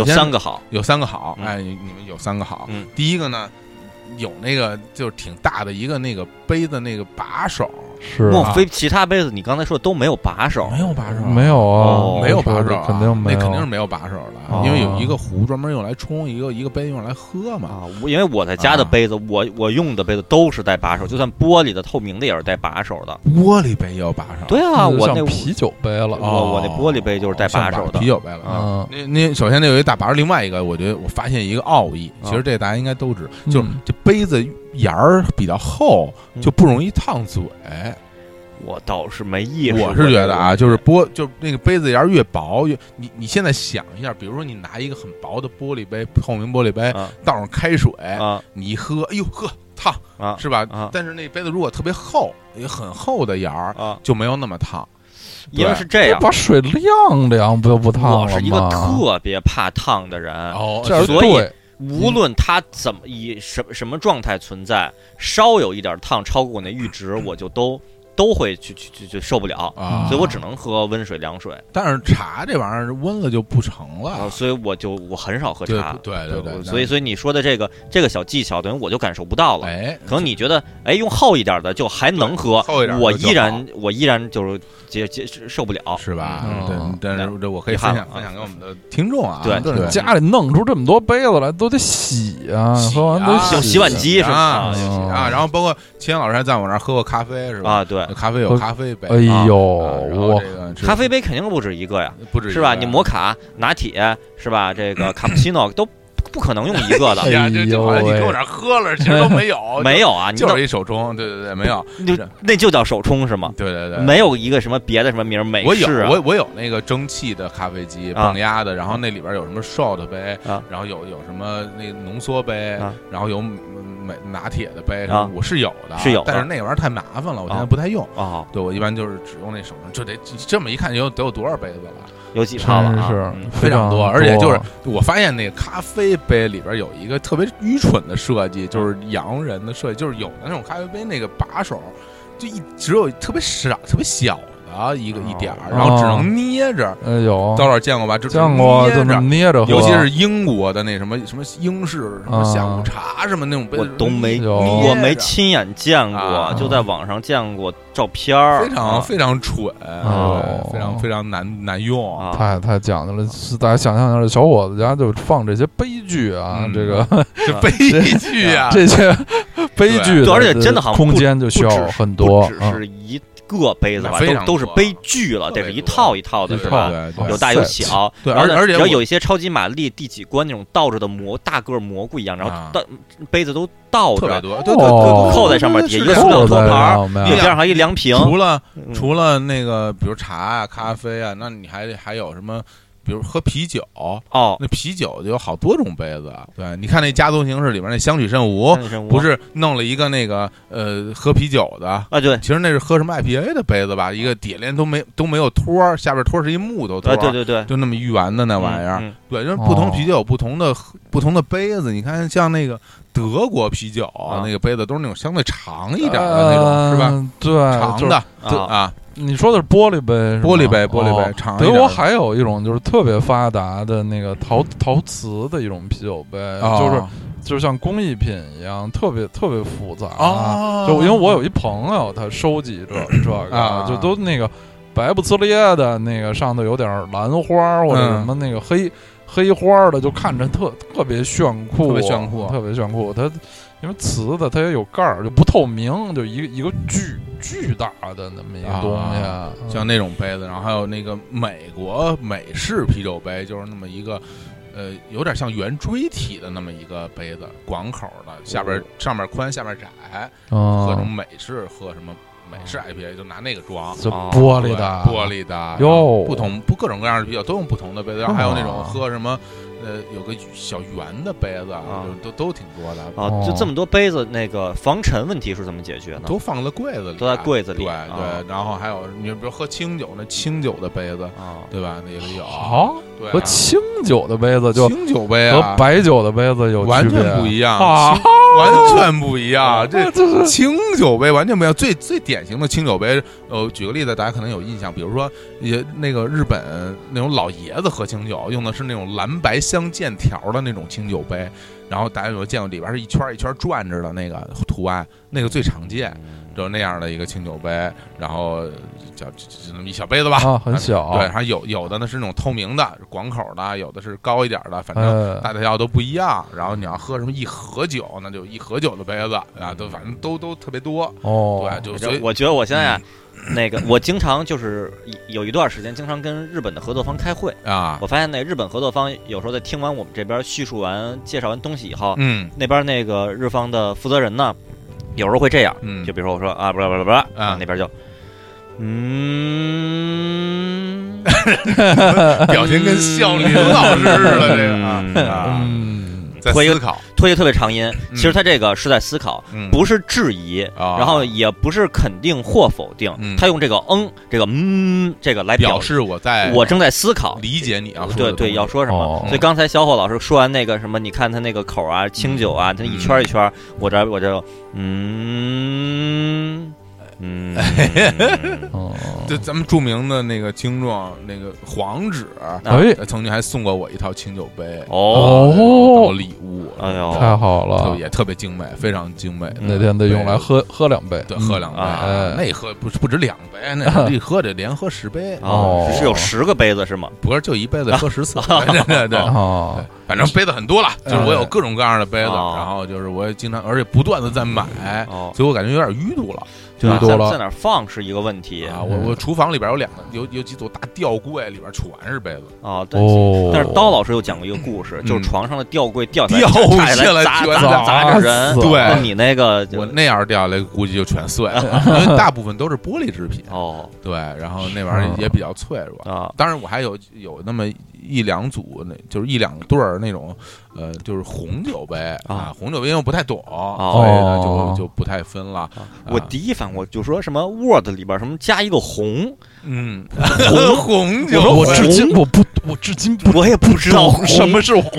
[SPEAKER 2] 嗯有
[SPEAKER 1] 先
[SPEAKER 2] 三个好
[SPEAKER 1] 有三个好，
[SPEAKER 2] 嗯
[SPEAKER 1] 哎，你你们有三个好。
[SPEAKER 2] 嗯
[SPEAKER 1] 第一个呢，有那个就是挺大的一个那个杯的那个把手，
[SPEAKER 3] 是啊
[SPEAKER 2] 莫非其他杯子你刚才说的都没有把手？
[SPEAKER 1] 没有把手，
[SPEAKER 3] 没有
[SPEAKER 2] 哦
[SPEAKER 3] 啊，
[SPEAKER 1] 没有把手
[SPEAKER 3] 这
[SPEAKER 1] 啊，
[SPEAKER 3] 肯定没有，
[SPEAKER 1] 那肯定是没有把手的，
[SPEAKER 2] 哦
[SPEAKER 1] 因为有一个壶专门用来冲，一个一个杯用来喝嘛。
[SPEAKER 3] 哦
[SPEAKER 2] 啊，我因为我在家的
[SPEAKER 1] 啊
[SPEAKER 2] 杯子，我我用的杯子都是带把手，就算玻璃的、透明的也是带把手的。
[SPEAKER 1] 玻璃杯也有把手，哦
[SPEAKER 2] 对啊，
[SPEAKER 3] 那就
[SPEAKER 2] 我那
[SPEAKER 3] 像啤酒杯了
[SPEAKER 2] 我我那玻璃杯就是带把手的
[SPEAKER 1] 像啤酒杯了。
[SPEAKER 3] 啊，
[SPEAKER 1] 那那首先那有一大把儿，另外一个我觉得我发现一个奥义，
[SPEAKER 2] 啊
[SPEAKER 1] 其实这大家应该都知，
[SPEAKER 3] 哦嗯
[SPEAKER 1] 就是这杯子沿儿比较厚，
[SPEAKER 2] 嗯
[SPEAKER 1] 就不容易烫嘴。
[SPEAKER 2] 我倒是没意识。
[SPEAKER 1] 我是觉得啊，就是玻就是那个杯子沿儿越薄越，你你现在想一下，比如说你拿一个很薄的玻璃杯，透明玻璃杯
[SPEAKER 2] 啊
[SPEAKER 1] 倒上开水，
[SPEAKER 2] 啊
[SPEAKER 1] 你一喝，哎呦呵烫
[SPEAKER 2] 啊
[SPEAKER 1] 是吧
[SPEAKER 2] 啊？
[SPEAKER 1] 但是那杯子如果特别厚，也很厚的沿儿
[SPEAKER 2] 啊，
[SPEAKER 1] 就没有那么烫。
[SPEAKER 2] 因为是这样
[SPEAKER 3] 就，把水晾晾，不就不烫了
[SPEAKER 2] 我
[SPEAKER 3] 吗？
[SPEAKER 2] 是一个特别怕烫的人，
[SPEAKER 1] 哦
[SPEAKER 3] 这样
[SPEAKER 2] 所以
[SPEAKER 3] 对
[SPEAKER 2] 无论它怎么以什什么状态存在，稍有一点烫超过我那阈值，我就都都会去去去去受不了，
[SPEAKER 1] 啊，
[SPEAKER 2] 所以我只能喝温水凉水，
[SPEAKER 1] 但是茶这玩意儿温了就不成
[SPEAKER 2] 然后
[SPEAKER 1] 了，
[SPEAKER 2] 所以我就我很哦少喝
[SPEAKER 1] 啊对
[SPEAKER 2] 茶，
[SPEAKER 1] 对对对，
[SPEAKER 2] 所以所以你说的这个这个小技巧，等于我就感受不到了。
[SPEAKER 1] 哎，
[SPEAKER 2] 可能你觉得，哎，用厚一点的就还能喝，
[SPEAKER 1] 厚一点的
[SPEAKER 2] 我
[SPEAKER 1] 就
[SPEAKER 2] 依然我依然就是接接受不了，
[SPEAKER 1] 是吧？
[SPEAKER 3] 嗯
[SPEAKER 1] 对，但是这我可以
[SPEAKER 2] 遗憾
[SPEAKER 1] 分
[SPEAKER 2] 了
[SPEAKER 1] 享分享给我们的听众啊，
[SPEAKER 2] 对
[SPEAKER 1] 对，
[SPEAKER 3] 家里弄出这么多杯子来，都得洗啊，
[SPEAKER 1] 洗啊
[SPEAKER 3] 喝完都
[SPEAKER 2] 有洗碗机是吧？
[SPEAKER 1] 啊
[SPEAKER 2] 啊
[SPEAKER 3] 嗯
[SPEAKER 1] 啊，然后包括秦阳老师还在我那儿喝过咖啡是吧？
[SPEAKER 2] 啊，对，
[SPEAKER 1] 咖啡有咖啡啊杯，
[SPEAKER 3] 哎呦，我
[SPEAKER 2] 咖啡杯肯定不止一个呀，
[SPEAKER 1] 不止啊
[SPEAKER 2] 是吧？你摩卡、拿铁是吧？这个卡布奇诺都不可能用一个
[SPEAKER 1] 哎
[SPEAKER 2] 的，，
[SPEAKER 1] 呀，这这
[SPEAKER 3] 哎呦
[SPEAKER 1] 好像你
[SPEAKER 3] 喂
[SPEAKER 1] 给我点喝了，其实都没有
[SPEAKER 2] 没有啊，你
[SPEAKER 1] 哦就，
[SPEAKER 2] 那
[SPEAKER 1] 就是一手冲，对对对，没有，
[SPEAKER 2] 就那就叫手冲是吗？
[SPEAKER 1] 对对对，
[SPEAKER 2] 没有一个什么别的什么名儿美
[SPEAKER 1] 我有
[SPEAKER 2] 式啊
[SPEAKER 1] 我我有那个蒸汽的咖啡机，
[SPEAKER 2] 啊
[SPEAKER 1] 泵压的，然后那里边有什么 shot 杯
[SPEAKER 2] 啊，
[SPEAKER 1] 然后有有什么那浓缩杯
[SPEAKER 2] 啊，
[SPEAKER 1] 然后有美拿铁的杯
[SPEAKER 2] 啊，
[SPEAKER 1] 我是有的，
[SPEAKER 2] 是有的
[SPEAKER 1] 但是那玩意儿太麻烦了，我现在
[SPEAKER 2] 啊
[SPEAKER 1] 不太用。
[SPEAKER 2] 哦，
[SPEAKER 1] 对，我一般就是只用那手冲，就得这么一看，有得有多少杯子了，
[SPEAKER 2] 有几套了
[SPEAKER 3] 真
[SPEAKER 2] 啊？
[SPEAKER 3] 是
[SPEAKER 2] 嗯
[SPEAKER 1] 非常
[SPEAKER 3] 多，
[SPEAKER 1] 而且就是我发现那个咖啡杯里边有一个特别愚蠢的设计，就是洋人的设计，就是有的那种咖啡杯那个把手就一只有特别少、特别小的一个一点儿，然后只能捏着。
[SPEAKER 3] 呃有
[SPEAKER 1] 到那见过吧？就
[SPEAKER 3] 哦见过
[SPEAKER 1] 就是
[SPEAKER 3] 这
[SPEAKER 1] 捏
[SPEAKER 3] 么
[SPEAKER 1] 着，
[SPEAKER 3] 捏着喝，
[SPEAKER 1] 尤其是英国的那什么什么英式什么
[SPEAKER 3] 啊
[SPEAKER 1] 下午茶什么那种杯子，
[SPEAKER 2] 我都没，
[SPEAKER 3] 有
[SPEAKER 2] 我没亲眼见过
[SPEAKER 1] 啊，
[SPEAKER 2] 就在网上见过照片儿，
[SPEAKER 1] 非常
[SPEAKER 2] 啊
[SPEAKER 1] 非常蠢，
[SPEAKER 3] 哦
[SPEAKER 1] 对非常非常难难用。
[SPEAKER 2] 啊
[SPEAKER 3] 太太讲究了，是大家想象一下，小伙子家就放这些悲剧啊，
[SPEAKER 1] 嗯
[SPEAKER 3] 这个
[SPEAKER 1] 这 悲剧啊，
[SPEAKER 3] 这些悲剧
[SPEAKER 2] 对
[SPEAKER 3] 的，
[SPEAKER 2] 而且真的好像
[SPEAKER 3] 空
[SPEAKER 2] 不
[SPEAKER 3] 间就需要很多
[SPEAKER 2] 不只
[SPEAKER 1] 嗯
[SPEAKER 3] 啊，
[SPEAKER 2] 是一个杯子吧，
[SPEAKER 1] 非常
[SPEAKER 2] 都都是
[SPEAKER 1] 多
[SPEAKER 2] 悲剧了，
[SPEAKER 1] 特
[SPEAKER 2] 得
[SPEAKER 1] 别
[SPEAKER 2] 是一
[SPEAKER 1] 多
[SPEAKER 2] 套一套的，
[SPEAKER 3] 一
[SPEAKER 2] 是
[SPEAKER 3] 套
[SPEAKER 2] 吧？
[SPEAKER 1] 对对
[SPEAKER 2] 有大有小，
[SPEAKER 1] 对
[SPEAKER 2] 然后呢
[SPEAKER 1] 而而且
[SPEAKER 2] 然后
[SPEAKER 1] 我
[SPEAKER 2] 有一些超级玛丽第几关那种倒着的蘑大个儿蘑菇一样，然后
[SPEAKER 1] 啊
[SPEAKER 2] 倒杯子都倒
[SPEAKER 1] 特别
[SPEAKER 2] 着，
[SPEAKER 1] 多，对
[SPEAKER 3] 对对
[SPEAKER 1] 对
[SPEAKER 3] 对
[SPEAKER 1] 对，
[SPEAKER 2] 扣在上面底下一个塑料
[SPEAKER 3] 扣
[SPEAKER 2] 托
[SPEAKER 3] 在
[SPEAKER 2] 盘儿
[SPEAKER 3] 上面
[SPEAKER 2] 右边还一凉瓶，
[SPEAKER 1] 除了
[SPEAKER 2] 嗯
[SPEAKER 1] 除了那个，比如茶啊、咖啡啊，那你还得还有什么？比如喝啤酒，
[SPEAKER 2] 哦，
[SPEAKER 1] 那啤酒就有好多种杯子。啊对，你看那家族形式里面那香取慎吾，
[SPEAKER 2] 三里神屋
[SPEAKER 1] 哦不是弄了一个那个呃喝啤酒的，
[SPEAKER 2] 啊，对
[SPEAKER 1] 其实那是喝什么 IPA 的杯子吧，一个底连都没都没有托儿，下边托儿是一木头托
[SPEAKER 2] 啊，
[SPEAKER 1] 儿，
[SPEAKER 2] 对对对，
[SPEAKER 1] 就那么圆的那
[SPEAKER 2] 那
[SPEAKER 1] 玩意儿。
[SPEAKER 2] 嗯
[SPEAKER 1] 对，因为不同
[SPEAKER 3] 哦
[SPEAKER 1] 啤酒有不同的喝、不同的杯子，你看像那个德国啤酒、
[SPEAKER 2] 啊
[SPEAKER 1] 那个杯子都是那种相对长一点的那种，是吧？
[SPEAKER 3] 吧？对，
[SPEAKER 1] 长
[SPEAKER 3] 呃就是
[SPEAKER 1] 的
[SPEAKER 2] 啊，
[SPEAKER 1] 啊，
[SPEAKER 3] 你说的是玻璃杯是吗，
[SPEAKER 1] 玻璃杯，玻璃杯，
[SPEAKER 3] 哦。
[SPEAKER 1] 长一
[SPEAKER 3] 德
[SPEAKER 1] 点的。
[SPEAKER 3] 国还有一种就是特别发达的那个陶陶瓷的一种啤酒杯，
[SPEAKER 1] 哦
[SPEAKER 3] 就是就像工艺品一样，特别特别复杂。
[SPEAKER 1] 哦
[SPEAKER 3] 就因为我有一朋友，他收集 这这个
[SPEAKER 1] 啊，
[SPEAKER 3] 就都那个白不呲咧的那个，上头有点兰花或者
[SPEAKER 1] 嗯
[SPEAKER 3] 什么那个黑黑花的，就看着特特别炫酷，
[SPEAKER 1] 特别炫酷
[SPEAKER 3] 特别炫酷。它因为瓷的，它也有盖儿，就不透明，就一个一个巨巨大的那么一个东西。
[SPEAKER 1] 啊
[SPEAKER 3] 嗯
[SPEAKER 1] 像那种杯子，然后还有那个美国美式啤酒杯，就是那么一个。呃，有点像圆锥体的那么一个杯子，广口的，下
[SPEAKER 3] 哦
[SPEAKER 1] 边上面宽，下面窄，喝什么
[SPEAKER 3] 嗯，
[SPEAKER 1] 美式，喝什么美式 IPA，就拿那个装，
[SPEAKER 3] 这
[SPEAKER 2] 哦
[SPEAKER 3] 玻璃
[SPEAKER 1] 啊对
[SPEAKER 3] 的，
[SPEAKER 1] 玻璃的
[SPEAKER 3] 哟哦
[SPEAKER 1] 不同不各种各样的啤酒都用不同的杯子，然后还有那种喝什么，呃，有个小圆的杯子，
[SPEAKER 2] 啊
[SPEAKER 1] 就都都挺多的，
[SPEAKER 2] 啊，就这么多杯子，那个防尘问题是怎么解决呢？
[SPEAKER 1] 都放在柜子里，
[SPEAKER 2] 都在柜子里
[SPEAKER 1] 对
[SPEAKER 2] 啊
[SPEAKER 1] 对，然后还有你比如喝清酒，那清酒的杯子，
[SPEAKER 2] 啊，
[SPEAKER 1] 对吧？那也得有，
[SPEAKER 3] 好。
[SPEAKER 1] 对啊，
[SPEAKER 3] 和清酒的杯子就
[SPEAKER 1] 清酒杯
[SPEAKER 3] 和
[SPEAKER 1] 啊，
[SPEAKER 3] 白酒的杯子有
[SPEAKER 1] 完
[SPEAKER 3] 区别
[SPEAKER 1] 全不一样，
[SPEAKER 3] 啊！哦
[SPEAKER 1] 完全不一样， 这。
[SPEAKER 3] 这是
[SPEAKER 1] 清酒杯完全不一样，最最典型的清酒杯，呃，举个例子，大家可能有印象，比如说也那个日本那种老爷子喝清酒，用的是那种蓝白相间条的那种清酒杯，然后大家有没有见过里边是一圈儿一圈儿转着的那个图案，那个最常见，就是那样的一个清酒杯，然后叫就那么一小杯子吧，
[SPEAKER 3] 啊，很小，
[SPEAKER 1] 对，还有有的呢是那种透明的广口的，有的是高一点的，反正
[SPEAKER 3] 呃，
[SPEAKER 1] 大大小小都不一样。然后你要喝什么一盒酒，那就一盒酒的杯子啊，都反正都都特别多。
[SPEAKER 3] 哦，
[SPEAKER 1] 对，就
[SPEAKER 2] 我
[SPEAKER 1] 所
[SPEAKER 2] 觉
[SPEAKER 1] 以嗯
[SPEAKER 2] 我觉得我现在啊那个，我经常就是有一段时间经常跟日本的合作方开会，
[SPEAKER 1] 啊，
[SPEAKER 2] 我发现那日本合作方有时候在听完我们这边叙述完、介绍完东西以后，
[SPEAKER 1] 嗯
[SPEAKER 2] 那边那个日方的负责人呢，有时候会这样，
[SPEAKER 1] 嗯
[SPEAKER 2] 就比如说我说啊，不啦不啦不啦，那边就，嗯，
[SPEAKER 1] 表情跟笑林 老师似的，这个啊啊，
[SPEAKER 3] 嗯，
[SPEAKER 1] 在
[SPEAKER 2] 推
[SPEAKER 1] 思考，
[SPEAKER 2] 推一个特别长音。
[SPEAKER 1] 嗯
[SPEAKER 2] 其实他这个是在思考，
[SPEAKER 1] 嗯，
[SPEAKER 2] 不是质疑，
[SPEAKER 1] 啊，
[SPEAKER 2] 然后也不是肯定或否定，
[SPEAKER 1] 嗯
[SPEAKER 2] 他用这个嗯，这个嗯，这个来
[SPEAKER 1] 表
[SPEAKER 2] 示
[SPEAKER 1] 示我在
[SPEAKER 2] 我正在思考。
[SPEAKER 1] 理解你要说
[SPEAKER 2] 对
[SPEAKER 1] 的
[SPEAKER 2] 对，
[SPEAKER 1] 东
[SPEAKER 2] 要
[SPEAKER 1] 西
[SPEAKER 2] 说什么？
[SPEAKER 3] 哦
[SPEAKER 2] 所以刚才小伙老师说完那个什么，你看他那个口啊，清酒啊，他一圈儿一圈儿，我这我这，嗯嗯，
[SPEAKER 3] 哦，
[SPEAKER 1] 这咱们著名的那个听众那个黄纸，
[SPEAKER 3] 哎，
[SPEAKER 1] 曾经还送过我一套清酒杯
[SPEAKER 2] 哦，
[SPEAKER 1] 当礼物，
[SPEAKER 2] 哎呦
[SPEAKER 3] 太好
[SPEAKER 1] 特
[SPEAKER 3] 了，
[SPEAKER 1] 别特别精美，非常精美。
[SPEAKER 3] 那天得用来喝喝两杯，
[SPEAKER 1] 对，喝
[SPEAKER 2] 嗯
[SPEAKER 1] 两杯，
[SPEAKER 3] 啊
[SPEAKER 1] 那喝不不止两杯， 那一喝得连喝十杯，
[SPEAKER 2] 啊
[SPEAKER 1] 啊
[SPEAKER 2] 哦，是有十个杯子是吗？ 啊
[SPEAKER 1] 不是就一辈子喝十次，对对对
[SPEAKER 3] 哦，
[SPEAKER 1] 反正杯子很多了，就是我有
[SPEAKER 2] 嗯
[SPEAKER 3] 哎
[SPEAKER 1] 各种各样的杯子，
[SPEAKER 2] 哦
[SPEAKER 1] 然后就是我也经常，而且不断的在买，
[SPEAKER 2] 哦，
[SPEAKER 1] 所以我感觉有点淤堵了
[SPEAKER 3] 就
[SPEAKER 2] 啊
[SPEAKER 3] 多
[SPEAKER 2] 在嗯
[SPEAKER 3] 了
[SPEAKER 2] 在哪儿放是一个问题
[SPEAKER 1] 啊！我我厨房里边有两个，有有几组大吊柜，里边全是杯子，
[SPEAKER 2] 啊。对
[SPEAKER 3] 哦，
[SPEAKER 2] 但是刀老师又讲过一个故事，就是
[SPEAKER 1] 嗯
[SPEAKER 2] 床上的吊柜掉
[SPEAKER 1] 掉
[SPEAKER 2] 下
[SPEAKER 1] 下来
[SPEAKER 2] 来砸
[SPEAKER 1] 全
[SPEAKER 2] 砸砸着
[SPEAKER 3] 砸
[SPEAKER 2] 人
[SPEAKER 3] 死。
[SPEAKER 1] 对
[SPEAKER 2] 那
[SPEAKER 1] 了
[SPEAKER 2] 你那个就
[SPEAKER 1] 我那样掉下来估计就全碎 了，因为大部分都是玻璃制品，
[SPEAKER 2] 哦
[SPEAKER 1] 对，然后那玩意儿也比较脆弱。
[SPEAKER 2] 啊
[SPEAKER 1] 当然，我还有有那么一两组，那就是一两对儿那种，呃，就是红酒杯啊
[SPEAKER 2] 啊，
[SPEAKER 1] 红酒杯因为我不太懂，所以呢
[SPEAKER 3] 哦
[SPEAKER 1] 就就不太分了。
[SPEAKER 2] 啊我第一反应我就说什么 Word 里边什么加一个红，
[SPEAKER 1] 嗯，
[SPEAKER 2] 红
[SPEAKER 1] 红
[SPEAKER 2] 我
[SPEAKER 1] 酒
[SPEAKER 2] 说
[SPEAKER 3] 我
[SPEAKER 1] 杯
[SPEAKER 2] 知
[SPEAKER 3] 至今我不我至今不
[SPEAKER 2] 我也不知道
[SPEAKER 3] 懂什么是红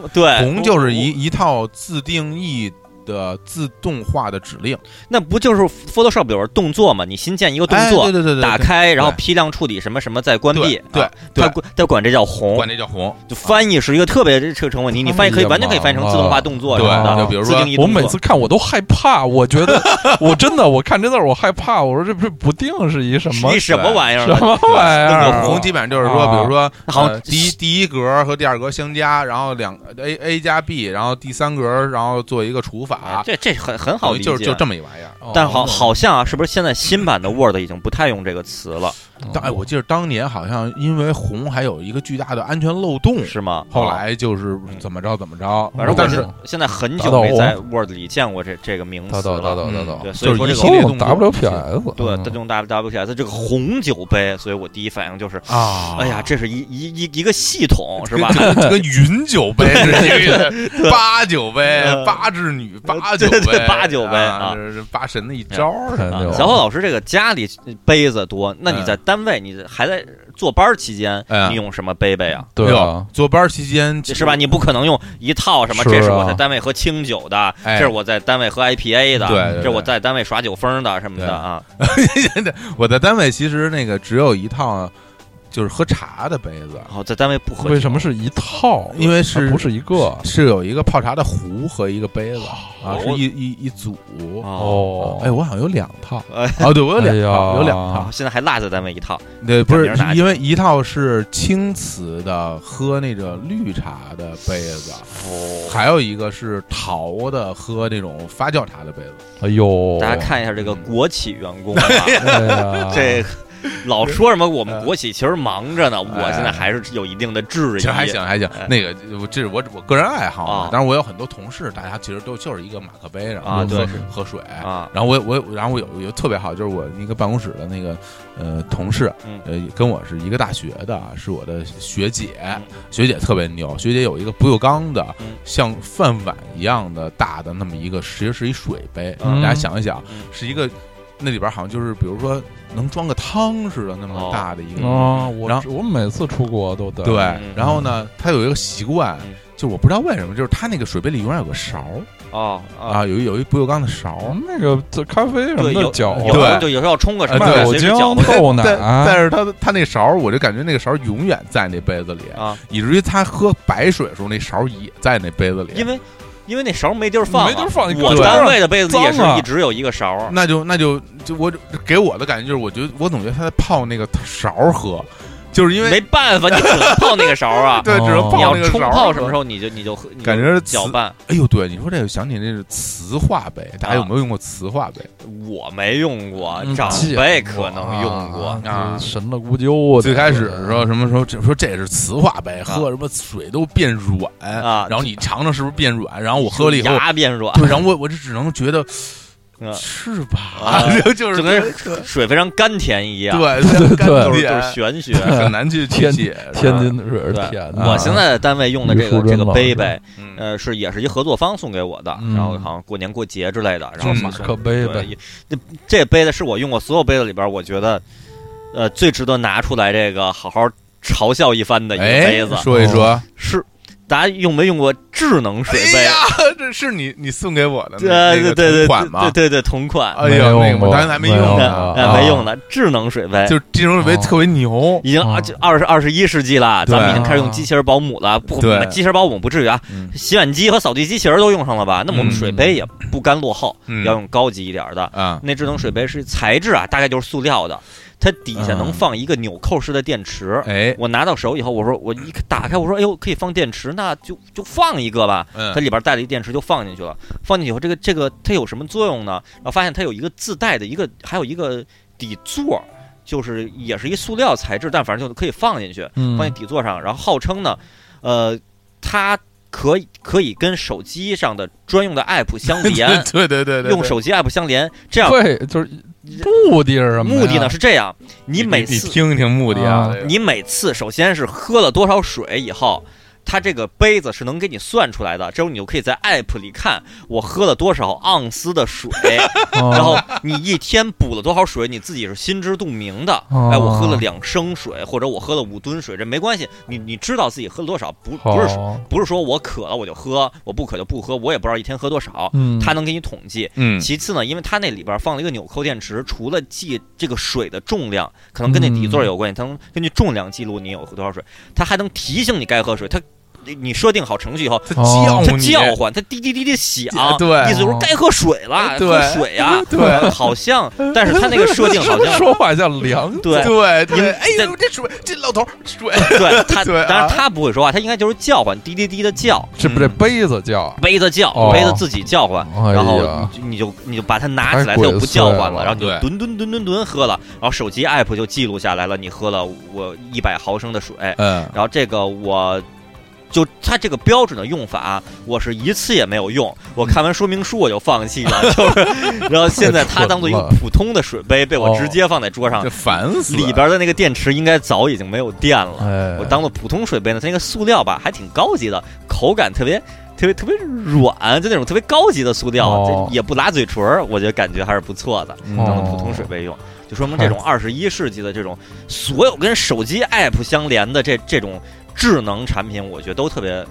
[SPEAKER 2] 红，对，哦
[SPEAKER 1] 红哦就是一一套自定义的自动化的指令，
[SPEAKER 2] 那不就是 Photoshop 有动作嘛？你新建一个动
[SPEAKER 1] 哎
[SPEAKER 2] 作，
[SPEAKER 1] 对对对对，
[SPEAKER 2] 打
[SPEAKER 1] 对
[SPEAKER 2] 开，然后批量处理什么什么再关闭，
[SPEAKER 1] 对
[SPEAKER 2] 啊它
[SPEAKER 1] 对
[SPEAKER 2] 管它管这叫红
[SPEAKER 1] 管，这叫红。
[SPEAKER 2] 就翻译是一个特别这个成问题，你翻译可以完全可以翻译成自动化动作
[SPEAKER 1] 对
[SPEAKER 2] 什么的，
[SPEAKER 1] 就比如说
[SPEAKER 2] 自定义
[SPEAKER 3] 我
[SPEAKER 2] 动作
[SPEAKER 3] 每次看我都害怕，我觉得我真的我看这字儿我害怕，我说这不不定是一什么
[SPEAKER 2] 是一什么玩意儿
[SPEAKER 3] 什？么玩意
[SPEAKER 2] 对
[SPEAKER 3] 儿
[SPEAKER 2] 那
[SPEAKER 3] 啊，
[SPEAKER 2] 个
[SPEAKER 1] 红基本上就是说，
[SPEAKER 3] 啊
[SPEAKER 1] 比如说，
[SPEAKER 2] 好
[SPEAKER 1] 呃第一第一格和第二格相加，然后两 A A 加 B，然后第三格，然后做一个除
[SPEAKER 2] 哎
[SPEAKER 1] 法，
[SPEAKER 2] 这这很很好理解，
[SPEAKER 1] 啊就是就这么一玩意儿。
[SPEAKER 2] 但是好
[SPEAKER 1] 哦
[SPEAKER 2] 好像啊，是不是现在新版的 Word 已经不太用这个词了，
[SPEAKER 1] 但哎，我记得当年好像因为红还有一个巨大的安全漏洞，
[SPEAKER 2] 是吗？
[SPEAKER 1] 后
[SPEAKER 2] 啊，
[SPEAKER 1] 来就是怎么着怎么着，
[SPEAKER 2] 反正我
[SPEAKER 1] 但
[SPEAKER 2] 是
[SPEAKER 1] 是
[SPEAKER 2] 现在很
[SPEAKER 3] 打
[SPEAKER 2] 久
[SPEAKER 3] 到
[SPEAKER 2] 没在
[SPEAKER 3] 我
[SPEAKER 2] Word 里见过这这个名
[SPEAKER 3] 打
[SPEAKER 2] 词
[SPEAKER 3] 倒打
[SPEAKER 2] 了。
[SPEAKER 3] 倒打
[SPEAKER 1] 嗯
[SPEAKER 3] 倒
[SPEAKER 2] 对，，所
[SPEAKER 1] 就
[SPEAKER 2] 以
[SPEAKER 1] 是
[SPEAKER 2] 说这
[SPEAKER 1] 一系
[SPEAKER 2] 个
[SPEAKER 1] 列
[SPEAKER 2] 红
[SPEAKER 1] 动
[SPEAKER 3] 哦
[SPEAKER 1] 作
[SPEAKER 3] ，WPS，
[SPEAKER 2] 对，
[SPEAKER 3] 嗯
[SPEAKER 2] 它用 WWS 这个红酒杯，所以我第一反应就是，
[SPEAKER 1] 啊，
[SPEAKER 2] 哎呀，这是一一一一个系统是吧？
[SPEAKER 1] 这跟云酒 杯是一个 意思，八酒杯、八智女、八酒
[SPEAKER 2] 嗯对对
[SPEAKER 1] 杯、
[SPEAKER 2] 对八酒杯
[SPEAKER 1] 啊，
[SPEAKER 2] 啊
[SPEAKER 1] 这是八神的一招儿
[SPEAKER 3] 很
[SPEAKER 1] 呢。
[SPEAKER 2] 啊
[SPEAKER 3] 牛，
[SPEAKER 2] 小伙老师，这个家里杯子多，那你
[SPEAKER 1] 嗯
[SPEAKER 2] 在单位，你还在坐班儿期间，
[SPEAKER 1] 嗯
[SPEAKER 2] 你用什么杯杯啊？
[SPEAKER 1] 哎
[SPEAKER 3] 对
[SPEAKER 1] 呦
[SPEAKER 3] 啊，
[SPEAKER 1] 坐班儿期间
[SPEAKER 2] 是 吧？？你不可能用一套什么，
[SPEAKER 3] 是
[SPEAKER 2] 这是我
[SPEAKER 3] 啊
[SPEAKER 2] 在单位喝清酒的，这
[SPEAKER 1] 哎
[SPEAKER 2] 是我在单位喝 IPA 的，
[SPEAKER 1] 对对对
[SPEAKER 2] 这是我在单位耍酒疯的什么的
[SPEAKER 1] 对
[SPEAKER 2] 啊。
[SPEAKER 1] 我在单位其实那个只有一套，就是喝茶的杯子，
[SPEAKER 2] 然后在单位不喝酒，
[SPEAKER 3] 为什么是一套？
[SPEAKER 1] 因为
[SPEAKER 3] 它
[SPEAKER 1] 是
[SPEAKER 3] 不是一个
[SPEAKER 1] 是有一个泡茶的壶和一个杯子啊，
[SPEAKER 2] 哦
[SPEAKER 1] 是一一一组。
[SPEAKER 2] 哦，
[SPEAKER 3] 哦？
[SPEAKER 1] 哎，我好像有两套
[SPEAKER 2] 哎
[SPEAKER 1] 啊，对我有两
[SPEAKER 3] 哎呀
[SPEAKER 1] 套，有两
[SPEAKER 2] 啊
[SPEAKER 1] 套。
[SPEAKER 2] 现在还落在单位一套
[SPEAKER 1] 对，不是
[SPEAKER 2] 名儿拿
[SPEAKER 1] 因为一套是青瓷的，喝那个绿茶的杯子，
[SPEAKER 2] 哦。
[SPEAKER 1] 还有一个是陶的，喝那种发酵茶的杯子。
[SPEAKER 3] 哎呦，
[SPEAKER 2] 大家看一下这
[SPEAKER 1] 嗯
[SPEAKER 2] 个国企员工啊，
[SPEAKER 3] 哎呀，
[SPEAKER 2] 这个老说什么我们国企其实忙着呢，我现在还是有一定的质疑。
[SPEAKER 1] 哎其实还行，还行
[SPEAKER 2] 哎。
[SPEAKER 1] 那个，我这是我我个人爱好
[SPEAKER 2] 啊
[SPEAKER 1] 嘛。当然，我有很多同事，大家其实都就是一个马克杯，然
[SPEAKER 2] 啊
[SPEAKER 1] 后
[SPEAKER 2] 对
[SPEAKER 1] 喝喝水。
[SPEAKER 2] 啊，
[SPEAKER 1] 然后我我然后我有有特别好，就是我一个办公室的那个呃同事
[SPEAKER 2] 嗯，
[SPEAKER 1] 呃跟我是一个大学的，是我的学姐
[SPEAKER 2] 嗯，
[SPEAKER 1] 学姐特别牛，学姐有一个不锈钢的
[SPEAKER 2] 嗯，
[SPEAKER 1] 像饭碗一样的大的那么一个，其实是一水杯，
[SPEAKER 3] 嗯
[SPEAKER 1] 大家想一想
[SPEAKER 2] 嗯，
[SPEAKER 1] 是一个那里边好像就是比如说能装个汤似的那
[SPEAKER 2] 哦
[SPEAKER 1] 么大的一个
[SPEAKER 3] 啊，我
[SPEAKER 1] 然
[SPEAKER 3] 我每次出国都得
[SPEAKER 1] 对
[SPEAKER 2] 嗯，
[SPEAKER 1] 然后呢，他有一个习惯
[SPEAKER 2] 嗯，
[SPEAKER 1] 就是我不知道为什么，就是他那个水杯里永远有个勺儿
[SPEAKER 2] 哦啊，
[SPEAKER 1] 啊，有一有一不锈钢的勺儿。
[SPEAKER 3] 那个这咖啡什么
[SPEAKER 2] 对，
[SPEAKER 3] 的
[SPEAKER 2] 有
[SPEAKER 3] 搅
[SPEAKER 2] 有
[SPEAKER 1] 对
[SPEAKER 2] 时候就有时候要冲个什么水，
[SPEAKER 1] 哎对
[SPEAKER 3] 麦
[SPEAKER 2] 随时
[SPEAKER 3] 精、
[SPEAKER 2] 搅和
[SPEAKER 3] 豆奶，
[SPEAKER 1] 但但是他他那勺儿，我就感觉那个勺儿永远在那杯子里，
[SPEAKER 2] 啊，
[SPEAKER 1] 以至于他喝白水的时候，那勺儿也在那杯子里。
[SPEAKER 2] 因为因为那勺没地儿放啊，
[SPEAKER 3] 没地儿放你
[SPEAKER 2] 我
[SPEAKER 1] 搁
[SPEAKER 2] 单
[SPEAKER 3] 这儿
[SPEAKER 2] 位的杯子里也是
[SPEAKER 3] 脏啊
[SPEAKER 2] 一直有一个勺儿，
[SPEAKER 1] 那就那就就我给我的感觉就是，我觉得我总觉得他在泡那个勺儿喝，就是因为。
[SPEAKER 2] 没办法，你只能泡那个勺儿啊
[SPEAKER 1] 对，只能
[SPEAKER 3] 哦
[SPEAKER 2] 你
[SPEAKER 1] 泡
[SPEAKER 2] 要
[SPEAKER 1] 那个勺
[SPEAKER 2] 冲
[SPEAKER 1] 儿
[SPEAKER 2] 泡
[SPEAKER 1] 喝
[SPEAKER 2] 什么时候你就你就喝你就
[SPEAKER 1] 感觉是瓷
[SPEAKER 2] 搅拌，
[SPEAKER 1] 哎呦，对，你说这个想起那是磁化杯，大家有没有用过磁化杯？
[SPEAKER 2] 我没用过，
[SPEAKER 3] 嗯
[SPEAKER 2] 长
[SPEAKER 3] 见
[SPEAKER 2] 辈
[SPEAKER 3] 过
[SPEAKER 2] 可能用过
[SPEAKER 3] 啊。
[SPEAKER 2] 嗯
[SPEAKER 1] 啊
[SPEAKER 3] 这神了咕啾啊！
[SPEAKER 1] 最
[SPEAKER 3] 这
[SPEAKER 1] 开
[SPEAKER 3] 是
[SPEAKER 1] 始的时候，什么时候这说这是磁化杯，喝什么水都变软
[SPEAKER 2] 啊
[SPEAKER 1] 然后你尝尝是不是变软？然后啊我喝了以后，
[SPEAKER 2] 牙变软，
[SPEAKER 1] 对，然后我我就只能觉得
[SPEAKER 2] 嗯
[SPEAKER 1] 是
[SPEAKER 2] 啊
[SPEAKER 1] 吧？ 就就是
[SPEAKER 2] 就跟水非常甘甜一样，
[SPEAKER 1] 对
[SPEAKER 3] 对对
[SPEAKER 2] 就是
[SPEAKER 1] 对
[SPEAKER 2] 就是玄学。
[SPEAKER 1] 很难去理
[SPEAKER 3] 天
[SPEAKER 1] 解。
[SPEAKER 3] 天津的水是
[SPEAKER 2] 对
[SPEAKER 3] 甜，的。
[SPEAKER 1] 啊
[SPEAKER 3] 啊
[SPEAKER 2] 我现在在单位用的这
[SPEAKER 3] 你
[SPEAKER 2] 个
[SPEAKER 3] 说
[SPEAKER 2] 这
[SPEAKER 3] 真
[SPEAKER 2] 个
[SPEAKER 3] 老
[SPEAKER 2] 杯
[SPEAKER 3] 实
[SPEAKER 2] 杯，
[SPEAKER 1] 嗯，
[SPEAKER 2] 呃，是也是一合作方送给我的，
[SPEAKER 3] 嗯
[SPEAKER 2] 然后好像过年过节之类的，然后
[SPEAKER 1] 就是
[SPEAKER 2] 送
[SPEAKER 1] 马
[SPEAKER 2] 送
[SPEAKER 3] 克杯
[SPEAKER 2] 对
[SPEAKER 3] 呗，
[SPEAKER 2] 也这这杯子是我用过所有杯子里边儿，我觉得，呃，最值得拿出来这个好好嘲笑一番的一个杯
[SPEAKER 1] 哎
[SPEAKER 2] 子，
[SPEAKER 1] 说一说，
[SPEAKER 2] 是大家用没用过智能水
[SPEAKER 1] 哎
[SPEAKER 2] 杯
[SPEAKER 1] 呀？，这是你你送给我的那
[SPEAKER 2] 对
[SPEAKER 1] 那
[SPEAKER 2] 对
[SPEAKER 1] 个
[SPEAKER 2] 对
[SPEAKER 1] 同
[SPEAKER 2] 对
[SPEAKER 1] 款
[SPEAKER 2] 对
[SPEAKER 1] 吗？
[SPEAKER 2] 对对，同款，
[SPEAKER 1] 哎呀，
[SPEAKER 3] 没
[SPEAKER 1] 那个
[SPEAKER 3] 用
[SPEAKER 1] 我
[SPEAKER 3] 过
[SPEAKER 1] 当时还没
[SPEAKER 3] 没
[SPEAKER 1] 用
[SPEAKER 3] 用
[SPEAKER 2] 那
[SPEAKER 1] 呢，
[SPEAKER 3] 过
[SPEAKER 2] 呃
[SPEAKER 1] 啊
[SPEAKER 2] 没用的智能水杯。
[SPEAKER 1] 就是金融杯
[SPEAKER 3] 哦
[SPEAKER 1] 特别牛。
[SPEAKER 2] 已经
[SPEAKER 3] 哦
[SPEAKER 2] 二二十二十一世纪了，
[SPEAKER 1] 啊对啊
[SPEAKER 2] 咱们已经开始用机器人保姆了。不，
[SPEAKER 1] 对
[SPEAKER 2] 机器人保姆不至于啊，
[SPEAKER 1] 嗯
[SPEAKER 2] 洗碗机和扫地机器人都用上了吧？那么我们
[SPEAKER 1] 嗯
[SPEAKER 2] 水杯也不甘落后，
[SPEAKER 1] 嗯
[SPEAKER 2] 要用高级一点儿的。
[SPEAKER 1] 啊
[SPEAKER 2] 那智能水杯是材质啊，大概就是塑料的，它底下
[SPEAKER 1] 嗯
[SPEAKER 2] 能放一个纽扣式的电池。
[SPEAKER 4] 哎，
[SPEAKER 2] 我拿到手以后，我说我一打开，我说哎呦可以放电池，那就就放一个吧。它
[SPEAKER 1] 嗯
[SPEAKER 2] 里边带了一电池，就放进去了。放进去以后，这个这个它有什么作用呢？然后发现它有一个自带的一个，呃还有一个底座，就是也是一塑料材质，但反正就可以放进去。
[SPEAKER 3] 嗯
[SPEAKER 2] 放在底座上，然后号称呢，呃，它可以可以跟手机上的专用的 app 相连，
[SPEAKER 1] 对对对对，
[SPEAKER 2] 用手机 app 相连，这样
[SPEAKER 3] 对，就是目的是什么呀？
[SPEAKER 2] 目的呢是这样，你每
[SPEAKER 4] 你
[SPEAKER 2] 次
[SPEAKER 4] 听听目的啊
[SPEAKER 3] 啊，
[SPEAKER 4] 这个
[SPEAKER 2] 你每次首先是喝了多少水以后。它这个杯子是能给你算出来的，这时候你就可以在 app 里看我喝了多少盎司的 水，
[SPEAKER 3] 哦，
[SPEAKER 2] 然后你一天补了多少水，你自己是心知肚明的。
[SPEAKER 3] 哦
[SPEAKER 2] 哎，我喝了两升水，或者我喝了五吨水，这没关系，你你知道自己喝了多少，不不是
[SPEAKER 3] 好
[SPEAKER 2] 不是说我渴了我就喝，我不渴就不喝，我也不知道一天喝多少，
[SPEAKER 3] 嗯，
[SPEAKER 2] 它能给你统计。
[SPEAKER 4] 嗯，
[SPEAKER 2] 其次呢，因为它那里边放了一个纽扣电池，除了记这个水的重量，可能跟那底座有关系，它能根据重量记录你有喝多少水，它还能提醒你该喝水。它你你设定好程序以后，
[SPEAKER 1] 它
[SPEAKER 3] 哦
[SPEAKER 2] 它
[SPEAKER 1] 叫你，
[SPEAKER 2] 叫唤，它滴滴滴滴响，
[SPEAKER 1] 对
[SPEAKER 2] 意思就是该喝水了，
[SPEAKER 1] 对
[SPEAKER 2] 喝水呀、
[SPEAKER 1] 对
[SPEAKER 2] 好像，但是它那个 设定好像
[SPEAKER 3] 说话像梁
[SPEAKER 2] 对
[SPEAKER 1] 对对，
[SPEAKER 2] 因
[SPEAKER 1] 哎呦，这水，这老头儿水，
[SPEAKER 2] 对它，
[SPEAKER 1] 对啊
[SPEAKER 2] 当然它不会说话，它应该就是叫唤，滴滴滴的叫，嗯
[SPEAKER 3] 这不这
[SPEAKER 1] 嗯
[SPEAKER 3] 杯子叫，
[SPEAKER 2] 杯子叫，
[SPEAKER 3] 哦
[SPEAKER 2] 杯子自己叫唤。
[SPEAKER 3] 哎
[SPEAKER 2] 嗯然后
[SPEAKER 3] 呀，
[SPEAKER 2] 你就你就你就把它拿起来，
[SPEAKER 3] 太
[SPEAKER 2] 它
[SPEAKER 3] 鬼
[SPEAKER 2] 就不叫唤
[SPEAKER 3] 祟了
[SPEAKER 2] 了，然后你就
[SPEAKER 1] 对
[SPEAKER 2] 吨吨吨吨吨喝了，然后手机 app 就记录下来了，你喝了我一百毫升的水，
[SPEAKER 1] 嗯，
[SPEAKER 2] 然后这个我。就它这个标准的用法，我是一次也没有用。我看完说明书我就放弃了，就是，然后现在它当做一个
[SPEAKER 3] 太蠢
[SPEAKER 2] 普通的水杯，被我直接放在桌上
[SPEAKER 1] 这，烦死了
[SPEAKER 2] 里边的那个电池应该早已经没有电了。
[SPEAKER 3] 哎，
[SPEAKER 2] 我当做普通水杯呢，它那个塑料吧还挺高级的，口感特别特别特别软，就那种特别高级的塑料，
[SPEAKER 3] 哦
[SPEAKER 2] 这也不拉嘴唇儿，我觉得感觉还是不错的，
[SPEAKER 1] 嗯
[SPEAKER 2] 当做
[SPEAKER 3] 哦
[SPEAKER 2] 普通水杯用。就说明这种二十一世纪的这种所有跟手机 app 相连的这这种智能产品，我觉得都特别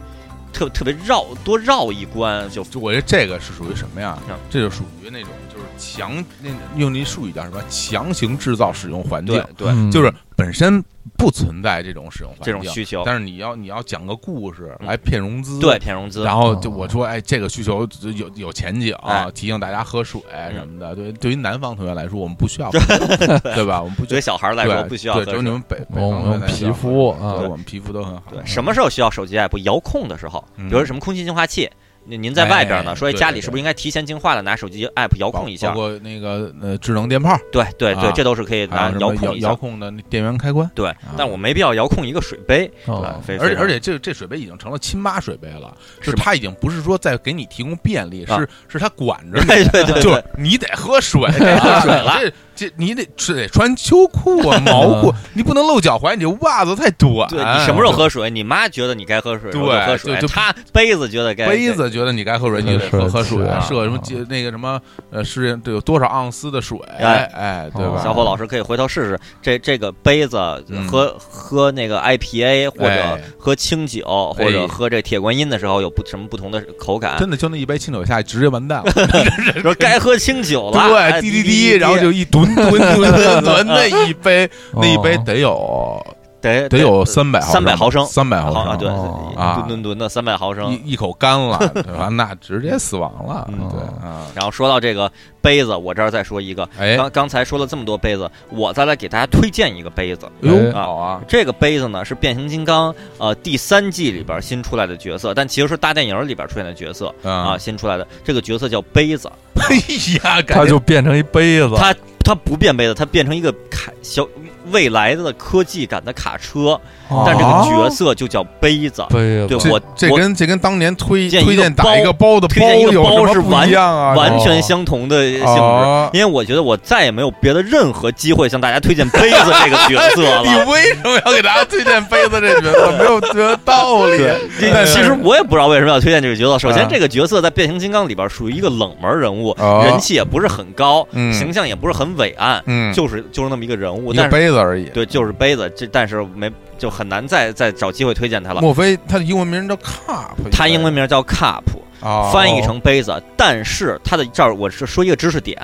[SPEAKER 2] 特特别绕多绕一关，就
[SPEAKER 1] 就我觉得这个是属于什么呀
[SPEAKER 2] 嗯？
[SPEAKER 1] 这就属于那种就是强，那用那术语叫什么？强行制造使用环境
[SPEAKER 2] 对，对、
[SPEAKER 3] 嗯
[SPEAKER 1] 就是本身不存在这种使用环
[SPEAKER 2] 这
[SPEAKER 1] 境，
[SPEAKER 2] 种需求，
[SPEAKER 1] 但是你要你要讲个故事
[SPEAKER 2] 嗯
[SPEAKER 1] 来骗融资，
[SPEAKER 2] 对，骗融资，
[SPEAKER 1] 然后就我说，哎，这个需求有有前景啊，
[SPEAKER 2] 哎嗯
[SPEAKER 1] 提醒大家喝水什么的。对，对于南方同学来说，我们不需要喝水，对吧？我们不需
[SPEAKER 2] 对
[SPEAKER 1] 要。
[SPEAKER 2] 小孩来说
[SPEAKER 1] 对，
[SPEAKER 2] 不需要
[SPEAKER 1] 对，
[SPEAKER 2] 喝
[SPEAKER 1] 只有
[SPEAKER 2] 水
[SPEAKER 1] 你们北北
[SPEAKER 3] 我
[SPEAKER 1] 方
[SPEAKER 3] 们
[SPEAKER 1] 同学才需要
[SPEAKER 3] 皮肤
[SPEAKER 1] 喝水
[SPEAKER 3] 啊
[SPEAKER 1] 对我们皮肤都很好。
[SPEAKER 2] 对，什么时候需要手机 app 遥控的时候，比如说什么空气净化器，您您在外边呢，
[SPEAKER 1] 嗯哎
[SPEAKER 2] 说哎
[SPEAKER 1] 对
[SPEAKER 2] 家
[SPEAKER 1] 对
[SPEAKER 2] 里是
[SPEAKER 1] 对
[SPEAKER 2] 不是应该提前净化了，拿手机 app 遥
[SPEAKER 1] 包
[SPEAKER 2] 控一下
[SPEAKER 1] 包？括那个呃智能电炮，
[SPEAKER 2] 对对对
[SPEAKER 1] 啊，
[SPEAKER 2] 这都是可以
[SPEAKER 1] 还
[SPEAKER 2] 拿
[SPEAKER 1] 有什
[SPEAKER 2] 遥
[SPEAKER 1] 么
[SPEAKER 2] 控
[SPEAKER 1] 遥
[SPEAKER 2] 一
[SPEAKER 1] 遥
[SPEAKER 2] 下。
[SPEAKER 1] 控的那电源开关。
[SPEAKER 2] 对，但我没必要遥控一个水杯，对吧
[SPEAKER 3] 哦，
[SPEAKER 2] 非
[SPEAKER 1] 而
[SPEAKER 2] 非
[SPEAKER 1] 且
[SPEAKER 2] 常
[SPEAKER 1] 而且这这水杯已经成了亲妈水杯了，就是是
[SPEAKER 2] 吗
[SPEAKER 1] 它已经不是说在给你提供便利，
[SPEAKER 2] 啊
[SPEAKER 1] 是是它管着你，
[SPEAKER 2] 对对对
[SPEAKER 1] 就
[SPEAKER 2] 对
[SPEAKER 1] 是，啊你得喝 水，得喝
[SPEAKER 2] 水了。嗯
[SPEAKER 1] 这这你得得穿秋裤啊，毛裤，你不能露脚踝，你这袜子太短。
[SPEAKER 2] 对你什么时候喝水，你妈觉得你该喝水，
[SPEAKER 1] 对
[SPEAKER 2] 我就喝水
[SPEAKER 1] 就；就
[SPEAKER 2] 她杯子觉得该
[SPEAKER 1] 杯，子觉得你该喝水，你就得喝喝
[SPEAKER 3] 喝
[SPEAKER 1] 水
[SPEAKER 3] 水啊，
[SPEAKER 1] 摄什么接那个什么呃，是对有多少盎司的水？
[SPEAKER 2] 哎
[SPEAKER 1] 哎，对吧？
[SPEAKER 2] 小伙老师可以回头试试。这这个杯子
[SPEAKER 1] 嗯
[SPEAKER 2] 喝喝那个 IPA 或者
[SPEAKER 1] 哎
[SPEAKER 2] 喝清酒或
[SPEAKER 1] 哎
[SPEAKER 2] 者喝这铁观音的时候有不什么不同的口感？
[SPEAKER 1] 真的就那一杯清酒下去，直接完蛋了。
[SPEAKER 2] 说该喝清酒了，哎
[SPEAKER 1] 对，滴滴滴，然后就一吨吨吨 吨吨那一杯，
[SPEAKER 3] 哦
[SPEAKER 1] 那一杯得有
[SPEAKER 2] 得
[SPEAKER 1] 得有三百
[SPEAKER 2] 哎三百毫升，
[SPEAKER 1] 三百
[SPEAKER 2] 好啊，
[SPEAKER 1] 毫
[SPEAKER 2] 对，
[SPEAKER 1] 升，
[SPEAKER 3] 哦
[SPEAKER 1] 啊
[SPEAKER 2] 吨吨吨的三百毫升。
[SPEAKER 1] 一一口干了，对吧？那直接死亡了，
[SPEAKER 2] 嗯
[SPEAKER 1] 对啊，
[SPEAKER 2] 然后说到这个杯子，我这儿再说一个，
[SPEAKER 1] 哎，
[SPEAKER 2] 刚刚才说了这么多杯子，我再来给大家推荐一个杯子。
[SPEAKER 1] 哟，
[SPEAKER 3] 哎
[SPEAKER 1] 好啊，
[SPEAKER 2] 这个杯子呢是变形金刚呃第三季里边新出来的角色，但其实是大电影里边出现的角色啊，
[SPEAKER 1] 啊，
[SPEAKER 2] 新出来的这个角色叫杯子，
[SPEAKER 1] 哎呀，感
[SPEAKER 3] 它
[SPEAKER 1] 觉
[SPEAKER 3] 就变成一杯子，
[SPEAKER 2] 它它不变杯子，它变成一个卡小未来的科技感的卡车，
[SPEAKER 3] 哦
[SPEAKER 1] 啊
[SPEAKER 2] 但这个角色就叫杯子。
[SPEAKER 3] 杯
[SPEAKER 2] 对
[SPEAKER 3] 子，
[SPEAKER 1] 这
[SPEAKER 2] 我
[SPEAKER 1] 这
[SPEAKER 2] 我
[SPEAKER 1] 跟这跟当年
[SPEAKER 2] 推
[SPEAKER 1] 推
[SPEAKER 2] 荐一个
[SPEAKER 1] 推荐打一个包的
[SPEAKER 2] 推荐一个
[SPEAKER 1] 有
[SPEAKER 2] 包
[SPEAKER 1] 什
[SPEAKER 2] 是
[SPEAKER 1] 么不
[SPEAKER 2] 完
[SPEAKER 1] 一样啊？
[SPEAKER 2] 完全相同的性质，
[SPEAKER 1] 哦
[SPEAKER 2] 因为我觉得我再也没有别的任何机会向大家推荐杯子这个角色
[SPEAKER 1] 你
[SPEAKER 2] 了。
[SPEAKER 1] 为什么要给大家推荐杯子这角色？没有觉得道理。
[SPEAKER 2] 这其实我也不知道为什么要推荐这个角色。首先
[SPEAKER 1] 啊，
[SPEAKER 2] 这个角色在《变形金刚》里边属于一个冷门人物，
[SPEAKER 1] 哦
[SPEAKER 2] 人气也不是很高，
[SPEAKER 1] 嗯
[SPEAKER 2] 形象也不是很伟岸，
[SPEAKER 1] 嗯，
[SPEAKER 2] 就是就是那么一个人物。
[SPEAKER 1] 一个
[SPEAKER 2] 但是
[SPEAKER 1] 杯子而已。
[SPEAKER 2] 对，就是杯子，这但是没就很难再再找机会推荐他了。
[SPEAKER 1] 莫非他的英文名叫 cup？
[SPEAKER 2] 他英文名叫 Cup，
[SPEAKER 1] 哦
[SPEAKER 2] 翻译成杯子，但是他的这儿我是说一个知识点，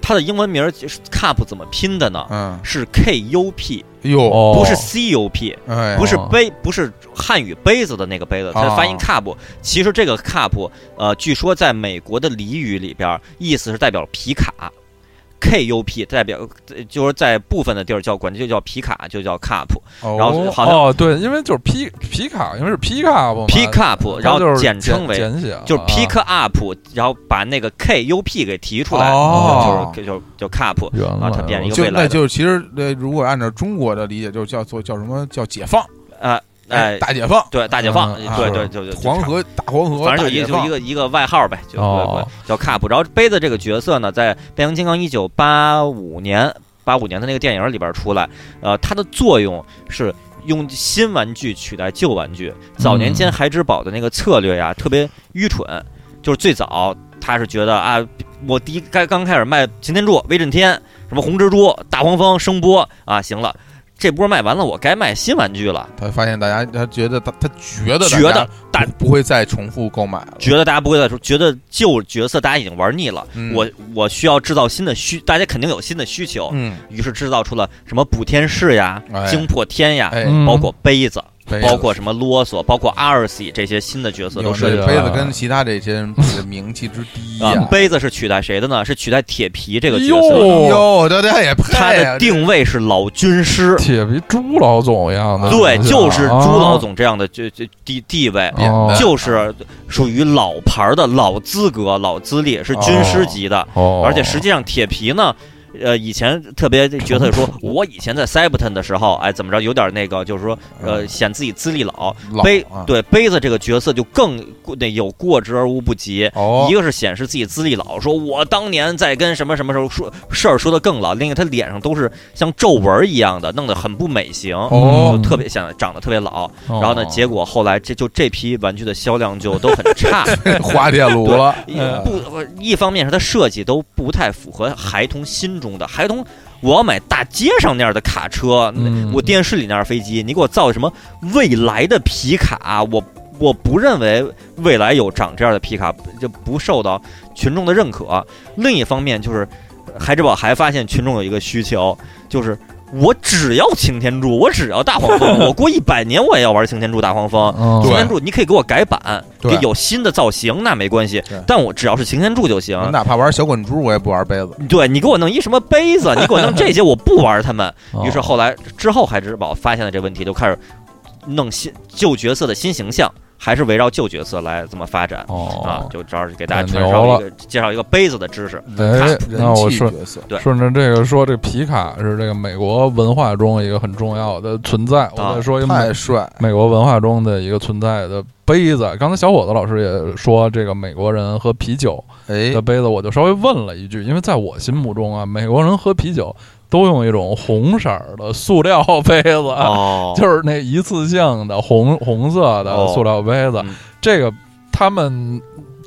[SPEAKER 2] 他的英文名 Cup 怎么拼的呢？
[SPEAKER 1] 嗯，
[SPEAKER 2] 是 K U P，
[SPEAKER 1] 哟，
[SPEAKER 3] 哦
[SPEAKER 2] 不是 C U P。
[SPEAKER 1] 哎，
[SPEAKER 2] 不是
[SPEAKER 3] 哦
[SPEAKER 2] 杯，不是汉语杯子的那个杯子，它发音
[SPEAKER 1] 哦
[SPEAKER 2] cup。其实这个 cup，呃，据说在美国的俚语里边，意思是代表皮卡。 KUP，代表呃就是在部分的地儿叫管就叫皮卡，就叫 cup
[SPEAKER 1] 哦
[SPEAKER 2] 然后好像
[SPEAKER 3] 哦，对，因为就是皮皮卡，因为是皮卡
[SPEAKER 1] 哦
[SPEAKER 3] 嘛
[SPEAKER 2] pick up，然
[SPEAKER 3] 它就
[SPEAKER 2] 后
[SPEAKER 3] 是
[SPEAKER 2] 简称为
[SPEAKER 3] 简写啊，
[SPEAKER 2] 就是 pick up，然后把那个 KUP 给提出来，
[SPEAKER 1] 哦
[SPEAKER 2] 就是就就 cup，
[SPEAKER 3] 原来
[SPEAKER 2] 啊它变了一个
[SPEAKER 1] 就
[SPEAKER 2] 未来
[SPEAKER 1] 那
[SPEAKER 2] 的
[SPEAKER 1] 就是其实呃，如果按照中国的理解，就是叫做叫什么叫解放，
[SPEAKER 2] 呃哎，
[SPEAKER 1] 大解放，
[SPEAKER 2] 对大解放，
[SPEAKER 1] 嗯啊
[SPEAKER 2] 对
[SPEAKER 3] 是
[SPEAKER 2] 对就就
[SPEAKER 1] 黄。
[SPEAKER 2] 就差不多
[SPEAKER 1] 河大黄河，
[SPEAKER 2] 反正就
[SPEAKER 1] 大
[SPEAKER 2] 一
[SPEAKER 1] 解
[SPEAKER 2] 个就
[SPEAKER 1] 放
[SPEAKER 2] 一个一个外号呗，就
[SPEAKER 3] 哦
[SPEAKER 2] 叫 Cup。然后杯子这个角色呢，在《变形金刚》一九八五年八五年的那个电影里边出来，呃，它的作用是用新玩具取代旧玩具。早年间孩之宝的那个策略呀，特别愚蠢，就是最早他是觉得啊，我第一该刚开始卖擎天柱、威震天、什么红蜘蛛、大黄蜂、声波啊，行了。这波卖完了，我该卖新玩具了。
[SPEAKER 1] 他发现大家，他觉得他他觉得
[SPEAKER 2] 觉
[SPEAKER 1] 大
[SPEAKER 2] 得
[SPEAKER 1] 家
[SPEAKER 2] 大
[SPEAKER 1] 不不会再重复购买了，
[SPEAKER 2] 觉得大家不会再说，觉得旧角色大家已经玩腻了，
[SPEAKER 1] 嗯
[SPEAKER 2] 我我需要制造新的需，大家肯定有新的需求，
[SPEAKER 1] 嗯，
[SPEAKER 2] 于是制造出了什么补天士呀、
[SPEAKER 1] 哎
[SPEAKER 2] 惊破天呀，
[SPEAKER 1] 哎，
[SPEAKER 3] 嗯
[SPEAKER 2] 包括杯子，
[SPEAKER 1] 杯子
[SPEAKER 2] 包括什么啰嗦，包括阿尔西这些新的角色都
[SPEAKER 1] 有
[SPEAKER 2] 设计
[SPEAKER 1] 这
[SPEAKER 3] 是
[SPEAKER 2] 了
[SPEAKER 3] 的
[SPEAKER 1] 杯子跟其他这些人的名气之低呀
[SPEAKER 2] 啊。，杯子是取代谁的呢？是取代铁皮这个角
[SPEAKER 3] 哟
[SPEAKER 2] 色，
[SPEAKER 1] 哟，这这也
[SPEAKER 2] 他
[SPEAKER 1] 配啊呀
[SPEAKER 2] 的定位是老军师。
[SPEAKER 3] 铁皮朱老总一样的东西啊，
[SPEAKER 2] 对，就是朱老
[SPEAKER 3] 啊
[SPEAKER 2] 总这样的就就地地位，
[SPEAKER 1] 扁
[SPEAKER 3] 哦
[SPEAKER 1] 的
[SPEAKER 2] 就是属于老牌儿的老资格、老资历，是军师级的。
[SPEAKER 3] 哦，
[SPEAKER 2] 而且实际上铁皮呢，呃，以前特别角色 说，我以前在 Cyberton 的时候，哎，怎么着有点那个，就是说，呃，
[SPEAKER 1] 嗯
[SPEAKER 2] 显自己资历老。
[SPEAKER 1] 老
[SPEAKER 2] 杯
[SPEAKER 1] 啊
[SPEAKER 2] 对杯子这个角色就更过那有过之而无不及。
[SPEAKER 1] 哦
[SPEAKER 2] 一，个是显示自己资历老，说我当年在跟什么什么时候说事儿说的更老；另一个他脸上都是像皱纹一样的，弄得很不美型，
[SPEAKER 1] 哦
[SPEAKER 2] 就特别显得长得特别老。
[SPEAKER 3] 哦
[SPEAKER 2] 然后呢，结
[SPEAKER 3] 果
[SPEAKER 2] 果后来这就这批玩具的销量就都很 差。
[SPEAKER 1] 滑铁卢了，
[SPEAKER 2] 也不，呃一方面是它设计都不太符合孩童心中的孩童。我要买大街上那样的卡车，那
[SPEAKER 3] 嗯
[SPEAKER 2] 我电视里那样的飞机，你给我造什么未来的皮卡？啊我我不认为未来有长这样的皮卡，就不受到群众的认可。另一方面就是，孩之宝还发现群众有一个需求，就是我只要擎天柱，我只要大黄 蜂，我过一百年我也要玩擎天柱、大黄蜂。
[SPEAKER 3] 嗯
[SPEAKER 2] 擎
[SPEAKER 1] 对
[SPEAKER 2] 天柱你可以给我改版，
[SPEAKER 1] 对
[SPEAKER 2] 给有新的造型那没关系
[SPEAKER 1] 对，
[SPEAKER 2] 但我只要是擎天柱就
[SPEAKER 3] 啊
[SPEAKER 1] 我
[SPEAKER 2] 行。
[SPEAKER 1] 哪怕玩小滚珠，我也不玩杯子。
[SPEAKER 2] 对你给我弄一什么杯 子，你给我弄这些，我不玩他们。
[SPEAKER 3] 哦
[SPEAKER 2] 于是后来之后，海之宝发现了这问题，就开始弄新旧角色的新形象，还是围绕旧角色来这么发展
[SPEAKER 3] 哦
[SPEAKER 2] 啊。就主要是给大家
[SPEAKER 3] 太
[SPEAKER 2] 传
[SPEAKER 3] 牛
[SPEAKER 2] 授一个介绍一个杯子的知识。
[SPEAKER 3] 哎，
[SPEAKER 1] 人
[SPEAKER 3] 那我
[SPEAKER 1] 气
[SPEAKER 3] 顺
[SPEAKER 1] 角色，
[SPEAKER 2] 对
[SPEAKER 3] 顺着这个说，这皮卡是这个美国文化中一个很重要的存在。
[SPEAKER 2] 啊
[SPEAKER 3] 我再说一个美
[SPEAKER 1] 太帅，
[SPEAKER 3] 美国文化中的一个存在的杯子。刚才小伙子老师也说，这个美国人喝啤酒
[SPEAKER 1] 哎
[SPEAKER 3] 的，杯子，我就稍微问了一句，因为在我心目中啊，美国人喝啤酒都用一种红色儿的塑料 杯子。
[SPEAKER 2] 哦
[SPEAKER 3] 啊就是那一次性的红红色的塑料杯子，
[SPEAKER 2] 哦嗯
[SPEAKER 3] 这个他们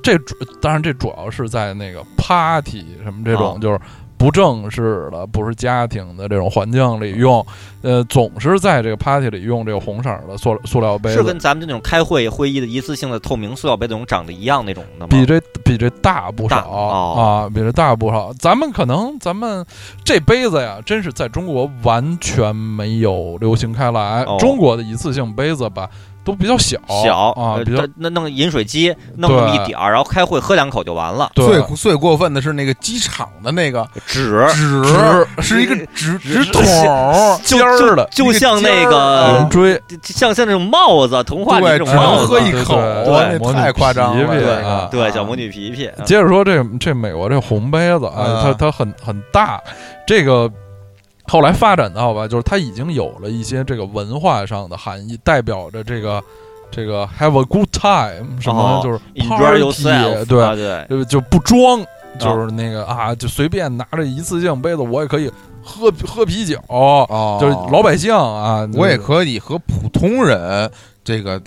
[SPEAKER 3] 这主当然这主要是在那个 party 什么这种、
[SPEAKER 2] 啊
[SPEAKER 3] 就是不正式的、不是家庭的这种环境里用，呃，总是在这个 party 里用这个红色的塑塑料杯
[SPEAKER 2] 是
[SPEAKER 3] 子
[SPEAKER 2] 跟，咱们就那种开会会议的一次性的透明塑料杯那种长得一样那种的吗？
[SPEAKER 3] 比这比这大不
[SPEAKER 2] 大
[SPEAKER 3] 少、
[SPEAKER 2] 哦
[SPEAKER 3] 啊，比这大不少。咱们可能咱们这杯子呀，真是在中国完全没有流行开来。
[SPEAKER 2] 哦
[SPEAKER 3] 中国的一次性杯子吧，都比较小
[SPEAKER 2] 小
[SPEAKER 3] 啊，
[SPEAKER 2] 呃
[SPEAKER 3] 比较
[SPEAKER 2] 它那弄饮水机弄那么一
[SPEAKER 3] 对
[SPEAKER 2] 点儿，然后开会喝两口就完了。
[SPEAKER 1] 最
[SPEAKER 3] 对
[SPEAKER 1] 最过分的是那个机场的那个
[SPEAKER 2] 纸
[SPEAKER 1] 纸，是一个纸纸筒儿，
[SPEAKER 2] 就
[SPEAKER 3] 尖儿的
[SPEAKER 2] 就就像
[SPEAKER 1] 一个
[SPEAKER 2] 那
[SPEAKER 1] 尖儿
[SPEAKER 2] 个
[SPEAKER 1] 的
[SPEAKER 3] 圆锥，
[SPEAKER 2] 像像那种帽子，童话里那
[SPEAKER 1] 对，
[SPEAKER 2] 种
[SPEAKER 1] 只
[SPEAKER 2] 帽
[SPEAKER 1] 能
[SPEAKER 2] 子，
[SPEAKER 1] 喝一口，啊
[SPEAKER 3] 对
[SPEAKER 2] 对
[SPEAKER 1] 那太夸张了，
[SPEAKER 3] 魔女皮
[SPEAKER 1] 对
[SPEAKER 3] 啊
[SPEAKER 2] 对，小魔女皮皮，嗯
[SPEAKER 3] 接着说这这美国这红杯子
[SPEAKER 1] 嗯
[SPEAKER 3] 啊，它它很很大，这个后来发展到吧，就是它已经有了一些这个文化上的含义，代表着这个这个 have a good time 什么
[SPEAKER 2] 哦
[SPEAKER 3] 就是
[SPEAKER 2] enjoy
[SPEAKER 3] party，
[SPEAKER 2] yourself，
[SPEAKER 3] 对
[SPEAKER 2] 啊，对，
[SPEAKER 3] 就就不装，就是那个啊，就随便拿着一次性杯子，我也可以喝喝啤酒，
[SPEAKER 1] 哦，
[SPEAKER 3] 就是老百姓啊，
[SPEAKER 1] 我也
[SPEAKER 3] 就是
[SPEAKER 1] 可以和普通人这个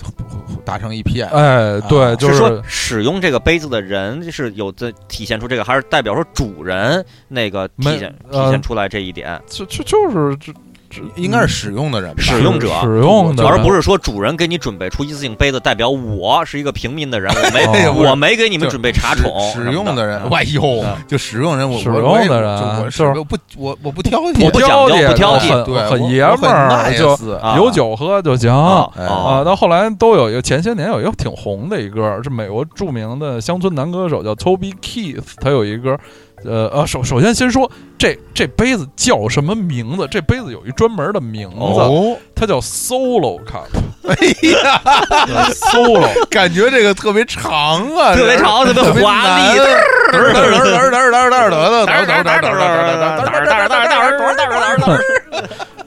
[SPEAKER 1] 打成一片，
[SPEAKER 3] 哎，
[SPEAKER 1] 啊
[SPEAKER 3] 对，就是
[SPEAKER 2] 说使用这个杯子的人是有的体现出这个，还是代表说主人那个体现
[SPEAKER 3] 没
[SPEAKER 2] 体现
[SPEAKER 3] 呃
[SPEAKER 2] 出来这一点？
[SPEAKER 3] 就就就是这这
[SPEAKER 1] 应该是使用的人吧，
[SPEAKER 2] 使用者
[SPEAKER 3] 使用的，
[SPEAKER 2] 而不是说主人给你准备出一次性杯子，代表我是一个平民的人，我没
[SPEAKER 3] 哎呀不是
[SPEAKER 2] 我没给你们准备茶宠
[SPEAKER 1] 使使用
[SPEAKER 2] 什么
[SPEAKER 1] 的
[SPEAKER 2] 的
[SPEAKER 1] 人，哎呦，就使用人，我
[SPEAKER 3] 嗯使
[SPEAKER 1] 我
[SPEAKER 3] 用
[SPEAKER 1] 我也
[SPEAKER 3] 的人
[SPEAKER 1] 就我
[SPEAKER 3] 就是
[SPEAKER 1] 使用不我我不挑剔，
[SPEAKER 3] 不挑
[SPEAKER 2] 不讲
[SPEAKER 3] 剔，
[SPEAKER 2] 究不挑剔
[SPEAKER 1] 对
[SPEAKER 3] 很很爷们儿，就
[SPEAKER 2] 啊
[SPEAKER 3] 有酒喝就行
[SPEAKER 2] 啊
[SPEAKER 3] 啊。
[SPEAKER 1] 哎
[SPEAKER 2] 啊
[SPEAKER 3] 到后来都有一个，前些年有一个挺红的一歌，是美国著名的乡村男歌手叫 Toby Keith，他有一歌呃呃，首首先先说这这杯子叫什么名字？这杯子有一专门的名字，
[SPEAKER 1] 哦，
[SPEAKER 3] 它叫 Solo Cup
[SPEAKER 1] 哎呀，
[SPEAKER 3] Solo。
[SPEAKER 1] 感觉这个特别长啊，
[SPEAKER 2] 特别
[SPEAKER 1] 这
[SPEAKER 2] 长，特别
[SPEAKER 1] 特别
[SPEAKER 2] 华
[SPEAKER 1] 难
[SPEAKER 2] 丽。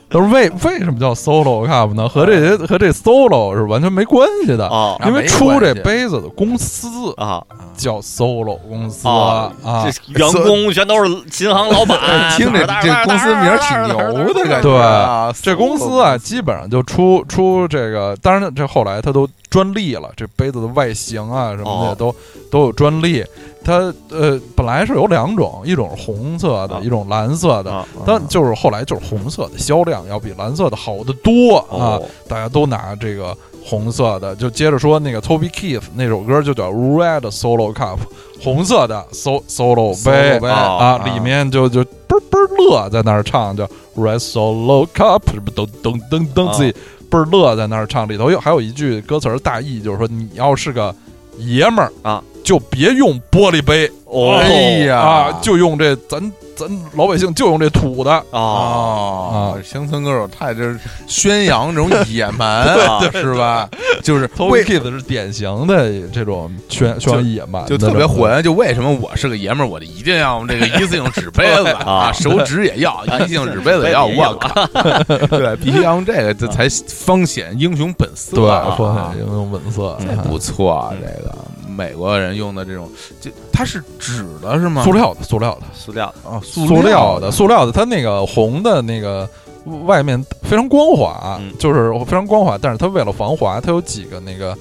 [SPEAKER 3] 都是为为什么叫 Solo Cup 呢？和这些和这 Solo 是完全没关系的，
[SPEAKER 2] 哦
[SPEAKER 3] 因为出这杯子的公司
[SPEAKER 2] 啊
[SPEAKER 3] 叫 Solo 公司
[SPEAKER 2] 啊
[SPEAKER 3] 啊
[SPEAKER 2] 这员工全都是琴行老 板，
[SPEAKER 1] 哎听着这公司名儿挺牛的感 觉啊，
[SPEAKER 3] 这公司啊，基本上就出出这个，当然这后来它都专利了，这杯子的外形啊什么
[SPEAKER 2] 哦
[SPEAKER 3] 的都、都有专利。它呃本来是有两种，一种是红色的，
[SPEAKER 2] 啊
[SPEAKER 3] 一种蓝色的。
[SPEAKER 2] 啊
[SPEAKER 3] 但就是后来就是红色的销量要比蓝色的好得多啊，
[SPEAKER 2] 哦
[SPEAKER 3] 大家都拿这个红色的。就接着说那个 Toby Keith 那首歌就叫 Red Solo Cup，红色的 so, solo 杯
[SPEAKER 1] 呗
[SPEAKER 2] 哦
[SPEAKER 3] 啊，里面就就嘣嘣乐在那儿唱，叫 Red Solo Cup，什么噔噔噔噔，
[SPEAKER 2] 啊
[SPEAKER 3] 自己倍儿乐在那儿唱。里头有还有一句歌词儿大意就是说，你要是个爷们儿
[SPEAKER 2] 啊，
[SPEAKER 3] 就别用玻璃杯
[SPEAKER 2] 哦，
[SPEAKER 1] 哎呀
[SPEAKER 3] 啊，就用这咱咱老百姓就用这土的。
[SPEAKER 2] 啊，
[SPEAKER 1] 哦，乡村歌手太就是宣扬这种野蛮，啊是吧？就是为
[SPEAKER 3] Toby Keith 是典型的这种宣宣扬野蛮的
[SPEAKER 1] 就
[SPEAKER 3] 这
[SPEAKER 1] 特
[SPEAKER 3] 种，
[SPEAKER 1] 别混，就为什么我是个爷们儿，我就一定要用这个一次性纸杯子啊，
[SPEAKER 2] 啊
[SPEAKER 1] 手指也要，一次性纸杯子也要，我靠，对，必须要用这个，这才方显英雄本色。
[SPEAKER 3] 对，
[SPEAKER 1] 啊
[SPEAKER 3] 说很有种文色，
[SPEAKER 1] 这不错啊，这个美国人用的这种，就它是纸的是吗？
[SPEAKER 3] 哎塑料的，塑料的。
[SPEAKER 2] 塑料
[SPEAKER 1] 啊，
[SPEAKER 3] 塑料的，
[SPEAKER 1] 的，
[SPEAKER 3] 塑料的，它那个红的那个外面非常光滑，
[SPEAKER 2] 嗯
[SPEAKER 3] 就是非常光滑，但是它为了防滑，它有几个那个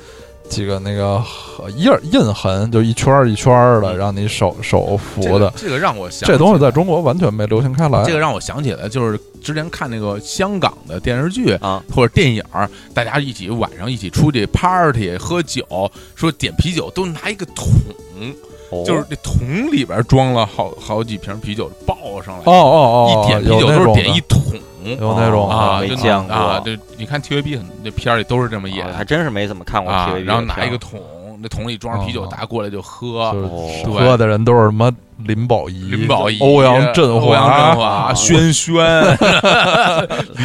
[SPEAKER 3] 几个那个呃印儿印痕，就一圈儿一圈儿的，
[SPEAKER 2] 嗯
[SPEAKER 3] 让你手手
[SPEAKER 1] 这
[SPEAKER 3] 扶
[SPEAKER 1] 个
[SPEAKER 3] 的。
[SPEAKER 1] 这个让我想
[SPEAKER 3] 这东西
[SPEAKER 1] 起
[SPEAKER 3] 在中国完全没流行开来。
[SPEAKER 1] 这个让我想起来，就是之前看那个香港的电视剧
[SPEAKER 2] 啊
[SPEAKER 1] 或者电影儿，大家一起晚上一起出去 party 喝酒，说点啤酒都拿一个桶，
[SPEAKER 2] 哦
[SPEAKER 1] 就是这桶里边装了好好几瓶啤酒，抱上来，
[SPEAKER 3] 哦哦哦，
[SPEAKER 1] 一点啤
[SPEAKER 3] 有
[SPEAKER 1] 酒
[SPEAKER 3] 那
[SPEAKER 1] 都是
[SPEAKER 3] 种
[SPEAKER 1] 点一
[SPEAKER 3] 的
[SPEAKER 1] 桶
[SPEAKER 3] 有那种的
[SPEAKER 1] 啊，
[SPEAKER 2] 没
[SPEAKER 1] 就
[SPEAKER 2] 见过
[SPEAKER 1] 啊，对，你看 TVB 很那片儿里都是这么演
[SPEAKER 2] 啊还真是没怎么看过
[SPEAKER 1] 啊，
[SPEAKER 2] TVB
[SPEAKER 1] 然后
[SPEAKER 2] 的
[SPEAKER 1] 拿
[SPEAKER 2] 片
[SPEAKER 1] 一个
[SPEAKER 2] 儿
[SPEAKER 1] 桶，那桶里装着啤酒，
[SPEAKER 3] 嗯
[SPEAKER 1] 大家过来就喝。
[SPEAKER 3] 就是
[SPEAKER 1] 对
[SPEAKER 3] 喝的人都是什么林保怡、
[SPEAKER 1] 哦林保怡、
[SPEAKER 3] 欧阳震
[SPEAKER 1] 欧阳
[SPEAKER 3] 华啊
[SPEAKER 1] 震、华、啊 轩轩、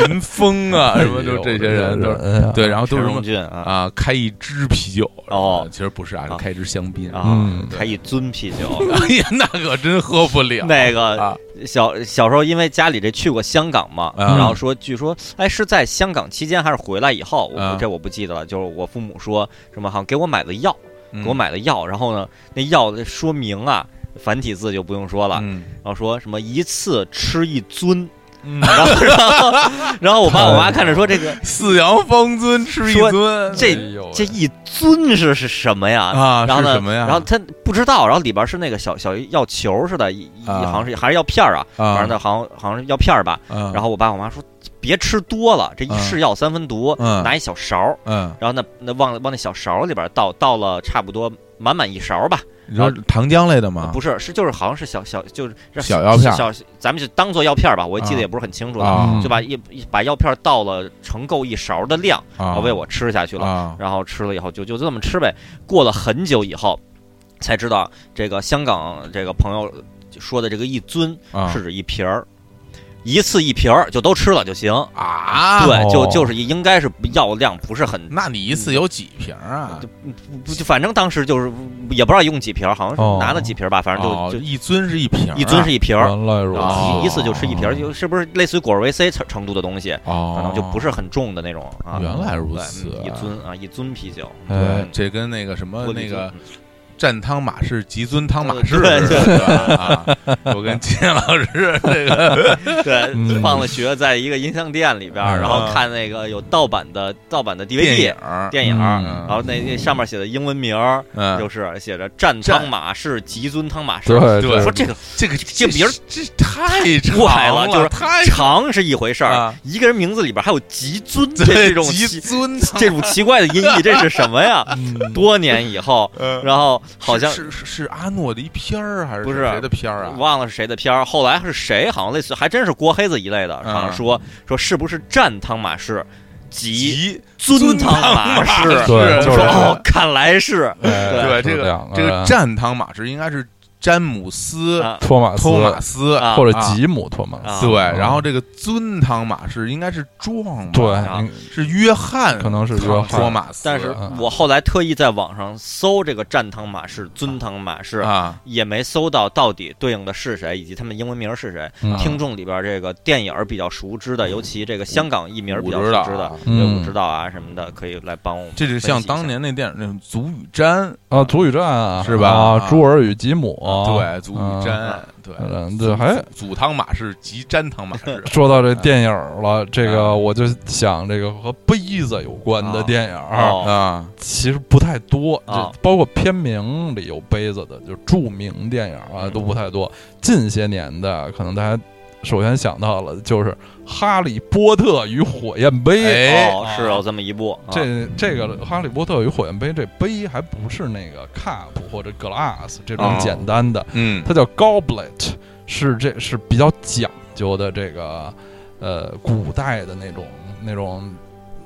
[SPEAKER 1] 林峰啊，
[SPEAKER 3] 哎
[SPEAKER 1] 什么就这些 人都是
[SPEAKER 3] 是
[SPEAKER 1] 对，然后
[SPEAKER 2] 陈
[SPEAKER 1] 都是什
[SPEAKER 2] 荣
[SPEAKER 1] 么
[SPEAKER 2] 俊啊，
[SPEAKER 1] 啊，开一支啤酒
[SPEAKER 2] 哦
[SPEAKER 1] 其实不是啊，是
[SPEAKER 2] 啊
[SPEAKER 1] 开一支香槟
[SPEAKER 2] 啊
[SPEAKER 3] 嗯
[SPEAKER 1] 对
[SPEAKER 2] 开一樽啤酒。
[SPEAKER 1] 哎呀，那可真喝不了。
[SPEAKER 2] 那
[SPEAKER 1] 啊
[SPEAKER 2] 个小小时候，因为家里这去过香港嘛，
[SPEAKER 1] 嗯
[SPEAKER 2] 然后说，据说哎是在香港期间还是回来以后，我
[SPEAKER 1] 嗯
[SPEAKER 2] 不这我不记得了。就是我父母说什么好像给我买了药，
[SPEAKER 1] 嗯
[SPEAKER 2] 给我买了药，然后呢那药的说明啊繁体字就不用说了，
[SPEAKER 1] 嗯
[SPEAKER 2] 然后说什么一次吃一樽，
[SPEAKER 3] 嗯
[SPEAKER 2] 然后 然后然后我爸我妈看着说这 个
[SPEAKER 1] 四羊方尊吃一
[SPEAKER 2] 说
[SPEAKER 1] 尊，
[SPEAKER 2] 这
[SPEAKER 3] 哎
[SPEAKER 2] 这一樽是是什么呀？
[SPEAKER 1] 哎啊
[SPEAKER 2] 然后
[SPEAKER 1] 是
[SPEAKER 2] 呢？
[SPEAKER 1] 什么呀？
[SPEAKER 2] 然后他不知道，然后里边是那个小小药球似的，一一
[SPEAKER 1] 啊
[SPEAKER 2] 好像是还是药片儿啊，
[SPEAKER 1] 啊，
[SPEAKER 2] 反正那好像好像是药片儿吧。
[SPEAKER 1] 嗯，
[SPEAKER 2] 然后我爸我妈说别吃多了，这一
[SPEAKER 1] 嗯
[SPEAKER 2] 是药三分毒，
[SPEAKER 1] 嗯
[SPEAKER 2] 拿一小勺儿，
[SPEAKER 1] 嗯，
[SPEAKER 2] 然后那那往往那小勺儿里边倒倒了差不多满满一勺儿吧，
[SPEAKER 1] 你说糖浆类的吗？
[SPEAKER 2] 不是是就是好像是小小就是
[SPEAKER 1] 啊小药片儿
[SPEAKER 2] 小咱们就当做药片儿吧，我记
[SPEAKER 1] 啊
[SPEAKER 2] 得也不是很清楚了，
[SPEAKER 1] 啊
[SPEAKER 3] 嗯
[SPEAKER 2] 就把一一把药片儿倒了盛够一勺儿的量，
[SPEAKER 1] 啊，
[SPEAKER 2] 喂我吃下去了，
[SPEAKER 1] 啊，
[SPEAKER 2] 然后吃了以后就就这么吃呗。过了很久以后，才知道这个香港这个朋友说的这个一樽
[SPEAKER 1] 啊
[SPEAKER 2] 是指一瓶儿，一次一瓶儿就都吃了就行。
[SPEAKER 1] 啊，
[SPEAKER 2] 对，就
[SPEAKER 3] 哦
[SPEAKER 2] 就是应该是药量不是很，
[SPEAKER 1] 那你一次有几瓶啊？
[SPEAKER 2] 就不不就反正当时就是也不知道用几瓶儿，好像
[SPEAKER 3] 哦
[SPEAKER 2] 是拿了几瓶儿吧，反正
[SPEAKER 1] 哦
[SPEAKER 2] 就就
[SPEAKER 1] 一樽是一瓶啊，
[SPEAKER 2] 一樽是一瓶儿，
[SPEAKER 3] 原来如
[SPEAKER 2] 然
[SPEAKER 1] 哦
[SPEAKER 2] 后
[SPEAKER 3] 此，
[SPEAKER 2] 一一次就吃一瓶儿，就是不是类似于果儿维 C 程程度的东西，
[SPEAKER 1] 哦，
[SPEAKER 2] 反正就不是很重的那种啊。
[SPEAKER 1] 原来如
[SPEAKER 2] 对
[SPEAKER 1] 此
[SPEAKER 2] 嗯一樽啊，一樽啤酒，嗯
[SPEAKER 3] 哎
[SPEAKER 1] 对，这跟那个什么
[SPEAKER 2] 玻璃
[SPEAKER 1] 那
[SPEAKER 2] 樽
[SPEAKER 1] 个战汤马氏吉尊汤马氏，
[SPEAKER 2] 呃对对
[SPEAKER 1] 是吧？啊，我跟金老师这 个
[SPEAKER 3] 嗯
[SPEAKER 2] 对，放了学，在一个音像店里边儿，
[SPEAKER 1] 嗯
[SPEAKER 2] 然后看那个有盗版的盗版的 DVD 电
[SPEAKER 1] 电影儿，
[SPEAKER 2] 影儿，
[SPEAKER 1] 嗯
[SPEAKER 2] 然后那那上面写的英文名儿
[SPEAKER 1] 嗯
[SPEAKER 2] 就，是写着“战
[SPEAKER 1] 战
[SPEAKER 2] 汤马氏吉尊汤马氏”。
[SPEAKER 3] 对
[SPEAKER 1] 对
[SPEAKER 2] 我说这个
[SPEAKER 1] 这个
[SPEAKER 2] 这名儿
[SPEAKER 1] 这这太长
[SPEAKER 2] 怪了就是
[SPEAKER 1] 太
[SPEAKER 2] 长是一回事儿
[SPEAKER 1] 啊，
[SPEAKER 2] 一个人名字里边还有吉尊这
[SPEAKER 1] 对
[SPEAKER 2] 这种
[SPEAKER 1] 吉
[SPEAKER 2] 奇
[SPEAKER 1] 尊汤
[SPEAKER 2] 这种奇怪的音译，这是什么 呀？
[SPEAKER 3] 嗯
[SPEAKER 2] 多年以后，
[SPEAKER 1] 呃
[SPEAKER 2] 然后好像
[SPEAKER 1] 是是是阿诺的一片儿啊还是
[SPEAKER 2] 不是
[SPEAKER 1] 谁的片儿啊？
[SPEAKER 2] 忘了是谁的片儿，后来是谁？好像类似，还真是郭黑子一类的，好像说说是不是战汤马氏吉
[SPEAKER 1] 吉
[SPEAKER 2] 尊
[SPEAKER 1] 尊
[SPEAKER 2] 汤马氏？
[SPEAKER 1] 氏
[SPEAKER 3] 对就是
[SPEAKER 2] 说
[SPEAKER 3] 这个
[SPEAKER 2] 哦，看来是
[SPEAKER 3] 哎
[SPEAKER 1] 啊对
[SPEAKER 3] 是
[SPEAKER 1] 这
[SPEAKER 3] 这样
[SPEAKER 1] 个这个
[SPEAKER 3] 哎
[SPEAKER 1] 战汤马氏应该是詹姆斯
[SPEAKER 2] 啊
[SPEAKER 3] 托马斯
[SPEAKER 1] 托马斯，
[SPEAKER 2] 啊
[SPEAKER 3] 或者
[SPEAKER 1] 啊
[SPEAKER 3] 吉姆托马斯，
[SPEAKER 2] 啊
[SPEAKER 1] 对，
[SPEAKER 3] 啊
[SPEAKER 1] 然后这个尊汤马是应该是壮吧，
[SPEAKER 3] 对
[SPEAKER 2] 啊，
[SPEAKER 3] 应
[SPEAKER 1] 是约翰，
[SPEAKER 3] 可能是约翰
[SPEAKER 1] 托马斯，
[SPEAKER 2] 但是
[SPEAKER 3] 嗯
[SPEAKER 2] 我后来特意在网上搜这个战汤马士、尊汤马士，
[SPEAKER 1] 啊，
[SPEAKER 2] 也没搜到到底对应的是谁，以及他们英文名是谁。
[SPEAKER 3] 嗯
[SPEAKER 2] 听众里边这个电影儿比较熟知的，尤其这个香港译名儿比
[SPEAKER 1] 我
[SPEAKER 2] 较
[SPEAKER 1] 知道
[SPEAKER 2] 熟知的，
[SPEAKER 1] 啊，
[SPEAKER 2] 对
[SPEAKER 3] 嗯
[SPEAKER 2] 我知道啊什么的，可以来帮我们。
[SPEAKER 1] 这就像当年那电影那种《足与詹》，
[SPEAKER 3] 啊，足与战啊，
[SPEAKER 1] 是吧
[SPEAKER 3] 啊，朱尔与吉姆，
[SPEAKER 1] 对，《足
[SPEAKER 3] 嗯
[SPEAKER 1] 与詹》，哦啊对，
[SPEAKER 3] 嗯，对，还，
[SPEAKER 1] 祖汤马是及詹汤马是
[SPEAKER 3] 说到这
[SPEAKER 1] 嗯
[SPEAKER 3] 电影了，这个我就想这个和杯子有关的电影儿，
[SPEAKER 2] 哦
[SPEAKER 1] 啊，
[SPEAKER 3] 其实不太多，
[SPEAKER 2] 啊
[SPEAKER 3] 就包括片名里有杯子的，就著名电影啊
[SPEAKER 2] 嗯
[SPEAKER 3] 都不太多。近些年的，可能大家首先想到了就是《哈利波特与火焰杯》
[SPEAKER 1] 哎
[SPEAKER 2] 哦，是有这么一部，啊
[SPEAKER 3] 这这个《哈利波特与火焰杯》这杯还不是那个 cup 或者 glass 这种
[SPEAKER 1] 哦
[SPEAKER 3] 简单的，
[SPEAKER 1] 嗯，
[SPEAKER 3] 它叫 goblet，是这是比较讲究的这个呃古代的那种那种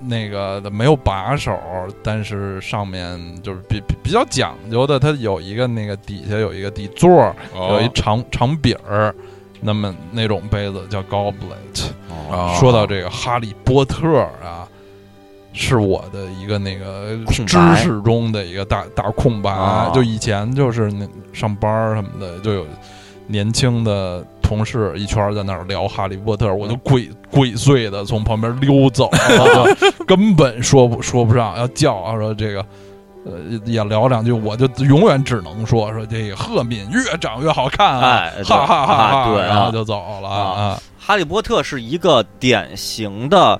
[SPEAKER 3] 那个的没有把手，但是上面就是比比比较讲究的，它有一个那个底下有一个底座，
[SPEAKER 1] 哦
[SPEAKER 3] 有一长长柄儿。那么那种杯子叫 goblet。
[SPEAKER 1] 哦
[SPEAKER 2] 啊
[SPEAKER 3] 说到这个《哈利波特》啊，是我的一个那个
[SPEAKER 2] 空白
[SPEAKER 3] 知识中的一个大大空白。
[SPEAKER 2] 哦
[SPEAKER 3] 就以前就是那上班儿什么的，就有年轻的同事一圈儿在那儿聊《哈利波特》，我就
[SPEAKER 2] 嗯
[SPEAKER 3] 鬼鬼祟的从旁边溜走， 就根本说不说不上，要叫啊说这个。呃，也聊两句，我就永远只能说说这个赫敏越长越好看啊
[SPEAKER 2] 哎，对
[SPEAKER 3] 哈哈哈
[SPEAKER 2] 啊
[SPEAKER 3] 哈，
[SPEAKER 2] 对啊
[SPEAKER 3] 然后就走了
[SPEAKER 2] 啊
[SPEAKER 3] 啊，
[SPEAKER 2] 哈利波特是一个典型的，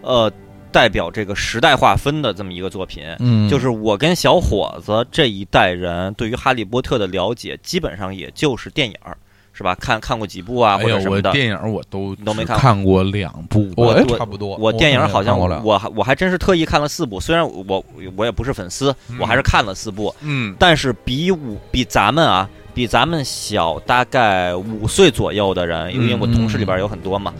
[SPEAKER 2] 呃，代表这个时代划分的这么一个作品。
[SPEAKER 3] 嗯，
[SPEAKER 2] 就是我跟小伙子这一代人对于哈利波特的了解，基本上也就是电影儿，是吧？看看过几部啊，或
[SPEAKER 1] 哎
[SPEAKER 2] 者
[SPEAKER 1] 呦，
[SPEAKER 2] 什
[SPEAKER 1] 我
[SPEAKER 2] 么的。
[SPEAKER 1] 电影我都
[SPEAKER 2] 你都没
[SPEAKER 1] 只
[SPEAKER 2] 看过
[SPEAKER 1] 看过两部吧，哎
[SPEAKER 3] 我
[SPEAKER 2] 我
[SPEAKER 3] 也
[SPEAKER 2] 我
[SPEAKER 3] 差不多。
[SPEAKER 2] 我电影儿好像
[SPEAKER 3] 我
[SPEAKER 2] 我
[SPEAKER 3] 也看过了
[SPEAKER 2] 我还我还真是特意看了四部，虽然我我也不是粉丝，
[SPEAKER 1] 嗯
[SPEAKER 2] 我还是看了四部，
[SPEAKER 1] 嗯，
[SPEAKER 2] 但是比五比咱们啊，比咱们小大概五岁左右的人，因为我同事里边有很多嘛，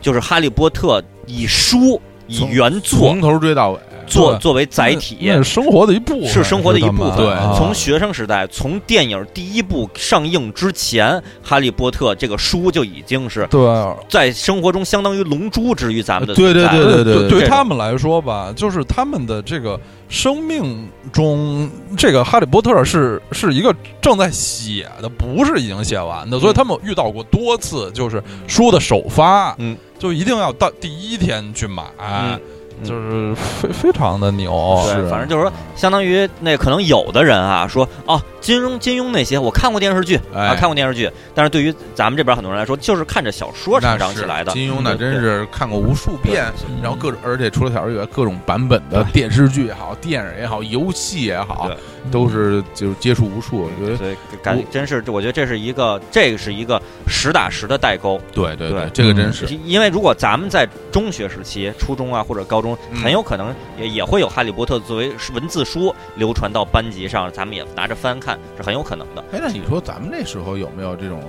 [SPEAKER 2] 就是《哈利波特》以书以
[SPEAKER 3] 从
[SPEAKER 2] 原作
[SPEAKER 1] 从头追到尾，
[SPEAKER 2] 作
[SPEAKER 3] 对
[SPEAKER 2] 作为载体，
[SPEAKER 3] 那那是生活的一部分，
[SPEAKER 2] 是生活的一部分
[SPEAKER 3] 知道吗
[SPEAKER 1] 对
[SPEAKER 2] 从学生时代，从电影第一部上映之前，《哈利波特》这个书就已经是
[SPEAKER 3] 对。
[SPEAKER 2] 在生活中相当于龙珠之于咱们的
[SPEAKER 1] 对
[SPEAKER 2] 存在
[SPEAKER 1] 对对对
[SPEAKER 3] 对，
[SPEAKER 1] 对
[SPEAKER 3] 于他们来说吧，就是他们的这个生命中，这个《哈利波特是》是一个正在写的，不是已经写完的，所以他们遇到过多次，就是书的首发，
[SPEAKER 2] 嗯，
[SPEAKER 3] 就一定要到第一天去买，
[SPEAKER 2] 嗯嗯
[SPEAKER 3] 就是非非常的牛，
[SPEAKER 2] 对
[SPEAKER 1] 哦是啊
[SPEAKER 2] 反正就是说，相当于那可能有的人啊说哦，金庸金庸那些我看过电视剧
[SPEAKER 1] 哎
[SPEAKER 2] 啊，看过电视剧，但是对于咱们这边很多人来说，就是看着小说成长起来的
[SPEAKER 1] 那是。金庸那
[SPEAKER 2] 嗯对
[SPEAKER 1] 真是看过无数遍，
[SPEAKER 3] 嗯
[SPEAKER 1] 然后各种，而且除了小说以外，各种版本的电视剧也好，电影也好，游戏也好
[SPEAKER 2] 对，
[SPEAKER 1] 都是就是接触无数。我觉得
[SPEAKER 2] 所以感觉真是，我觉得这是一个，这个是一个实打实的代沟。
[SPEAKER 1] 对对
[SPEAKER 2] 对嗯
[SPEAKER 1] 对，这个真是
[SPEAKER 2] 因为如果咱们在中学时期、初中啊或者高中，
[SPEAKER 1] 嗯
[SPEAKER 2] 很有可能也也会有《哈利波特》作为文字书流传到班级上，咱们也拿着翻看，是很有可能的。
[SPEAKER 1] 哎，那你说咱们那时候有没有这种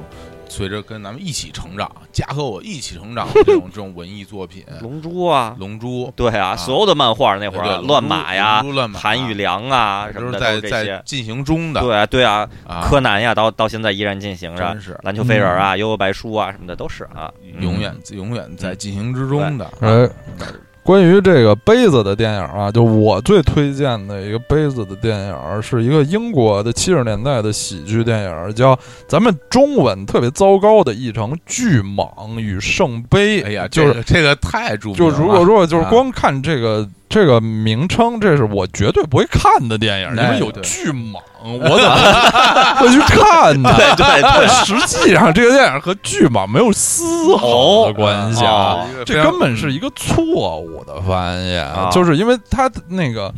[SPEAKER 1] 随着跟咱们一起成长，嘉和我一起成长的这种这种文艺作品，
[SPEAKER 2] 《
[SPEAKER 1] 《
[SPEAKER 2] 龙珠》啊，
[SPEAKER 1] 龙珠》
[SPEAKER 2] 对啊，
[SPEAKER 1] 啊
[SPEAKER 2] 所有的漫画那会儿
[SPEAKER 1] 对
[SPEAKER 2] 啊，
[SPEAKER 1] 龙珠
[SPEAKER 2] 乱马呀
[SPEAKER 1] 龙、珠乱马
[SPEAKER 2] 谭玉良啊什
[SPEAKER 1] 都
[SPEAKER 2] 么的，
[SPEAKER 1] 是在
[SPEAKER 2] 都是这
[SPEAKER 1] 在
[SPEAKER 2] 些。
[SPEAKER 1] 进行中的，
[SPEAKER 2] 对啊，对啊，
[SPEAKER 1] 啊，
[SPEAKER 2] 柯南呀，到到现在依然进行着
[SPEAKER 1] 真。是
[SPEAKER 2] 篮球飞人啊，幽游白书啊，什么的都是啊，嗯
[SPEAKER 1] 嗯永远永远在进行之中的。
[SPEAKER 3] 哎，关于这个杯子的电影啊，就我最推荐的一个杯子的电影，啊是一个英国的七十年代的喜剧电影，叫咱们中文特别糟糕的译成《巨蟒与圣杯》。
[SPEAKER 1] 哎呀，
[SPEAKER 3] 就是
[SPEAKER 1] 这个这个太著名
[SPEAKER 3] 就
[SPEAKER 1] 了。
[SPEAKER 3] 如果如果就是
[SPEAKER 1] 啊
[SPEAKER 3] 光看这个这个名称，这是我绝对不会看的电影，因
[SPEAKER 1] 哎
[SPEAKER 3] 为有
[SPEAKER 1] 对
[SPEAKER 3] 巨蟒，我怎么 会去看呢？
[SPEAKER 2] 对嗯对
[SPEAKER 3] 但
[SPEAKER 2] 对，
[SPEAKER 3] 实际上，这个电影和巨蟒没有丝毫的关系啊。
[SPEAKER 2] 哦
[SPEAKER 1] 啊
[SPEAKER 3] 这根本是一个错误的翻译，
[SPEAKER 2] 啊
[SPEAKER 3] 就是因为它那个。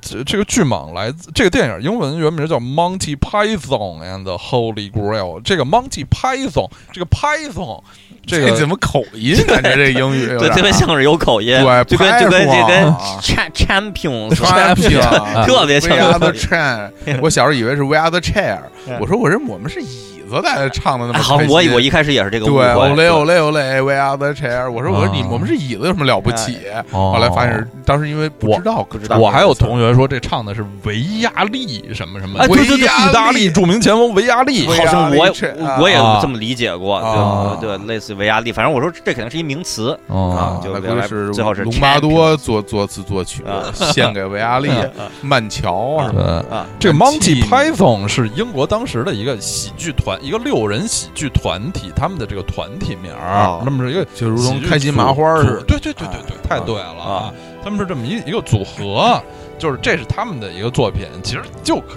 [SPEAKER 3] 这这个巨蟒来自这个电影，英文原名叫《Monty Python and the Holy Grail》。这个 Monty Python，这个 Python，这个
[SPEAKER 1] 怎么口音？ 感觉这英语有
[SPEAKER 2] 对，
[SPEAKER 1] 点
[SPEAKER 2] 特别像是有口音，
[SPEAKER 1] 对
[SPEAKER 2] 就跟就跟
[SPEAKER 1] 拍
[SPEAKER 2] 就跟
[SPEAKER 1] 啊
[SPEAKER 2] cha- champions
[SPEAKER 1] 穿
[SPEAKER 2] 似的
[SPEAKER 1] 啊
[SPEAKER 2] 特别像
[SPEAKER 1] We are the chair，我小时候以为是 We are the chair，
[SPEAKER 2] 嗯啊
[SPEAKER 1] 我说我认我们是椅子，何在唱的那么
[SPEAKER 2] 哎好，
[SPEAKER 1] 开心
[SPEAKER 2] 我我一开始也是这个
[SPEAKER 1] 对哦
[SPEAKER 2] 误会。
[SPEAKER 1] ，Ole Ole Ole We are the chair。我说我说你
[SPEAKER 3] 啊
[SPEAKER 1] 我们是椅子，有什么了不起？
[SPEAKER 2] 哎
[SPEAKER 3] 后
[SPEAKER 1] 后来
[SPEAKER 2] 哦
[SPEAKER 1] 发现是当时因为不知道，不知道
[SPEAKER 3] 我还有同学说这唱的是维亚利什么什么，
[SPEAKER 2] 哎
[SPEAKER 3] 对对
[SPEAKER 1] 维
[SPEAKER 3] 对，
[SPEAKER 1] 亚利
[SPEAKER 3] 意大利著名前锋维亚利
[SPEAKER 1] 维
[SPEAKER 2] 好像
[SPEAKER 1] 亚
[SPEAKER 2] 我
[SPEAKER 1] 利是啊
[SPEAKER 2] 我也
[SPEAKER 3] 啊
[SPEAKER 2] 这么理解过，
[SPEAKER 1] 啊
[SPEAKER 2] 对对，类似于维亚利，反正我说这肯定是一名词
[SPEAKER 3] 啊
[SPEAKER 2] 就
[SPEAKER 1] 那
[SPEAKER 2] 原
[SPEAKER 1] 估
[SPEAKER 2] 来
[SPEAKER 1] 计是
[SPEAKER 2] 最后是
[SPEAKER 1] 隆巴多作作词作曲
[SPEAKER 2] 啊，
[SPEAKER 1] 献给维阿 利、
[SPEAKER 2] 嗯
[SPEAKER 1] 曼乔啊什么
[SPEAKER 3] 对，
[SPEAKER 2] 啊，
[SPEAKER 3] 呃这个 Monty
[SPEAKER 1] 记忆
[SPEAKER 3] Python 是英国当时的一个喜剧团，一个六人喜剧团体，他们的这个团体名儿
[SPEAKER 1] 哦，
[SPEAKER 3] 那么是一个
[SPEAKER 1] 就如
[SPEAKER 3] 喜
[SPEAKER 1] 同
[SPEAKER 3] 剧
[SPEAKER 1] 开心麻花
[SPEAKER 3] 组
[SPEAKER 1] 似的。
[SPEAKER 3] 对对对对对，太对了
[SPEAKER 2] 啊！
[SPEAKER 3] 他们是这么一一个组合，就是这是他们的一个作品，其实就可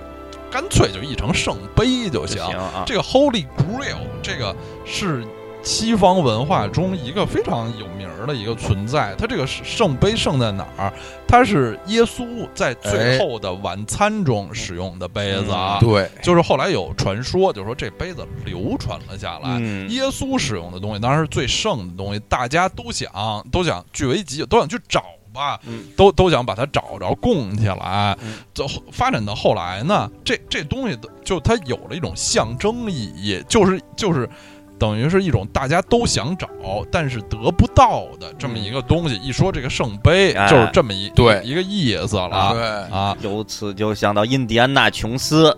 [SPEAKER 3] 干脆就译成圣杯就行
[SPEAKER 2] 行。啊，
[SPEAKER 3] 这个 Holy Grail 这个是西方文化中一个非常有名儿的一个存在。它这个圣杯圣在哪儿？它是耶稣在最
[SPEAKER 1] 哎嗯
[SPEAKER 3] 后的晚餐中使用的杯子啊。
[SPEAKER 1] 对，
[SPEAKER 3] 就是后来有传说，就说这杯子流传了下来。
[SPEAKER 2] 嗯
[SPEAKER 3] 耶稣使用的东西当然是最圣的东西，大家都想都想据为己有，都想去找吧，
[SPEAKER 2] 嗯
[SPEAKER 3] 都都想把它找着供起来
[SPEAKER 2] 嗯。
[SPEAKER 3] 就发展到后来呢，这这东西的就它有了一种象征意义，就是就是。等于是一种大家都想找但是得不到的这么一个东西，一说这个圣杯
[SPEAKER 2] 哎
[SPEAKER 3] 就是这么一
[SPEAKER 1] 对
[SPEAKER 3] 一个意思了
[SPEAKER 1] 对，
[SPEAKER 3] 啊！
[SPEAKER 2] 由此就想到印第安纳琼斯，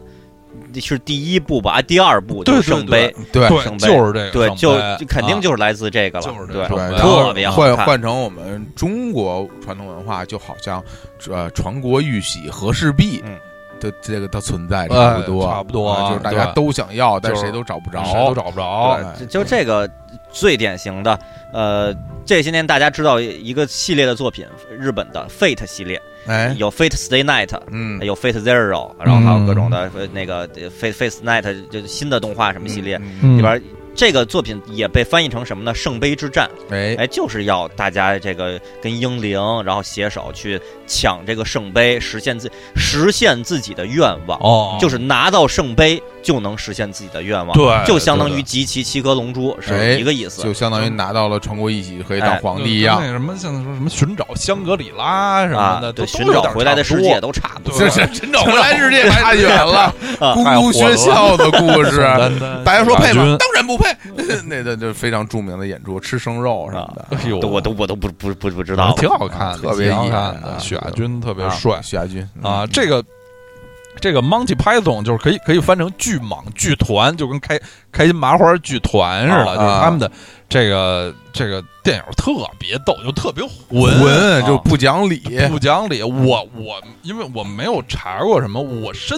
[SPEAKER 2] 是第一部吧？啊第二部就是
[SPEAKER 3] 对对
[SPEAKER 2] 圣杯，
[SPEAKER 1] 对
[SPEAKER 3] 对，
[SPEAKER 2] 圣杯
[SPEAKER 3] 啊就是这个
[SPEAKER 2] 对，
[SPEAKER 3] 圣杯，
[SPEAKER 2] 就就肯定
[SPEAKER 3] 啊
[SPEAKER 2] 就是来自这个了
[SPEAKER 3] 就是，
[SPEAKER 2] 对
[SPEAKER 3] 这个
[SPEAKER 1] 对，
[SPEAKER 3] 对
[SPEAKER 1] 然
[SPEAKER 2] 特
[SPEAKER 1] 后
[SPEAKER 2] 别好
[SPEAKER 1] 换
[SPEAKER 2] 看，
[SPEAKER 1] 换成我们中国传统文化，就好像呃传国玉玺、和氏璧
[SPEAKER 2] 嗯
[SPEAKER 1] 的这个它存在差不多，
[SPEAKER 3] 哎差不多
[SPEAKER 1] 啊就是大家
[SPEAKER 3] 对
[SPEAKER 1] 都想要，但
[SPEAKER 3] 就是
[SPEAKER 1] 谁都找不着，
[SPEAKER 3] 谁都找不着。
[SPEAKER 1] 哎
[SPEAKER 2] 对，就就这个最典型的，呃，这些年大家知道一个系列的作品，日本的 Fate 系列，
[SPEAKER 1] 哎，
[SPEAKER 2] 有 Fate Stay Night，
[SPEAKER 1] 嗯，
[SPEAKER 2] 有 Fate Zero，然后还有各种的呃那个呃 Fate Fate Night，就是新的动画什么系列
[SPEAKER 1] 嗯，
[SPEAKER 3] 嗯
[SPEAKER 2] 里边。这个作品也被翻译成什么呢？圣杯之战，
[SPEAKER 1] 哎，
[SPEAKER 2] 哎，就是要大家这个跟英灵，然后携手去抢这个圣杯，实现自实现自己的愿望，
[SPEAKER 3] 哦，
[SPEAKER 2] 就是拿到圣杯就能实现自己的愿望。
[SPEAKER 3] 对，
[SPEAKER 2] 就相当于集齐七颗龙珠
[SPEAKER 1] 哎
[SPEAKER 2] 是一个意思。
[SPEAKER 1] 就相当于拿到了传国玉玺，可以当
[SPEAKER 2] 哎
[SPEAKER 1] 皇帝一
[SPEAKER 3] 就
[SPEAKER 1] 样。
[SPEAKER 3] 跟那什么像说什么寻找香格里拉什么
[SPEAKER 2] 啊
[SPEAKER 3] 的，，
[SPEAKER 2] 对，
[SPEAKER 3] 都
[SPEAKER 2] 寻找回来的世界。
[SPEAKER 3] 都
[SPEAKER 2] 都差不
[SPEAKER 3] 对
[SPEAKER 2] 多。
[SPEAKER 1] 这是真正回来世界差远了，
[SPEAKER 2] 啊
[SPEAKER 1] 咕咕学校的 故事。 大家说配吗？
[SPEAKER 3] 吗？
[SPEAKER 1] 当然不配。 那个就非常著名的演出，吃生肉什么的。
[SPEAKER 3] 哎呦，
[SPEAKER 2] 都我都我都不不不不知道了。
[SPEAKER 1] 啊
[SPEAKER 3] 挺好看
[SPEAKER 2] 啊
[SPEAKER 3] 的，
[SPEAKER 1] 特别
[SPEAKER 3] 挺好
[SPEAKER 1] 厉害
[SPEAKER 3] 看的，
[SPEAKER 1] 啊
[SPEAKER 3] 许亚
[SPEAKER 1] 对
[SPEAKER 3] 军特别帅
[SPEAKER 1] 许亚军嗯
[SPEAKER 3] 啊。
[SPEAKER 2] 嗯
[SPEAKER 3] 这个这个 Monty Python 就是可以可以翻成巨蟒剧团，就跟开开心麻花剧团似
[SPEAKER 2] 哦
[SPEAKER 3] 的，
[SPEAKER 1] 啊
[SPEAKER 3] 就是他们的这个这个电影特别逗，就特别混
[SPEAKER 1] 文
[SPEAKER 2] 啊
[SPEAKER 1] 就不讲理，
[SPEAKER 3] 不讲理。我我因为我没有查过什么，我深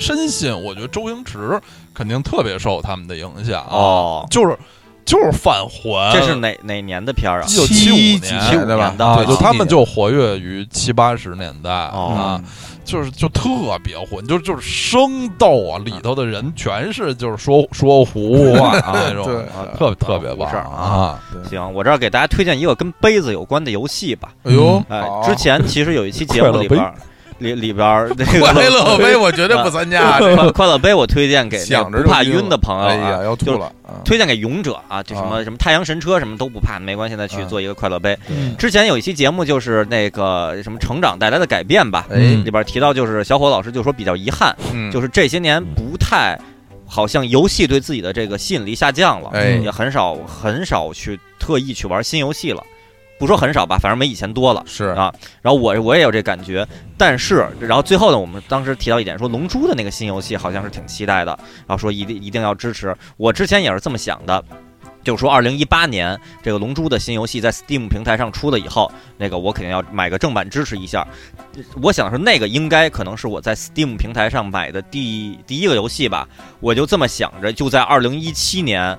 [SPEAKER 3] 深信，我觉得周星驰肯定特别受他们的影响啊，
[SPEAKER 2] 哦，
[SPEAKER 3] 就是就是返还，
[SPEAKER 2] 这是
[SPEAKER 1] 嗯
[SPEAKER 2] 哪哪年的片儿啊？
[SPEAKER 3] 1975
[SPEAKER 1] 七
[SPEAKER 3] 年
[SPEAKER 1] 几年对吧
[SPEAKER 2] 75年？的
[SPEAKER 3] 啊，
[SPEAKER 2] 对
[SPEAKER 3] 就
[SPEAKER 1] 七
[SPEAKER 3] 他
[SPEAKER 1] 几
[SPEAKER 3] 们
[SPEAKER 1] 年
[SPEAKER 3] 就活跃于七八十年代啊
[SPEAKER 2] 哦，
[SPEAKER 3] 就是就特别混，就就是生逗啊，里头的人全是就是说说胡话啊那种，
[SPEAKER 1] 对，
[SPEAKER 3] 特特别棒
[SPEAKER 2] 胡事儿
[SPEAKER 3] 啊
[SPEAKER 2] 啊！行，我这儿给大家推荐一个跟杯子有关的游戏吧。
[SPEAKER 1] 哎呦，
[SPEAKER 2] 哎
[SPEAKER 1] 好，
[SPEAKER 2] 之前其实有一期节目里边儿，里里边 儿那个
[SPEAKER 1] 快乐杯我绝对不参 加，这
[SPEAKER 2] 快快乐杯，我推荐给那
[SPEAKER 1] 想
[SPEAKER 2] 个
[SPEAKER 1] 着
[SPEAKER 2] 啊不怕
[SPEAKER 1] 就
[SPEAKER 2] 晕的朋友
[SPEAKER 1] 哎
[SPEAKER 2] 啊
[SPEAKER 1] 呀，，要
[SPEAKER 2] 就
[SPEAKER 1] 吐了。啊
[SPEAKER 2] 推荐给勇者啊，就什么
[SPEAKER 1] 啊
[SPEAKER 2] 什么太阳神车什么都不怕，没关系，再去
[SPEAKER 1] 嗯
[SPEAKER 2] 做一个快乐杯。
[SPEAKER 3] 嗯
[SPEAKER 2] 之前有一期节目就是那个什么成长带来的改变吧，
[SPEAKER 1] 哎，
[SPEAKER 2] 里边提到就是小伙老师就说比较遗憾，
[SPEAKER 1] 嗯
[SPEAKER 2] 嗯就是这些年不太，好像游戏对自己的这个吸引力下降了，
[SPEAKER 1] 哎
[SPEAKER 2] 也很少很少去特意去玩新游戏了，不说很少吧，反正没以前多了。
[SPEAKER 1] 是
[SPEAKER 2] 啊然后我我也有这感觉，但是然后最后呢，我们当时提到一点，说《龙珠》的那个新游戏好像是挺期待的，然后说一定一定要支持。我之前也是这么想的，就是说二零一八年这个《龙珠》的新游戏在 Steam 平台上出了以后，那个我肯定要买个正版支持一下。我想是那个应该可能是我在 Steam 平台上买的第第一个游戏吧，我就这么想着，就在二零一七年。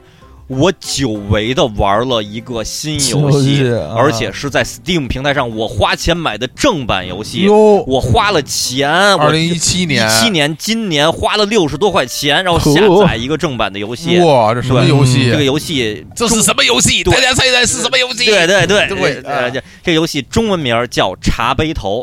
[SPEAKER 2] 我久违的玩了一个新游戏，啊而且是在 Steam 平台上我花钱买的正版游戏，
[SPEAKER 1] 哟，
[SPEAKER 2] 我花了钱，
[SPEAKER 1] 二零一七
[SPEAKER 2] 一
[SPEAKER 1] 年，
[SPEAKER 2] 七年今年花了六十多块钱，然后下载一个正版的游戏。
[SPEAKER 1] 哇，这什么
[SPEAKER 2] 对
[SPEAKER 1] 游戏？
[SPEAKER 2] 这个游戏，
[SPEAKER 1] 嗯这是什么游戏？
[SPEAKER 2] 对
[SPEAKER 1] 大家猜一猜是什么游戏？
[SPEAKER 2] 对对对
[SPEAKER 1] 对
[SPEAKER 2] 呃
[SPEAKER 1] 啊
[SPEAKER 2] 这这游戏中文名叫《茶杯头》，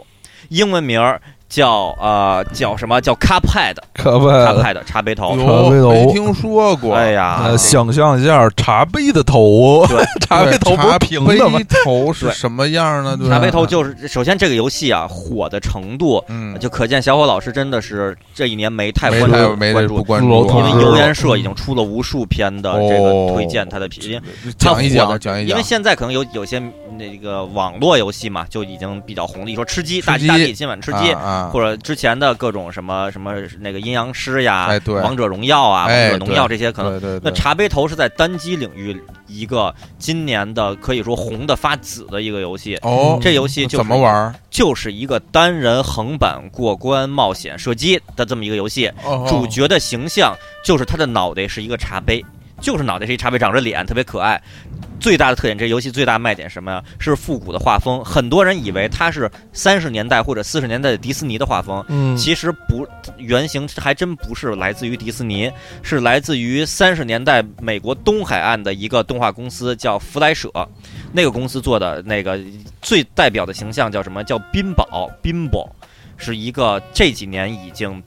[SPEAKER 2] 英文名叫呃叫什么叫 Cuphead
[SPEAKER 3] 可不可以
[SPEAKER 2] Cuphead 茶杯头。
[SPEAKER 1] 有
[SPEAKER 3] 杯头
[SPEAKER 1] 没听说过？
[SPEAKER 2] 哎
[SPEAKER 3] 呃，
[SPEAKER 2] 呀，
[SPEAKER 3] 想象一下茶杯的头，啊
[SPEAKER 2] 对
[SPEAKER 3] 茶杯头不是平的
[SPEAKER 1] 对？茶
[SPEAKER 3] 吗
[SPEAKER 1] 杯头是
[SPEAKER 2] 对
[SPEAKER 1] 什么样呢？对吧
[SPEAKER 2] 茶杯头就是首先这个游戏啊火的程度，
[SPEAKER 1] 嗯，
[SPEAKER 2] 啊就可见小伙老师真的是这一年没太
[SPEAKER 1] 没
[SPEAKER 2] 关
[SPEAKER 1] 太
[SPEAKER 2] 注
[SPEAKER 1] 没
[SPEAKER 2] 关
[SPEAKER 1] 不
[SPEAKER 2] 注，
[SPEAKER 1] 关
[SPEAKER 3] 楼
[SPEAKER 1] 注
[SPEAKER 3] 头
[SPEAKER 2] 因
[SPEAKER 1] 啊，
[SPEAKER 2] 为
[SPEAKER 3] 知
[SPEAKER 2] 油
[SPEAKER 3] 道
[SPEAKER 2] 盐社已经出了无数篇的这
[SPEAKER 1] 哦
[SPEAKER 2] 个推荐他的评，因为
[SPEAKER 1] 讲一
[SPEAKER 2] 它火
[SPEAKER 1] 讲，
[SPEAKER 2] 的
[SPEAKER 1] 讲一
[SPEAKER 2] 因
[SPEAKER 1] 讲
[SPEAKER 2] 为。现在可能有有些那个网络游戏嘛，就已经比较红了。你说吃鸡，
[SPEAKER 1] 吃
[SPEAKER 2] 大
[SPEAKER 1] 鸡
[SPEAKER 2] 大地今晚吃鸡，
[SPEAKER 1] 啊，啊
[SPEAKER 2] 或者之前的各种什么什么那个阴阳师呀、
[SPEAKER 1] 哎对
[SPEAKER 2] 王者荣耀啊、
[SPEAKER 1] 哎
[SPEAKER 2] 王者荣耀这些可能。
[SPEAKER 1] 对对
[SPEAKER 2] 那
[SPEAKER 1] 对，
[SPEAKER 2] 茶杯头是在单机领域一个今年的可以说红的发紫的一个游戏。
[SPEAKER 1] 哦，
[SPEAKER 2] 这游戏就是
[SPEAKER 1] 怎么玩儿？
[SPEAKER 2] 就是一个单人横版过关冒险射击的这么一个游戏。
[SPEAKER 1] 哦
[SPEAKER 2] 主角的形象就是他的脑袋是一个茶杯，就是脑袋是一茶杯，长着脸，特别可爱。最大的特点，这游戏最大卖点是什么呀？是复古的画风。很多人以为它是三十年代或者四十年代的迪士尼的画风，
[SPEAKER 3] 嗯
[SPEAKER 2] 其实不，原型还真不是来自于迪士尼，是来自于三十年代美国东海岸的一个动画公司，叫弗莱舍。那个公司做的那个最代表的形象叫什么？叫宾宝宾宝，是一个这几年已经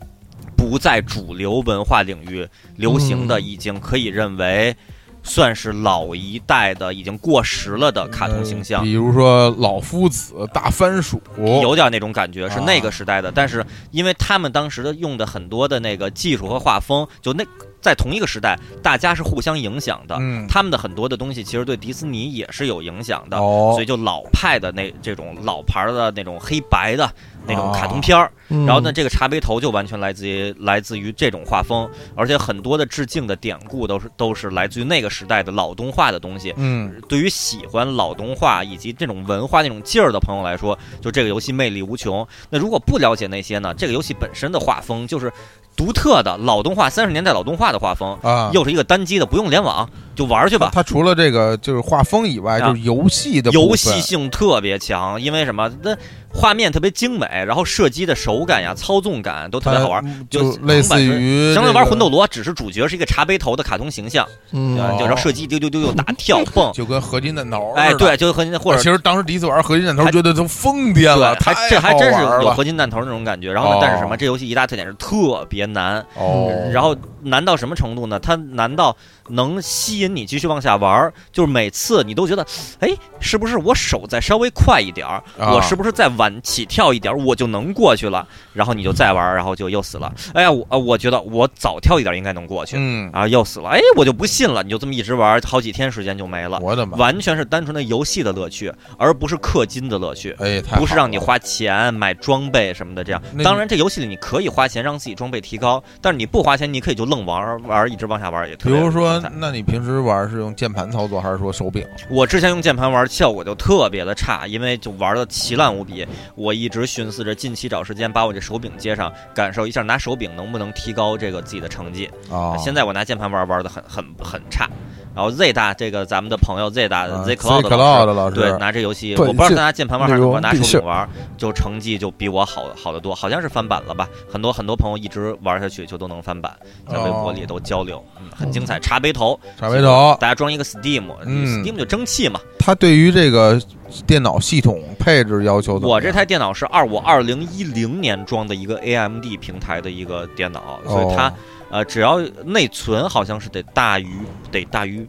[SPEAKER 2] 不在主流文化领域流行的，
[SPEAKER 3] 嗯
[SPEAKER 2] 已经可以认为算是老一代的、已经过时了的卡通形象
[SPEAKER 1] 比。如说老夫子、大番薯，
[SPEAKER 2] 有点那种感觉，是那
[SPEAKER 1] 哦啊
[SPEAKER 2] 个时代的。但是因为他们当时的用的很多的那个技术和画风，就那在同一个时代，大家是互相影响的。
[SPEAKER 1] 嗯，
[SPEAKER 2] 他们的很多的东西其实对迪士尼也是有影响的，
[SPEAKER 1] 哦
[SPEAKER 2] 所以，就老派的那这种老牌儿的那种黑白的那种卡
[SPEAKER 1] 哦
[SPEAKER 2] 通片儿。
[SPEAKER 3] 然
[SPEAKER 2] 然后呢，，这个茶杯头就完全来自于来自于这种画风，而且很多的致敬的典故都是都是来自于那个时代的老动画的东西。
[SPEAKER 1] 嗯，
[SPEAKER 2] 对于喜欢老动画以及这种文化那种劲儿的朋友来说，就这个游戏魅力无穷。那如果不了解那些呢，这个游戏本身的画风就是独特的老动画，三十年代老动画的画风，
[SPEAKER 1] 啊，
[SPEAKER 2] 又是一个单机的，不用联网就玩儿去吧。
[SPEAKER 1] 它除了这个就是画风以外，
[SPEAKER 2] 啊
[SPEAKER 1] 就是游戏的部
[SPEAKER 2] 游
[SPEAKER 1] 分
[SPEAKER 2] 戏性特别强，因为什么？那画面特别精美，然后射击的手感呀、操纵感都特别好玩。
[SPEAKER 1] 它
[SPEAKER 2] 就
[SPEAKER 1] 嗯就类似于
[SPEAKER 2] 相当于玩魂斗
[SPEAKER 1] 罗，
[SPEAKER 2] 罗，只是主角是一个茶杯头的卡通形象，
[SPEAKER 3] 嗯
[SPEAKER 2] 对吧
[SPEAKER 1] 哦，
[SPEAKER 2] 就然后射击丢丢丢丢打跳蹦
[SPEAKER 1] 就跟合金弹头，
[SPEAKER 2] 哎，，对，就和或者
[SPEAKER 1] 其实当时第一次玩合金弹头，
[SPEAKER 2] 还
[SPEAKER 1] 觉得都疯癫
[SPEAKER 2] 对
[SPEAKER 1] 了，，
[SPEAKER 2] 还
[SPEAKER 1] 啊太
[SPEAKER 2] 这还真是
[SPEAKER 1] 好玩
[SPEAKER 2] 有
[SPEAKER 1] 了
[SPEAKER 2] 合金弹头那种感觉。然后呢
[SPEAKER 1] 哦，
[SPEAKER 2] 但是什么？这游戏一大特点是特别难，
[SPEAKER 1] 哦，
[SPEAKER 2] 然后难到什么程度呢？它难到能吸引你继续往下玩儿，就是每次你都觉得，哎，是不是我手再稍微快一点儿，
[SPEAKER 1] 啊
[SPEAKER 2] 我是不是再晚起跳一点儿，我就能过去了？然后你就再玩儿，然后就又死了。哎呀，我啊我觉得我早跳一点儿应该能过去，
[SPEAKER 1] 嗯，
[SPEAKER 2] 然后又死了。哎，我就不信了，你就这么一直玩儿，好几天时间就没了，
[SPEAKER 1] 我的妈，
[SPEAKER 2] 完全是单纯的游戏的乐趣，而不是氪金的乐趣。
[SPEAKER 1] 哎，太
[SPEAKER 2] 不是
[SPEAKER 1] 好
[SPEAKER 2] 让你
[SPEAKER 1] 了
[SPEAKER 2] 花钱买装备什么的，这样
[SPEAKER 1] 那。你
[SPEAKER 2] 当然，这游戏里你可以花钱让自己装备提高，但是你不花钱，你可以就愣玩儿玩儿，一直往下玩儿也特
[SPEAKER 1] 比
[SPEAKER 2] 别
[SPEAKER 1] 如说
[SPEAKER 2] 精彩，
[SPEAKER 1] 那你平时玩是用键盘操作还是说手柄？
[SPEAKER 2] 我之前用键盘玩儿效果就特别的差，因为就玩的奇烂无比。我一直寻思着近期找时间把我这手柄接上，感受一下拿手柄能不能提高这个自己的成绩。
[SPEAKER 1] 啊，
[SPEAKER 2] 现在我拿键盘玩儿玩的很很很差。然后 Z 大这个咱们的朋友 Z 大
[SPEAKER 1] 啊
[SPEAKER 2] Z
[SPEAKER 1] Cloud
[SPEAKER 2] Cloud 的老
[SPEAKER 1] 的
[SPEAKER 2] 师
[SPEAKER 1] 老师，
[SPEAKER 2] 对，拿这游戏，
[SPEAKER 3] 对
[SPEAKER 2] 我不知道
[SPEAKER 3] 这
[SPEAKER 2] 他拿键盘玩
[SPEAKER 3] 那
[SPEAKER 2] 还是
[SPEAKER 3] 个
[SPEAKER 2] 我拿
[SPEAKER 3] 必
[SPEAKER 2] 手
[SPEAKER 3] 须
[SPEAKER 2] 柄玩，就成绩就比我好好得多，好像是翻版了吧？很多很多朋友一直玩下去就都能翻版，在微博里都交流，嗯很精彩。茶杯头，
[SPEAKER 1] 傻白头，
[SPEAKER 2] 大家装一个 Steam，Steam、
[SPEAKER 1] 哦嗯
[SPEAKER 2] Steam 就蒸汽嘛。
[SPEAKER 1] 它对于这个电脑系统配置要求怎么样，
[SPEAKER 2] 我这台电脑是二我二零一零年装的一个 AMD 平台的一个电脑，所以它、
[SPEAKER 1] 哦
[SPEAKER 2] 呃只要内存好像是得大于得大于。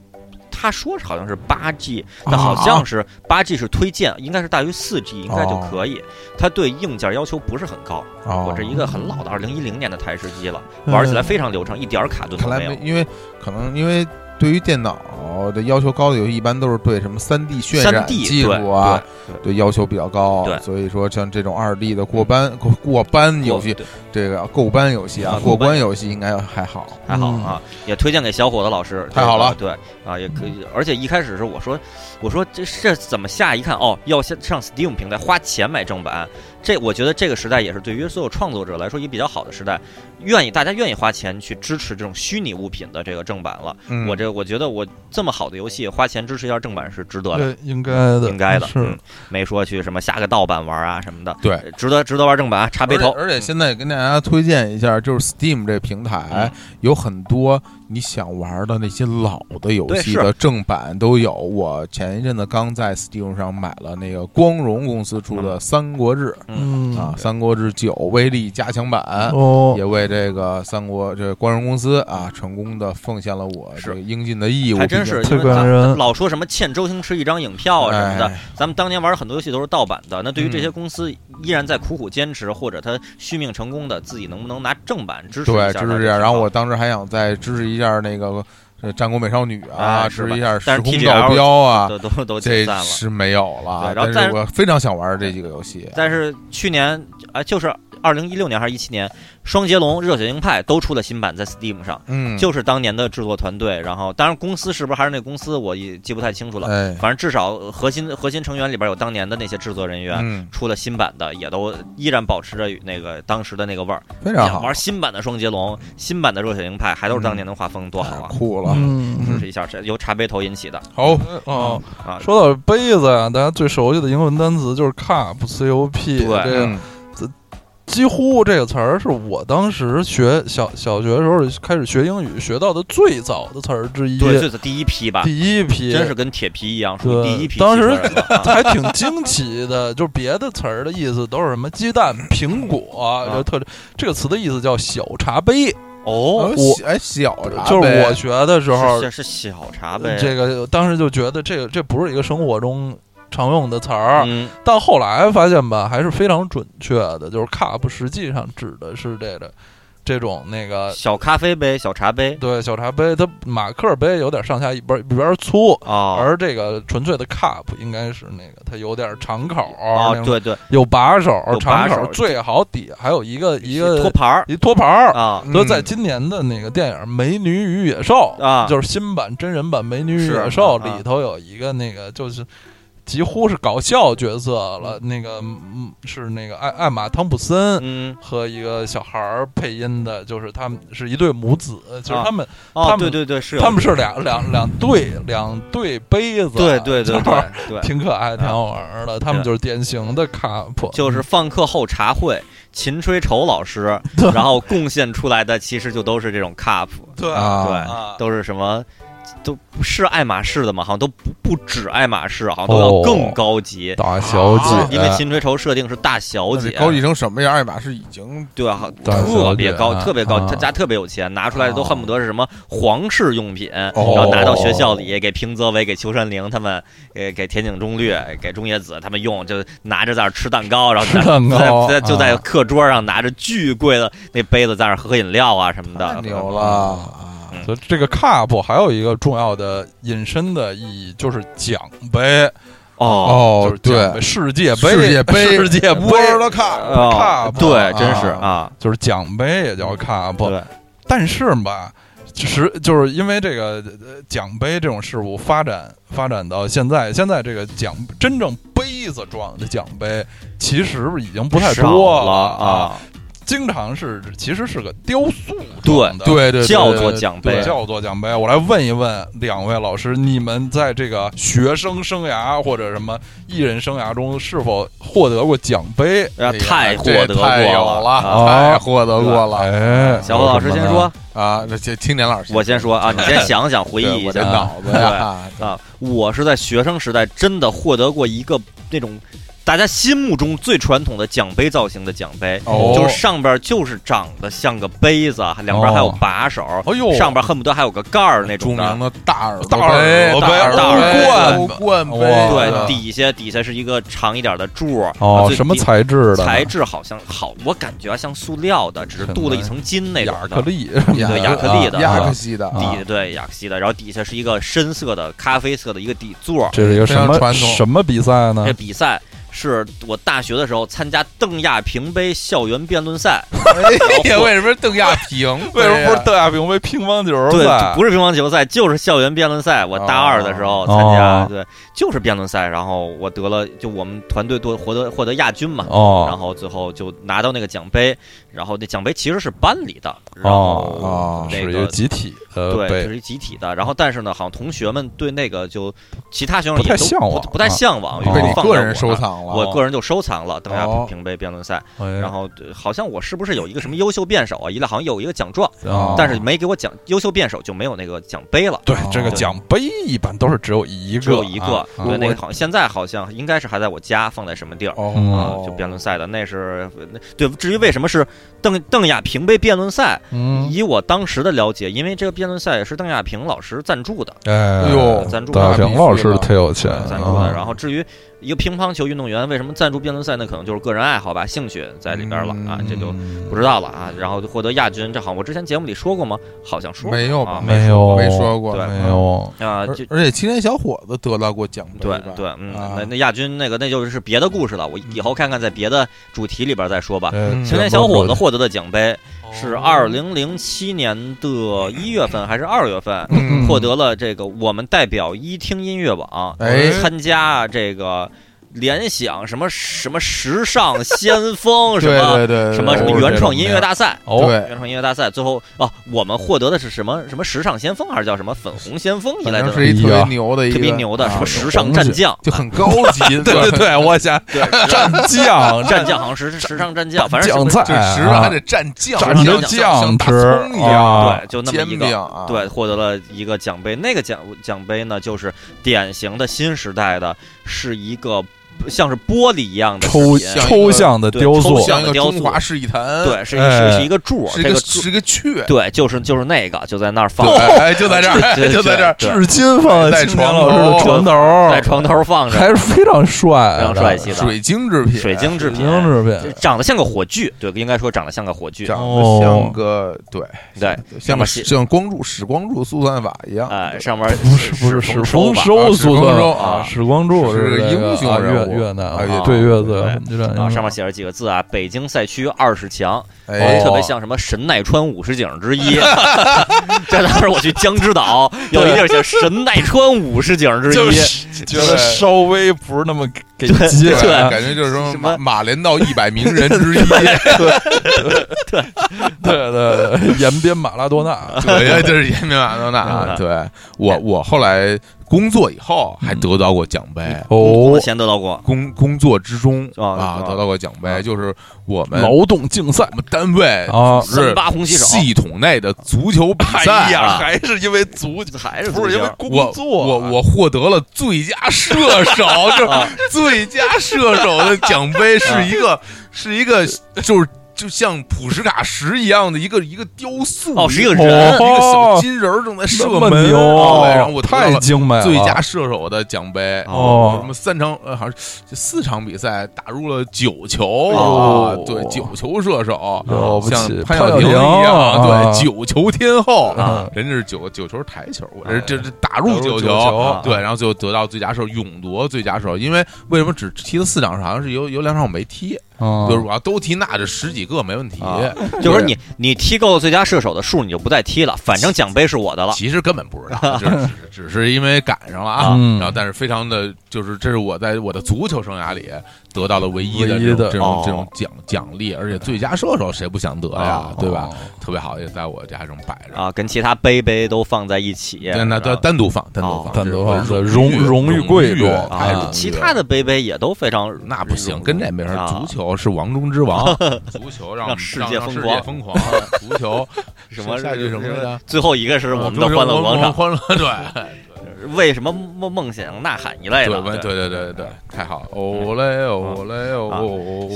[SPEAKER 2] 他说是好像是八 G，那
[SPEAKER 1] 啊
[SPEAKER 2] 好像是八 G 是推荐，应该是大于四 G 应该就可以。它对硬件要求不是很高，
[SPEAKER 1] 哦嗯
[SPEAKER 2] 我这一个很老的二零一零年的台式机了，玩起来非常流畅，一点儿卡顿都
[SPEAKER 1] 看来
[SPEAKER 2] 没有。
[SPEAKER 1] 因为可能因为对于电脑的要求高的游戏，一般都是对什么三 D 渲
[SPEAKER 2] 三
[SPEAKER 1] 染
[SPEAKER 2] D
[SPEAKER 1] 技
[SPEAKER 2] 对
[SPEAKER 1] 术啊，
[SPEAKER 2] 对对
[SPEAKER 1] 对要求比较高啊
[SPEAKER 2] 对，
[SPEAKER 1] 所以说像这种二 D 的过班过过班游戏，
[SPEAKER 2] 对
[SPEAKER 1] 这个过班游戏啊
[SPEAKER 2] 啊，
[SPEAKER 1] 过
[SPEAKER 2] 过
[SPEAKER 1] 关
[SPEAKER 2] 班
[SPEAKER 1] 游戏应该还好。
[SPEAKER 2] 还好
[SPEAKER 3] 嗯
[SPEAKER 2] 啊，也推荐给小伙子老师。
[SPEAKER 1] 太好了
[SPEAKER 2] 对啊，也可以。而且一开始是我说，我说这这怎么下？一看哦，要先上 Steam 平台花钱买正版。这我觉得这个时代也是对于所有创作者来说一个比较好的时代，愿意大家愿意花钱去支持这种虚拟物品的这个正版了。
[SPEAKER 1] 嗯
[SPEAKER 2] 我这我觉得我这么好的游戏，花钱支持一下正版是值得的。
[SPEAKER 3] 对，应该的，
[SPEAKER 2] 应该的，
[SPEAKER 3] 是
[SPEAKER 2] 嗯，没说去什么下个盗版玩啊什么的，
[SPEAKER 1] 对，
[SPEAKER 2] 值得值得玩正版，茶杯头，
[SPEAKER 1] 而且而且现在跟大家推荐一下，就是 Steam 这平台
[SPEAKER 2] 嗯
[SPEAKER 1] 有很多你想玩的那些老的游戏
[SPEAKER 2] 对
[SPEAKER 1] 的正版都有。我前一阵子刚在 Steam 上买了那个光荣公司出的《三国志》，
[SPEAKER 2] 嗯
[SPEAKER 3] 嗯
[SPEAKER 1] 啊，《三国志九》威力加强版。
[SPEAKER 3] 哦
[SPEAKER 1] 也为这个三国这光荣公司啊，成功的奉献了我
[SPEAKER 2] 嗯是
[SPEAKER 1] 这个应尽的义务。
[SPEAKER 2] 还真是
[SPEAKER 1] 毕
[SPEAKER 3] 特
[SPEAKER 1] 竟
[SPEAKER 2] 因为
[SPEAKER 3] 别
[SPEAKER 2] 咱
[SPEAKER 3] 人
[SPEAKER 2] 老说什么欠周星驰一张影票啊什么的
[SPEAKER 1] 哎，
[SPEAKER 2] 咱们当年玩很多游戏都是盗版的。那对于这些
[SPEAKER 1] 嗯
[SPEAKER 2] 公司依然在苦苦坚持，或者他续命成功的，自己能不能拿正版支持一
[SPEAKER 1] 对
[SPEAKER 2] 下？
[SPEAKER 1] 支持一下。
[SPEAKER 2] 啊
[SPEAKER 1] 然后我当时还想再支持一下那个呃《战国美少女》啊，
[SPEAKER 2] 哎
[SPEAKER 1] 支
[SPEAKER 2] 是吧
[SPEAKER 1] 持一下《
[SPEAKER 2] 但是
[SPEAKER 1] 时空
[SPEAKER 2] TGL
[SPEAKER 1] 保镖》啊，
[SPEAKER 2] 都都都解
[SPEAKER 1] 这
[SPEAKER 2] 散了。
[SPEAKER 1] 是没有了。
[SPEAKER 2] 对然后但
[SPEAKER 1] 但
[SPEAKER 2] 是
[SPEAKER 1] 我非常想玩这几个游戏。
[SPEAKER 2] 但是去年啊，就是二零一六年还是一七年，《双截龙》《热血鹰派》都出了新版在 Steam 上，
[SPEAKER 1] 嗯，
[SPEAKER 2] 就是当年的制作团队。然后，当然公司是不是还是那公司，我也记不太清楚了。
[SPEAKER 1] 哎，
[SPEAKER 2] 反正至少呃核心核心成员里边有当年的那些制作人员。
[SPEAKER 1] 嗯，
[SPEAKER 2] 出了新版的，也都依然保持着那个当时的那个味儿。
[SPEAKER 1] 非
[SPEAKER 3] 啊
[SPEAKER 1] 常好
[SPEAKER 2] 玩，新版的双截龙，新版的热血鹰派，还都是当年的画风，多好
[SPEAKER 1] 太
[SPEAKER 2] 啊！
[SPEAKER 1] 酷了。
[SPEAKER 3] 嗯
[SPEAKER 2] 支持一下，这由茶杯头引起的
[SPEAKER 1] 好，
[SPEAKER 3] 哦。
[SPEAKER 2] 啊，
[SPEAKER 3] 说到杯子呀，大家最熟悉的英文单词就是 cup，c o p，
[SPEAKER 2] 对
[SPEAKER 3] 这个
[SPEAKER 1] 嗯
[SPEAKER 3] 几乎这个词儿是我当时学小小学的时候开始学英语学到的最早的词儿之一，
[SPEAKER 2] 对，这是第一批吧，
[SPEAKER 3] 第一批，
[SPEAKER 2] 真是跟铁皮一样，属于
[SPEAKER 3] 对
[SPEAKER 2] 第一批
[SPEAKER 3] 当时
[SPEAKER 2] 制作人了 啊
[SPEAKER 3] 还挺惊奇的， 就是别的词儿的意思都是什么鸡蛋、苹果，
[SPEAKER 2] 啊
[SPEAKER 3] 这特这个词的意思叫小茶杯。
[SPEAKER 2] 哦，
[SPEAKER 1] 哦
[SPEAKER 3] 我
[SPEAKER 1] 小哎小茶
[SPEAKER 3] 就是
[SPEAKER 1] 呗
[SPEAKER 3] 我学的时候
[SPEAKER 2] 是，是是小茶杯，
[SPEAKER 3] 这个当时就觉得这个这不是一个生活中常用的词儿，
[SPEAKER 2] 嗯，
[SPEAKER 3] 但后来发现吧，还是非常准确的，就是 cup 实际上指的是这个这种那个
[SPEAKER 2] 小咖啡杯，小茶杯
[SPEAKER 3] 对小茶杯，它马克杯有点上下一边一边粗。
[SPEAKER 2] 哦
[SPEAKER 3] 而这个纯粹的 cup 应该是那个，它有点长口那
[SPEAKER 2] 哦
[SPEAKER 3] 种，
[SPEAKER 2] 对对，
[SPEAKER 3] 有把手
[SPEAKER 2] 有，把
[SPEAKER 3] 长口
[SPEAKER 2] 手
[SPEAKER 3] 最好底还有一个一个
[SPEAKER 2] 托盘儿
[SPEAKER 3] 一托盘儿。
[SPEAKER 2] 啊
[SPEAKER 1] 嗯
[SPEAKER 3] 都在今年的那个电影《美女与野兽》
[SPEAKER 2] 啊
[SPEAKER 3] 就是新版真人版《美女与
[SPEAKER 2] 是
[SPEAKER 3] 野兽》
[SPEAKER 2] 啊
[SPEAKER 3] 里头有一个那个就是几乎是搞笑角色了，那个嗯是那个艾艾玛汤普森。
[SPEAKER 2] 嗯
[SPEAKER 3] 和一个小孩儿配音的，就是他们是一对母子，就是
[SPEAKER 2] 啊
[SPEAKER 3] 他们、
[SPEAKER 2] 哦
[SPEAKER 3] 他们
[SPEAKER 2] 对对对是有
[SPEAKER 3] 他们是两两两对两对杯子，
[SPEAKER 2] 对对 对
[SPEAKER 3] 就是
[SPEAKER 2] 对对，
[SPEAKER 3] 挺可爱，
[SPEAKER 2] 啊
[SPEAKER 3] 挺好玩儿的。他们就是典型的 cup，
[SPEAKER 1] 嗯
[SPEAKER 2] 就是放课后茶会，秦吹愁老师，然后贡献出来的其实就都是这种 cup，
[SPEAKER 3] 对
[SPEAKER 1] 啊
[SPEAKER 2] 对，
[SPEAKER 3] 啊
[SPEAKER 2] 都是什么，都不是爱马仕的嘛，好像都不不止爱马仕，好像都要更高级，
[SPEAKER 3] 大
[SPEAKER 1] 小哦姐
[SPEAKER 2] 啊因为啊秦吹愁设定是大小姐，
[SPEAKER 1] 高级成什么样？爱马仕已经
[SPEAKER 2] 对啊，
[SPEAKER 3] 大小姐
[SPEAKER 2] 特别高，
[SPEAKER 3] 啊
[SPEAKER 2] 特别高
[SPEAKER 3] 啊，
[SPEAKER 2] 他家特别有钱，拿出来都恨不得是什么皇室用品，然
[SPEAKER 1] 哦
[SPEAKER 2] 后拿到学校里给平泽唯、给秋山绫他们，给给田井中律、给中野子他们用，就拿着在那儿吃蛋糕，然后
[SPEAKER 3] 吃蛋糕
[SPEAKER 2] 在在就在
[SPEAKER 3] 啊
[SPEAKER 2] 课桌上拿着巨贵的那杯子在那儿喝饮料啊什么的
[SPEAKER 1] 太，牛了。啊！
[SPEAKER 3] 所以这个 cup 还有一个重要的引申的意义，就是奖杯
[SPEAKER 2] 哦
[SPEAKER 1] 哦
[SPEAKER 3] 就，是
[SPEAKER 1] 对
[SPEAKER 3] 奖杯，世界杯，
[SPEAKER 1] 世界杯，
[SPEAKER 3] 世界杯，
[SPEAKER 1] World Cup，
[SPEAKER 2] 哦
[SPEAKER 3] cup，
[SPEAKER 2] 对，真是
[SPEAKER 1] 啊
[SPEAKER 2] 啊，
[SPEAKER 3] 就是奖杯也叫 cup。
[SPEAKER 2] 对，
[SPEAKER 3] 但是吧，实就是因为这个呃奖杯这种事物发展发展到现在，现在这个奖真正杯子装的奖杯，其实已经不太
[SPEAKER 2] 少
[SPEAKER 3] 多
[SPEAKER 2] 了
[SPEAKER 3] 啊，
[SPEAKER 2] 啊，
[SPEAKER 3] 经常是其实是个雕塑
[SPEAKER 2] 对
[SPEAKER 3] 装的
[SPEAKER 1] 对对，对
[SPEAKER 2] 叫做奖杯
[SPEAKER 3] 对，叫做奖杯。我来问一问两位老师，你们在这个学生生涯或者什么艺人生涯中，是否获得过奖杯？
[SPEAKER 2] 啊太获
[SPEAKER 1] 哎这
[SPEAKER 2] 得过
[SPEAKER 1] 太有了，
[SPEAKER 2] 啊
[SPEAKER 3] 啊
[SPEAKER 1] 太获得过了
[SPEAKER 3] 哎，
[SPEAKER 2] 小何老师先说，
[SPEAKER 1] 啊！这这青年老师，
[SPEAKER 2] 我先说啊，你先想想，回
[SPEAKER 1] 对
[SPEAKER 2] 忆一
[SPEAKER 1] 我这
[SPEAKER 2] 下。
[SPEAKER 1] 脑子呀，
[SPEAKER 2] 啊，我是在学生时代真的获得过一个那种大家心目中最传统的奖杯造型的奖杯，
[SPEAKER 1] 哦
[SPEAKER 2] 就是上边就是长得像个杯子，啊两边还有把手，
[SPEAKER 3] 哎呦，
[SPEAKER 2] 上边恨不得还有个盖儿那
[SPEAKER 1] 著
[SPEAKER 2] 种
[SPEAKER 1] 名
[SPEAKER 2] 的。
[SPEAKER 1] 的大耳朵
[SPEAKER 3] 大耳
[SPEAKER 1] 杯
[SPEAKER 3] 朵
[SPEAKER 2] 杯
[SPEAKER 1] 大
[SPEAKER 2] 大
[SPEAKER 1] 耳
[SPEAKER 3] 耳
[SPEAKER 1] 朵冠冠
[SPEAKER 3] 哇
[SPEAKER 1] 杯，啊
[SPEAKER 2] 对，
[SPEAKER 3] 嗯
[SPEAKER 2] 底下底下是一个长一点的柱儿，啊
[SPEAKER 3] 哦，
[SPEAKER 2] 最
[SPEAKER 3] 什么
[SPEAKER 2] 底
[SPEAKER 3] 材质的？
[SPEAKER 2] 材质好像好，我感觉啊像塑料的，只是
[SPEAKER 3] 什么
[SPEAKER 2] 镀了一层金那种
[SPEAKER 3] 亚
[SPEAKER 2] 的。
[SPEAKER 3] 克力，
[SPEAKER 2] 对亚克力的
[SPEAKER 1] 亚克西的
[SPEAKER 3] 啊
[SPEAKER 2] 底对雅克西的，然后底下是一个深色的咖啡色的一个底座儿，
[SPEAKER 3] 这是一个什
[SPEAKER 1] 非常
[SPEAKER 3] 么
[SPEAKER 1] 传统
[SPEAKER 3] 什么比赛呢
[SPEAKER 2] 这？比赛是我大学的时候参加邓亚萍杯校园辩论赛，
[SPEAKER 1] 哎呀，为什么是邓亚 萍？
[SPEAKER 3] 为什么不是邓亚萍为乒乓球
[SPEAKER 2] 对，
[SPEAKER 3] 赛？
[SPEAKER 2] 不是乒乓球赛，就是校园辩论赛。我大二的时候参加，
[SPEAKER 3] 哦
[SPEAKER 2] 对，就是辩论赛，然后我得了，就我们团队多获得获得亚军嘛。然
[SPEAKER 3] 哦，
[SPEAKER 2] 后最后就拿到那个奖杯，然后那奖杯其实是班里的，然后
[SPEAKER 1] 哦
[SPEAKER 2] 那
[SPEAKER 3] 是一
[SPEAKER 2] 个
[SPEAKER 3] 个集体呃的
[SPEAKER 2] 对，就
[SPEAKER 3] 杯，
[SPEAKER 2] 是一集体的。然后但是呢，好像同学们对那个就其他学生
[SPEAKER 3] 不
[SPEAKER 2] 也
[SPEAKER 3] 太
[SPEAKER 2] 都
[SPEAKER 3] 向往
[SPEAKER 2] 不不太
[SPEAKER 3] 啊
[SPEAKER 2] 向往，于
[SPEAKER 1] 被
[SPEAKER 2] 是
[SPEAKER 1] 你
[SPEAKER 2] 放
[SPEAKER 1] 个
[SPEAKER 2] 在
[SPEAKER 1] 人
[SPEAKER 2] 我
[SPEAKER 1] 收
[SPEAKER 2] 那
[SPEAKER 1] 藏
[SPEAKER 3] 了。
[SPEAKER 2] 我个人就收藏了《灯下
[SPEAKER 1] 哦
[SPEAKER 2] 平杯辩论赛》
[SPEAKER 3] 哎
[SPEAKER 2] 然后呃好像我是不是有一个什么优秀辩手啊？一类好像有一个奖状，
[SPEAKER 3] 哦
[SPEAKER 2] 但是没给我奖优秀辩手就没有那个奖杯了。
[SPEAKER 3] 对
[SPEAKER 1] 哦
[SPEAKER 3] 这个奖杯一般都是只有一个，
[SPEAKER 2] 只有一
[SPEAKER 3] 啊
[SPEAKER 2] 个，嗯
[SPEAKER 3] 啊
[SPEAKER 2] 对那
[SPEAKER 1] 我
[SPEAKER 2] 个好，像现在好像应该是还在我家，放在什么地儿
[SPEAKER 1] 哦
[SPEAKER 3] 嗯
[SPEAKER 2] 啊？就辩论赛的，那是呃那对。至于为什么是邓邓亚萍杯辩论赛，
[SPEAKER 3] 嗯，
[SPEAKER 2] 以我当时的了解，因为这个辩论赛是邓亚萍老师赞助的，
[SPEAKER 3] 哎
[SPEAKER 1] 哎呦
[SPEAKER 2] 赞助
[SPEAKER 3] 戴
[SPEAKER 2] 的
[SPEAKER 3] 亚
[SPEAKER 1] 大
[SPEAKER 3] 平老师忒有钱啊
[SPEAKER 2] 赞助的。
[SPEAKER 3] 了，
[SPEAKER 2] 然后至于一个乒乓球运动员为什么赞助辩论赛，那可能就是个人爱好吧，兴趣在里边了啊，
[SPEAKER 3] 嗯
[SPEAKER 2] 这就不知道了啊。然后获得亚军，这好像我之前节目里说过吗？好像说过
[SPEAKER 1] 没有
[SPEAKER 2] 啊
[SPEAKER 1] 吧？
[SPEAKER 3] 没有
[SPEAKER 1] 没说过，
[SPEAKER 2] 对
[SPEAKER 3] 没有，
[SPEAKER 2] 啊，
[SPEAKER 1] 而
[SPEAKER 2] 就
[SPEAKER 1] 而且青年小伙子得到过奖杯
[SPEAKER 2] 对
[SPEAKER 1] 吧
[SPEAKER 2] 对，嗯，
[SPEAKER 1] 啊
[SPEAKER 2] 那那亚军那个那就是别的故事了，我以后看看在别的主题里边再说吧。
[SPEAKER 3] 哎
[SPEAKER 1] 嗯
[SPEAKER 2] 青年小伙子获得的奖杯是二零零七年的一月份还是二月份
[SPEAKER 1] 嗯
[SPEAKER 2] 获得了这个我们代表一听音乐网
[SPEAKER 1] 哎
[SPEAKER 2] 参加这个联想什么什么时尚先锋什
[SPEAKER 1] 对
[SPEAKER 2] 么
[SPEAKER 1] 对对，
[SPEAKER 2] 什么什么
[SPEAKER 1] 原
[SPEAKER 2] 原创音乐大赛。
[SPEAKER 3] 哦，
[SPEAKER 1] 对
[SPEAKER 2] 原，创音乐大赛最后哦，我们获得的是什么什么时尚先锋还是叫什么粉红先锋一
[SPEAKER 1] 反
[SPEAKER 2] 类
[SPEAKER 1] 正
[SPEAKER 2] 的
[SPEAKER 1] 是一特别牛的一
[SPEAKER 2] 哎特
[SPEAKER 1] 个
[SPEAKER 2] 别牛的
[SPEAKER 1] 啊
[SPEAKER 2] 什么时尚战将，
[SPEAKER 1] 就很高级，
[SPEAKER 3] 对对对，我想
[SPEAKER 2] 对，
[SPEAKER 3] 战将
[SPEAKER 2] 战将好像是时尚战将，反正是
[SPEAKER 3] 酱
[SPEAKER 2] 不是
[SPEAKER 3] 菜
[SPEAKER 1] 就是时尚还得蘸酱，
[SPEAKER 2] 蘸
[SPEAKER 3] 蘸
[SPEAKER 2] 着
[SPEAKER 3] 着
[SPEAKER 1] 像
[SPEAKER 3] 酱
[SPEAKER 1] 大
[SPEAKER 3] 吃
[SPEAKER 1] 葱一样，
[SPEAKER 3] 啊
[SPEAKER 2] 对，就哦那么一
[SPEAKER 1] 煎饼
[SPEAKER 2] 个。
[SPEAKER 1] 啊，
[SPEAKER 2] 对，获得了一个奖杯。那个奖奖杯呢，就是典型的新时代的，是一个像是玻璃一样的
[SPEAKER 3] 抽
[SPEAKER 2] 饰品
[SPEAKER 3] 抽象的雕
[SPEAKER 2] 对
[SPEAKER 3] 塑
[SPEAKER 2] 抽，象
[SPEAKER 1] 像一个中华是一坛，，
[SPEAKER 2] 对，是一
[SPEAKER 3] 哎
[SPEAKER 2] 是是一个柱儿，
[SPEAKER 1] 是一
[SPEAKER 2] 这
[SPEAKER 1] 个
[SPEAKER 2] 柱，
[SPEAKER 1] 是一个雀，
[SPEAKER 2] 对，就是就是那个，就在那儿放
[SPEAKER 1] 对，
[SPEAKER 2] 着，
[SPEAKER 1] 哎，就在这儿，
[SPEAKER 2] 对
[SPEAKER 1] 哎就在这儿，
[SPEAKER 2] 对
[SPEAKER 3] 至今
[SPEAKER 2] 哎
[SPEAKER 3] 放在青年老师的床头，
[SPEAKER 2] 在床头放
[SPEAKER 3] 还
[SPEAKER 2] 着，
[SPEAKER 3] 是非常帅啊
[SPEAKER 2] 非
[SPEAKER 3] 的，
[SPEAKER 2] 常帅气的
[SPEAKER 1] 水晶制品，
[SPEAKER 2] 水晶制
[SPEAKER 3] 水
[SPEAKER 2] 品
[SPEAKER 3] 晶，制品，
[SPEAKER 2] 长得像个火炬，对，应该说长得像个火炬，
[SPEAKER 1] 长
[SPEAKER 3] 哦
[SPEAKER 1] 得像个对
[SPEAKER 2] 对，那
[SPEAKER 1] 像
[SPEAKER 2] 么
[SPEAKER 1] 个
[SPEAKER 2] 是
[SPEAKER 1] 像光柱矢光柱速算法一样，
[SPEAKER 2] 哎，上面
[SPEAKER 3] 不是不是
[SPEAKER 2] 是
[SPEAKER 3] 史
[SPEAKER 2] 丰
[SPEAKER 3] 丰
[SPEAKER 2] 吧
[SPEAKER 3] 收
[SPEAKER 1] 史
[SPEAKER 3] 速
[SPEAKER 1] 丰
[SPEAKER 3] 算
[SPEAKER 1] 收
[SPEAKER 2] 啊
[SPEAKER 3] 史光柱
[SPEAKER 1] 是
[SPEAKER 3] 这
[SPEAKER 1] 个英雄
[SPEAKER 3] 啊越
[SPEAKER 1] 人物
[SPEAKER 3] 越南
[SPEAKER 1] 啊
[SPEAKER 2] 越
[SPEAKER 3] 对越
[SPEAKER 1] 对
[SPEAKER 3] 南，越南
[SPEAKER 2] 啊，上面写着几个字啊，北京赛区二十强，
[SPEAKER 1] 哎
[SPEAKER 3] 哦
[SPEAKER 2] 特别像什么神奈川五十景之一。 这当时我去江之岛，有一地儿叫神奈川五十景之
[SPEAKER 3] 就
[SPEAKER 2] 一，
[SPEAKER 3] 是觉得稍微不是那么给劲
[SPEAKER 2] 对
[SPEAKER 3] 啊，
[SPEAKER 1] 感觉就是说
[SPEAKER 2] 什么
[SPEAKER 1] 马马连道一百名人 之一，
[SPEAKER 3] 对对对，延边马拉多 纳，
[SPEAKER 1] 对， 就是延边马拉多纳啊。对我，我后来工作以后还
[SPEAKER 2] 嗯
[SPEAKER 1] 得到过奖杯，
[SPEAKER 2] 我
[SPEAKER 3] 哦，
[SPEAKER 2] 先得到过。
[SPEAKER 1] 工工作之中
[SPEAKER 2] 啊
[SPEAKER 1] 啊
[SPEAKER 2] 啊
[SPEAKER 1] 得到过奖
[SPEAKER 2] 啊
[SPEAKER 1] 杯，就是我们我
[SPEAKER 3] 劳动竞赛
[SPEAKER 1] 们单位
[SPEAKER 3] 啊，
[SPEAKER 1] 是
[SPEAKER 2] 三八红旗手，
[SPEAKER 1] 系统内的足球比赛
[SPEAKER 2] 呀
[SPEAKER 1] 啊。
[SPEAKER 2] 啊
[SPEAKER 3] 哎还是因为足
[SPEAKER 2] 还是足球
[SPEAKER 3] 不是因为
[SPEAKER 1] 我
[SPEAKER 3] 工作，
[SPEAKER 1] 我我获得了最佳射 手，就是
[SPEAKER 2] 啊，
[SPEAKER 1] 最佳射手的奖杯，是一个是一个就是就像普什卡什一样的一个一个雕塑，
[SPEAKER 2] 哦，是一个
[SPEAKER 1] 一
[SPEAKER 2] 人
[SPEAKER 3] 哦，
[SPEAKER 1] 个小金人儿正在射
[SPEAKER 3] 这么
[SPEAKER 1] 门，
[SPEAKER 3] 牛，哦
[SPEAKER 1] 对然后我得到
[SPEAKER 3] 太
[SPEAKER 1] 了
[SPEAKER 3] 精美了，
[SPEAKER 1] 最佳射手的奖杯
[SPEAKER 3] 哎哦
[SPEAKER 1] 什么三场呃好像是四场比赛打入了九球啊，
[SPEAKER 3] 哦
[SPEAKER 1] 对九球射手，
[SPEAKER 3] 了不
[SPEAKER 1] 像
[SPEAKER 3] 起，
[SPEAKER 1] 潘
[SPEAKER 3] 晓
[SPEAKER 1] 晓婷一样，
[SPEAKER 3] 啊
[SPEAKER 1] 对九球天后
[SPEAKER 2] 啊，
[SPEAKER 1] 人家是九九球台球，我
[SPEAKER 3] 哎
[SPEAKER 1] 这这这打入
[SPEAKER 3] 九
[SPEAKER 1] 九
[SPEAKER 3] 球
[SPEAKER 1] 球。
[SPEAKER 2] 啊
[SPEAKER 1] 对，然后最后得到最佳射手，勇夺最佳射手。因为为什么只踢了四场？好像是有有两场我没踢，
[SPEAKER 3] 嗯
[SPEAKER 1] 就是我要都踢，那这十几个没问题
[SPEAKER 2] 啊。就是说你你踢够了最佳射手的数，你就不再踢了，反正奖杯是我的了。
[SPEAKER 1] 其实根本不知 道，只是只是因为赶上了啊。
[SPEAKER 3] 嗯
[SPEAKER 1] 然后，但是非常的，就是这是我在我的足球生涯里得到了唯一的
[SPEAKER 3] 唯一
[SPEAKER 1] 这种
[SPEAKER 3] 的
[SPEAKER 1] 这
[SPEAKER 2] 哦
[SPEAKER 1] 种这种奖奖励，而且最佳射手谁不想得呀
[SPEAKER 2] 哦，
[SPEAKER 1] 对吧？？特别好，也在我家这么摆着。
[SPEAKER 2] 啊，跟其他杯杯都放在一起，
[SPEAKER 1] 但那单单独放，单独
[SPEAKER 2] 哦
[SPEAKER 1] 放，
[SPEAKER 3] 单独放
[SPEAKER 1] 这是
[SPEAKER 3] 荣
[SPEAKER 1] 荣
[SPEAKER 3] 荣誉贵重
[SPEAKER 1] 太荣
[SPEAKER 2] 啊
[SPEAKER 1] 誉，
[SPEAKER 2] 其他的杯杯也都非常
[SPEAKER 1] 那不行，跟这没法。
[SPEAKER 2] 啊
[SPEAKER 1] 足球是王中之王，足球让
[SPEAKER 2] 让世
[SPEAKER 1] 世
[SPEAKER 2] 界疯
[SPEAKER 1] 疯
[SPEAKER 2] 狂
[SPEAKER 1] 疯狂，足球
[SPEAKER 2] 什么
[SPEAKER 1] 下一句什么嗯来着？啊
[SPEAKER 2] 最后一个是我们的
[SPEAKER 1] 中
[SPEAKER 2] 欢乐广场，
[SPEAKER 1] 欢乐对。
[SPEAKER 2] 为什么梦梦想呐喊一类的？
[SPEAKER 1] 对对对对
[SPEAKER 2] 嗯
[SPEAKER 1] 对，太好了！哦嘞哦嘞哦，
[SPEAKER 2] 啊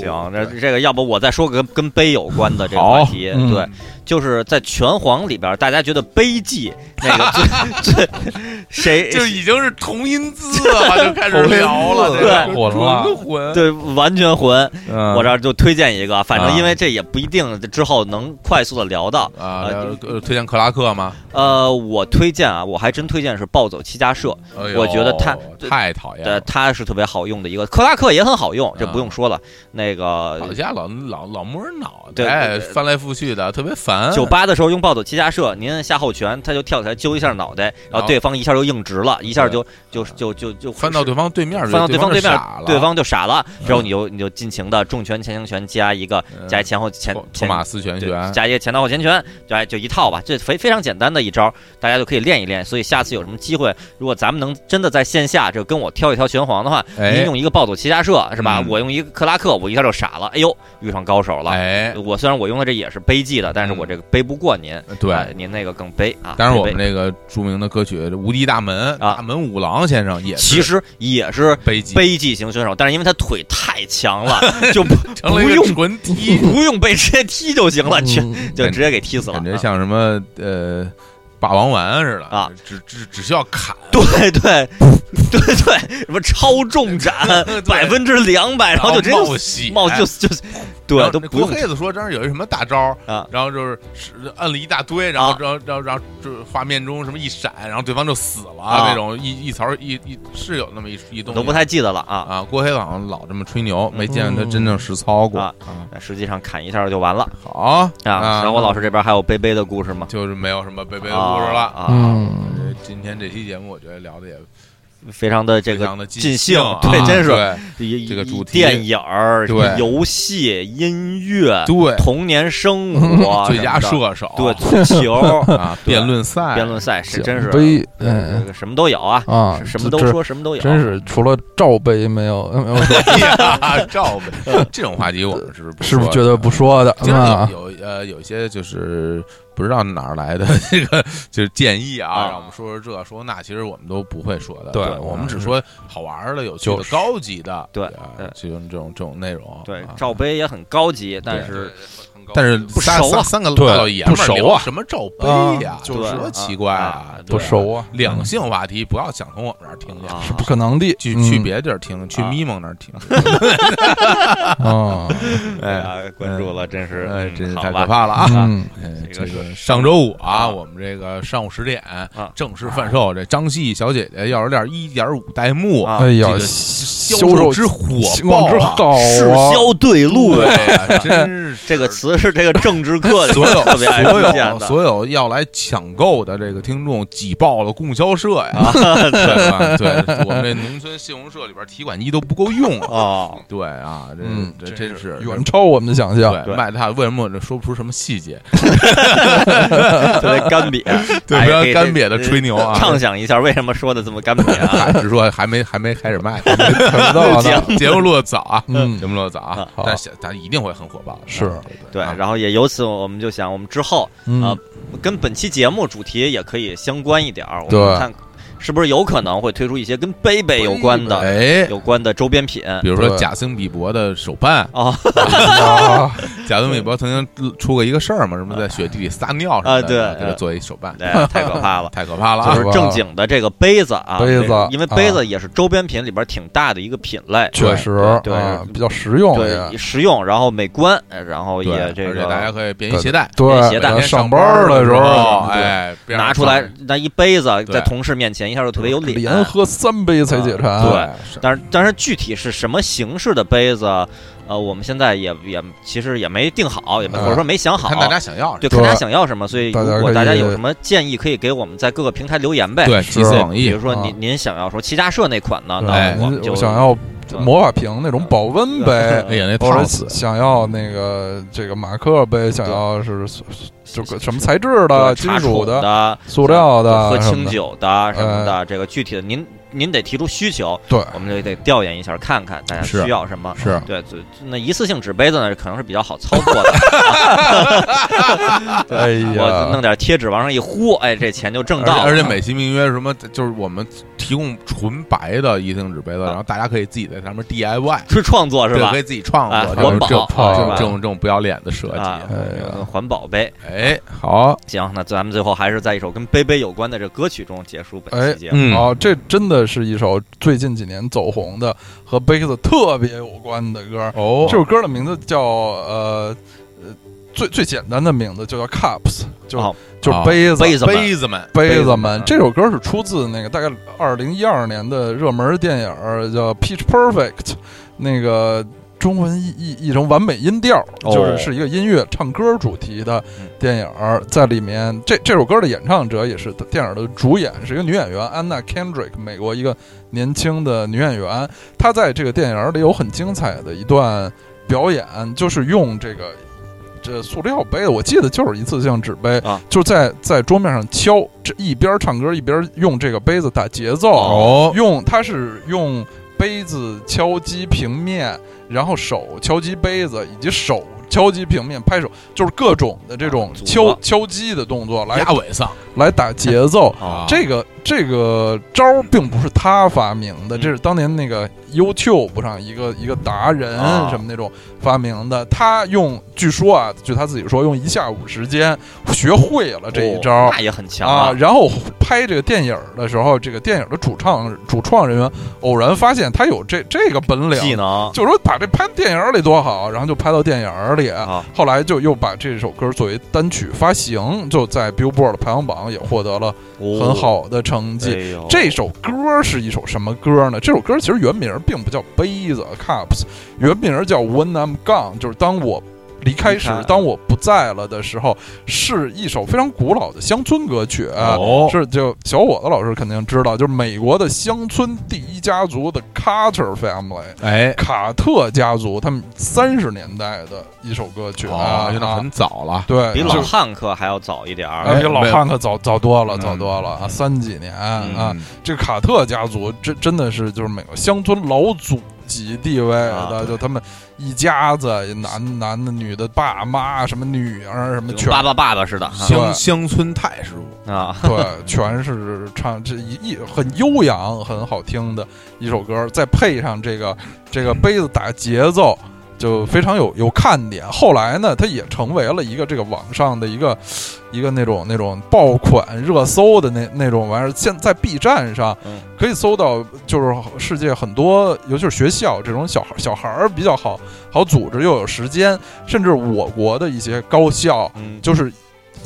[SPEAKER 2] 行，这这个要不我再说个跟跟杯有关的这个
[SPEAKER 1] 好
[SPEAKER 2] 话题，
[SPEAKER 3] 嗯
[SPEAKER 2] 对，就是在拳皇里边，大家觉得杯技那个 最最谁
[SPEAKER 1] 就已经是同音字了，就开始聊了，
[SPEAKER 3] 对
[SPEAKER 1] 我
[SPEAKER 3] 混了
[SPEAKER 1] 轮混，
[SPEAKER 2] 对完全混，
[SPEAKER 3] 嗯
[SPEAKER 2] 我这儿就推荐一个，反正
[SPEAKER 1] 啊
[SPEAKER 2] 因为这也不一定之后能快速的聊到，
[SPEAKER 1] 啊
[SPEAKER 2] 呃，
[SPEAKER 1] 呃推荐克拉克吗？
[SPEAKER 2] 呃，我推荐啊，我还真推荐是暴走七家社，
[SPEAKER 1] 哎呦
[SPEAKER 2] 我觉得他
[SPEAKER 1] 太讨厌
[SPEAKER 2] 呃，
[SPEAKER 1] 了，
[SPEAKER 2] 它是特别好用的一个，克拉克也很好
[SPEAKER 1] 嗯
[SPEAKER 2] 用，这不用说了，那个
[SPEAKER 1] 老家老老老摸人脑
[SPEAKER 2] 对
[SPEAKER 1] 袋，
[SPEAKER 2] 对对
[SPEAKER 1] 翻来覆去的，特别烦。
[SPEAKER 2] 九八的时候用暴走七家社，您按下后拳，他就跳起来揪一下脑袋，然后对方一下就硬直了，一下就就就就就
[SPEAKER 1] 翻到对方对面，
[SPEAKER 2] 翻到对方
[SPEAKER 1] 对
[SPEAKER 2] 对面
[SPEAKER 1] 傻，了，嗯
[SPEAKER 2] 对方就傻了，之后你就你就尽情的重拳前行拳加一个加一前后前
[SPEAKER 1] 嗯托托
[SPEAKER 2] 前
[SPEAKER 1] 马斯全
[SPEAKER 2] 对
[SPEAKER 1] 旋，
[SPEAKER 2] 加一个前倒后前拳，就哎就一套吧，这非非常简单的一招，大家就可以练一练。所以下次有什么机会，如果咱们能真的在线下这跟我挑一挑拳皇的话，您
[SPEAKER 1] 哎
[SPEAKER 2] 用一个暴走骑侠社是吧？
[SPEAKER 1] 嗯
[SPEAKER 2] 我用一个克拉克，我一下就傻了，哎呦，遇上高手了。
[SPEAKER 1] 哎，嗯
[SPEAKER 2] 我虽然我用的这也是背记的，但是我这个背不过您，啊
[SPEAKER 1] 对。
[SPEAKER 2] 您那个更背啊。
[SPEAKER 1] 当然，我
[SPEAKER 2] 背
[SPEAKER 1] 们这个著名的歌曲《无敌大门》，
[SPEAKER 2] 啊
[SPEAKER 1] 大门五郎先生也
[SPEAKER 2] 其
[SPEAKER 1] 是
[SPEAKER 2] 实也是
[SPEAKER 1] 背脊，
[SPEAKER 2] 背记型选手，但是因为他腿太强 了，就不
[SPEAKER 1] 成了
[SPEAKER 2] 不
[SPEAKER 1] 一个
[SPEAKER 2] 用
[SPEAKER 1] 纯踢，
[SPEAKER 2] 不用被直接踢就行了，全
[SPEAKER 3] 嗯
[SPEAKER 2] 就直接给踢死了。
[SPEAKER 1] 感觉
[SPEAKER 2] 啊
[SPEAKER 1] 像什么呃霸王丸似的
[SPEAKER 2] 啊，
[SPEAKER 1] 只只只需要砍，
[SPEAKER 2] 对对对对，什么超重 斩百分之两百，然后就直接
[SPEAKER 1] 冒
[SPEAKER 2] 就
[SPEAKER 1] 血，
[SPEAKER 2] 冒就就
[SPEAKER 1] 然
[SPEAKER 2] 对
[SPEAKER 1] 后
[SPEAKER 2] 都
[SPEAKER 1] 那
[SPEAKER 2] 不
[SPEAKER 1] 郭
[SPEAKER 2] 用
[SPEAKER 1] 黑子说这儿有一什么大招
[SPEAKER 2] 啊，
[SPEAKER 1] 然后就是是摁了一大堆，然后
[SPEAKER 2] 啊
[SPEAKER 1] 然后然后然后就是画面中什么一闪，然后对方就死了
[SPEAKER 2] 啊
[SPEAKER 1] 那种一一槽一一是有那么一一东西
[SPEAKER 2] 都不太记得了啊。
[SPEAKER 1] 啊。郭黑子好像老这么吹牛，
[SPEAKER 2] 嗯
[SPEAKER 1] 没见过他真正实操过
[SPEAKER 2] 啊。实际上砍一下就完了
[SPEAKER 1] 好
[SPEAKER 2] 啊。然后我老
[SPEAKER 1] 师
[SPEAKER 2] 师这边还有背背的故事吗？
[SPEAKER 1] 就是没有什么背背的
[SPEAKER 2] 啊
[SPEAKER 1] 故事了。
[SPEAKER 2] 啊，
[SPEAKER 3] 嗯，
[SPEAKER 1] 呃今天这期节目，我觉得聊的也
[SPEAKER 2] 非常的这
[SPEAKER 1] 非
[SPEAKER 2] 个
[SPEAKER 1] 常的
[SPEAKER 2] 尽
[SPEAKER 1] 兴
[SPEAKER 2] 兴
[SPEAKER 1] 啊，
[SPEAKER 2] 对真是
[SPEAKER 1] 对
[SPEAKER 2] 一
[SPEAKER 1] 这个
[SPEAKER 2] 一
[SPEAKER 1] 主题
[SPEAKER 2] 电影儿、
[SPEAKER 1] 对
[SPEAKER 2] 游戏、音乐、
[SPEAKER 1] 对
[SPEAKER 2] 童年生活、
[SPEAKER 1] 啊最哦佳
[SPEAKER 2] 啊什么
[SPEAKER 1] 射手
[SPEAKER 2] 的对足球、
[SPEAKER 1] 啊， 辩论赛
[SPEAKER 2] 辩论赛是真是
[SPEAKER 3] 杯
[SPEAKER 2] 对对
[SPEAKER 3] 嗯
[SPEAKER 2] 对什么都有啊，
[SPEAKER 3] 啊，
[SPEAKER 2] 什么都
[SPEAKER 3] 这
[SPEAKER 2] 说，什么都有，
[SPEAKER 3] 真是除了罩杯没有没有说，
[SPEAKER 1] 哎呀，赵本这种话题我们是不
[SPEAKER 3] 是不是
[SPEAKER 1] 说
[SPEAKER 3] 绝
[SPEAKER 1] 的
[SPEAKER 3] 对不说的
[SPEAKER 1] 经常
[SPEAKER 3] 啊？
[SPEAKER 1] 有有呃有一些就是不知道哪儿来的 这个就是建议啊，
[SPEAKER 2] 啊
[SPEAKER 1] 让我们说说这说那，其实我们都不会说的，
[SPEAKER 3] 对
[SPEAKER 1] 我
[SPEAKER 3] 嗯
[SPEAKER 1] 们只说好玩的、有趣
[SPEAKER 3] 就
[SPEAKER 1] 的、
[SPEAKER 3] 是
[SPEAKER 1] 高级的，
[SPEAKER 2] 对
[SPEAKER 1] 啊
[SPEAKER 2] 对
[SPEAKER 1] 这种这种这种内容，
[SPEAKER 2] 对
[SPEAKER 1] 啊，
[SPEAKER 2] 罩杯也很高级，但是
[SPEAKER 1] 但是
[SPEAKER 2] 不
[SPEAKER 1] 三
[SPEAKER 2] 熟啊
[SPEAKER 1] 三三个大老爷们儿
[SPEAKER 3] 不熟啊
[SPEAKER 1] 聊什么罩杯呀
[SPEAKER 3] 啊，
[SPEAKER 1] 就
[SPEAKER 2] 对
[SPEAKER 1] 是多奇怪
[SPEAKER 2] 啊
[SPEAKER 1] 啊，
[SPEAKER 2] 对
[SPEAKER 3] 不熟啊，
[SPEAKER 1] 两性话题不要想从我们这儿听去。
[SPEAKER 2] 啊
[SPEAKER 3] 是不可能的，
[SPEAKER 1] 去
[SPEAKER 3] 嗯
[SPEAKER 1] 去别的地儿听，去
[SPEAKER 2] 啊
[SPEAKER 1] 咪蒙那儿 听，
[SPEAKER 3] 啊，
[SPEAKER 2] 哎呀，关注了，真是
[SPEAKER 1] 哎，
[SPEAKER 2] 嗯
[SPEAKER 1] 真是
[SPEAKER 2] 好
[SPEAKER 1] 太可
[SPEAKER 2] 吧
[SPEAKER 1] 怕了啊！
[SPEAKER 3] 嗯，
[SPEAKER 1] 哎
[SPEAKER 2] 这
[SPEAKER 1] 这
[SPEAKER 2] 个是
[SPEAKER 1] 个上周五啊，
[SPEAKER 2] 啊
[SPEAKER 1] 我们这个上午十点正式贩售这张希小姐姐钥匙链一点五代目，
[SPEAKER 2] 啊
[SPEAKER 3] 哎
[SPEAKER 1] 这
[SPEAKER 3] 呀
[SPEAKER 1] 个，销
[SPEAKER 3] 销售
[SPEAKER 1] 之火
[SPEAKER 3] 情
[SPEAKER 1] 爆
[SPEAKER 3] 况之
[SPEAKER 1] 啊，
[SPEAKER 3] 好
[SPEAKER 2] 世
[SPEAKER 3] 啊，
[SPEAKER 2] 销对路，
[SPEAKER 1] 对 啊，真是
[SPEAKER 2] 这个词是这个政治课里
[SPEAKER 1] 所有
[SPEAKER 2] 特别爱
[SPEAKER 1] 所
[SPEAKER 2] 出现
[SPEAKER 1] 有
[SPEAKER 2] 的啊
[SPEAKER 1] 所有要来抢购的这个听众挤爆了供销社 呀，
[SPEAKER 2] 啊
[SPEAKER 1] 对吧？对，我们这农村信用社里边提款机都不够用啊，
[SPEAKER 2] 哦，
[SPEAKER 1] 对啊，
[SPEAKER 3] 嗯
[SPEAKER 1] 这这真是
[SPEAKER 3] 远超我们的想象，
[SPEAKER 1] 对
[SPEAKER 2] 对
[SPEAKER 1] 卖的为什么我这说不出什么细 节？
[SPEAKER 2] 特别干瘪，
[SPEAKER 1] 对，
[SPEAKER 2] 哎
[SPEAKER 1] 不要
[SPEAKER 2] 给
[SPEAKER 1] 干
[SPEAKER 2] 这
[SPEAKER 1] 瘪的吹牛啊，
[SPEAKER 2] 畅想一下为什么说的这么干瘪 啊？
[SPEAKER 1] 还是说还没还没开始卖，
[SPEAKER 3] 想不到
[SPEAKER 2] 这样
[SPEAKER 3] 呢，
[SPEAKER 1] 节目录的早啊，
[SPEAKER 3] 嗯
[SPEAKER 1] 节目录的早啊
[SPEAKER 2] 啊，
[SPEAKER 3] 好
[SPEAKER 1] 但是咱一定会很火爆的，
[SPEAKER 3] 是
[SPEAKER 2] 对，
[SPEAKER 1] 啊
[SPEAKER 2] 然后也由此我们就想，我们之后啊
[SPEAKER 3] 嗯，
[SPEAKER 2] 跟本期节目主题也可以相关一点儿，我
[SPEAKER 3] 对
[SPEAKER 2] 们看是不是有可能会推出一些跟杯杯有关的、
[SPEAKER 1] 哎，
[SPEAKER 2] 有关的周边品
[SPEAKER 1] 比如说
[SPEAKER 3] 对
[SPEAKER 1] 贾斯汀比伯的手办，
[SPEAKER 2] 啊
[SPEAKER 3] 啊
[SPEAKER 1] 贾斯汀比伯曾经出过一个事儿嘛，什么在雪地里撒尿什么
[SPEAKER 2] 啊啊对
[SPEAKER 1] 的，给他
[SPEAKER 2] 呃
[SPEAKER 1] 做一手办，
[SPEAKER 2] 哎太可怕了。
[SPEAKER 1] 太可怕了
[SPEAKER 2] 就
[SPEAKER 1] 啊
[SPEAKER 2] 是！正经的这个杯子啊，
[SPEAKER 3] 杯子
[SPEAKER 2] 因为杯子也是周边品里边挺大的一个品类，
[SPEAKER 3] 确实
[SPEAKER 2] 对
[SPEAKER 3] 啊，比较实用也，
[SPEAKER 2] 对，实用，然后美观，呃然后
[SPEAKER 1] 对，
[SPEAKER 2] 也这
[SPEAKER 1] 而且大家
[SPEAKER 2] 个
[SPEAKER 1] 可以便于携带，
[SPEAKER 3] 对，
[SPEAKER 2] 携带
[SPEAKER 1] 每
[SPEAKER 3] 然后
[SPEAKER 1] 天
[SPEAKER 3] 上
[SPEAKER 1] 班
[SPEAKER 3] 班
[SPEAKER 1] 的
[SPEAKER 3] 时
[SPEAKER 1] 候，
[SPEAKER 3] 候，啊
[SPEAKER 1] 哎，边上
[SPEAKER 2] 拿出来
[SPEAKER 1] 放，
[SPEAKER 2] 那一杯子
[SPEAKER 1] 对
[SPEAKER 2] 在同事面前一下就特别有啊脸。
[SPEAKER 3] 连喝三杯才解馋，
[SPEAKER 2] 对
[SPEAKER 1] 是
[SPEAKER 2] 但是但是具体是什么形式的杯子，呃，我们现在也也其实也没定好，也没
[SPEAKER 3] 嗯
[SPEAKER 2] 或者说没想好
[SPEAKER 1] 看。大家想要什
[SPEAKER 2] 对，
[SPEAKER 1] 么。
[SPEAKER 2] 看大家
[SPEAKER 3] 对
[SPEAKER 2] 想要什么，所以
[SPEAKER 3] 大
[SPEAKER 2] 如
[SPEAKER 3] 家
[SPEAKER 2] 果
[SPEAKER 3] 可
[SPEAKER 2] 大家
[SPEAKER 3] 以
[SPEAKER 2] 有什么建议，可以给我们在各个平台留言呗。
[SPEAKER 1] 对，
[SPEAKER 3] 是
[SPEAKER 1] 集思广
[SPEAKER 2] 比
[SPEAKER 1] 益
[SPEAKER 2] 如，说
[SPEAKER 3] 啊
[SPEAKER 2] 您您想要说齐家社那款呢，
[SPEAKER 3] 哎
[SPEAKER 2] 那我们就
[SPEAKER 3] 我想要
[SPEAKER 2] 对
[SPEAKER 3] 魔法瓶那种保温杯，
[SPEAKER 1] 哎呀，那
[SPEAKER 3] 或
[SPEAKER 1] 烫
[SPEAKER 3] 者
[SPEAKER 1] 死！
[SPEAKER 3] 想要那个这个马克杯，想要是就个什么材质的、
[SPEAKER 2] 对
[SPEAKER 3] 金
[SPEAKER 2] 茶
[SPEAKER 3] 属
[SPEAKER 2] 宠
[SPEAKER 3] 的、
[SPEAKER 2] 的、
[SPEAKER 3] 塑料的、嗯
[SPEAKER 2] 喝
[SPEAKER 3] 什么
[SPEAKER 2] 清
[SPEAKER 3] 的，
[SPEAKER 2] 酒的什么的，这个具体的您您得提出需求，
[SPEAKER 3] 对，
[SPEAKER 2] 我们就得调研一下，看看大家
[SPEAKER 1] 是
[SPEAKER 2] 需要什么。
[SPEAKER 1] 是
[SPEAKER 2] 对，就那一次性纸杯子呢，可能是比较好操作的。
[SPEAKER 3] 哎
[SPEAKER 2] 我弄
[SPEAKER 3] 呀，
[SPEAKER 2] 点贴纸往上一呼，哎，这钱就挣
[SPEAKER 1] 而且
[SPEAKER 2] 到了。
[SPEAKER 1] 而且美其名曰什么，就是我们提供纯白的一定纸杯子，
[SPEAKER 2] 啊
[SPEAKER 1] 然后大家可以自己在上面 DIY，
[SPEAKER 2] 是创作是
[SPEAKER 1] 对，
[SPEAKER 2] 吧
[SPEAKER 1] 可以？自己创
[SPEAKER 2] 哎
[SPEAKER 1] 作，这
[SPEAKER 2] 环
[SPEAKER 1] 种
[SPEAKER 2] 保
[SPEAKER 1] 这种
[SPEAKER 3] 啊
[SPEAKER 1] 这
[SPEAKER 3] 是
[SPEAKER 1] 种
[SPEAKER 3] 吧
[SPEAKER 1] 这种这种不要脸的设
[SPEAKER 2] 啊
[SPEAKER 1] 计，
[SPEAKER 3] 哎呀，
[SPEAKER 2] 环保杯。
[SPEAKER 1] 哎，好，
[SPEAKER 2] 行，那咱们最后还是在一首跟杯杯有关的这歌曲中结束本期节目。
[SPEAKER 1] 嗯，
[SPEAKER 3] 哦，这真的是一首最近几年走红的和杯子特别有关的歌。
[SPEAKER 1] 哦
[SPEAKER 3] 这首歌的名字叫呃呃，最最简单的名字就叫 Cups，就
[SPEAKER 2] 哦
[SPEAKER 3] 就是
[SPEAKER 1] 哦
[SPEAKER 3] 杯子
[SPEAKER 2] 杯子们
[SPEAKER 1] 杯子们，
[SPEAKER 3] 杯子
[SPEAKER 2] 们
[SPEAKER 3] 们，这首歌是出自那个大概二零一二年的热门电影儿叫《Pitch Perfect》，那个中文译译译成“完美音调”，
[SPEAKER 2] 哦
[SPEAKER 3] 就是是一个音乐唱歌主题的
[SPEAKER 1] 嗯
[SPEAKER 3] 电影儿，在里面这这首歌的演唱者也是电影的主演，是一个女演员安娜 Kendrick，美国一个年轻的女演员，她在这个电影儿里有很精彩的一段表演，就是用这个这塑料杯，我记得就是一次性纸杯，
[SPEAKER 2] 啊
[SPEAKER 3] 就在在桌面上敲，这一边唱歌一边用这个杯子打节奏，
[SPEAKER 4] 哦，
[SPEAKER 3] 用它是用杯子敲击平面，然后手敲击杯子，以及手敲击平面，拍手，就是各种的这种
[SPEAKER 2] 啊组
[SPEAKER 3] 敲
[SPEAKER 2] 合
[SPEAKER 3] 敲击的动作来
[SPEAKER 4] 压尾丧
[SPEAKER 3] 来打节奏。
[SPEAKER 2] 啊，
[SPEAKER 3] 这个这个招儿并不是他发明的，
[SPEAKER 2] 嗯
[SPEAKER 3] 这是当年那个 YouTube 上一个一个达人
[SPEAKER 2] 啊
[SPEAKER 3] 什么那种发明的。他用，据说啊，据他自己说，用一下午时间学会了这一招儿。
[SPEAKER 2] 哦那也很强
[SPEAKER 3] 啊，然后拍这个电影的时候，这个电影的主创主创人员偶然发现他有这这个本
[SPEAKER 2] 技
[SPEAKER 3] 领，
[SPEAKER 2] 能
[SPEAKER 3] 就是说把这拍电影里多好，然后就拍到电影里。
[SPEAKER 2] 啊，
[SPEAKER 3] 后来就又把这首歌作为单曲发行，就在 Billboard 排行榜也获得了很
[SPEAKER 2] 很。
[SPEAKER 3] 好的成绩。
[SPEAKER 2] 哦哎呦
[SPEAKER 3] 这首歌是一首什么歌呢？这首歌其实原名并不叫杯子 （Cups），原名叫 When I'm Gone，就是当我离开时
[SPEAKER 2] 离开，
[SPEAKER 3] 当我不在了的时候，是一首非常古老的乡村歌曲。
[SPEAKER 1] 啊
[SPEAKER 3] 啊
[SPEAKER 4] 哦
[SPEAKER 3] 是就小伙子老师肯定知道，就是美国的乡村第一家族的 Carter Family。
[SPEAKER 4] 哎，
[SPEAKER 3] 卡特家族，他们三十年代的一首歌曲啊，
[SPEAKER 4] 哦，那
[SPEAKER 3] 啊
[SPEAKER 4] 很早了，
[SPEAKER 3] 对，
[SPEAKER 2] 比
[SPEAKER 3] 就
[SPEAKER 2] 老汉克还要早一点
[SPEAKER 3] 啊
[SPEAKER 2] 儿
[SPEAKER 4] 哎
[SPEAKER 3] 比老
[SPEAKER 4] 没有
[SPEAKER 3] 汉克早早多了，
[SPEAKER 4] 嗯
[SPEAKER 3] 早多了啊，三几年啊，
[SPEAKER 4] 嗯，
[SPEAKER 3] 这个卡特家族真真的是就是美国乡村老祖级地位
[SPEAKER 2] 啊
[SPEAKER 3] 的，就他们一家子男男的、女的、爸妈什么女儿什么
[SPEAKER 2] 跟
[SPEAKER 3] 全
[SPEAKER 2] 爸爸爸爸似的啊
[SPEAKER 4] 乡乡村太师傅，
[SPEAKER 2] 啊，
[SPEAKER 3] 对，全是唱这一一很悠扬、很好听的一首歌，再配上这个这个杯子打节奏，就非常有有看点。后来呢，它也成为了一个这个网上的一个一个那种那种爆款热搜的那那种玩意儿。现在 B 站上
[SPEAKER 2] 嗯
[SPEAKER 3] 可以搜到，就是世界很多，尤其是学校这种小孩小孩儿比较好好组织又有时间，甚至我国的一些高校。
[SPEAKER 2] 嗯，
[SPEAKER 3] 就是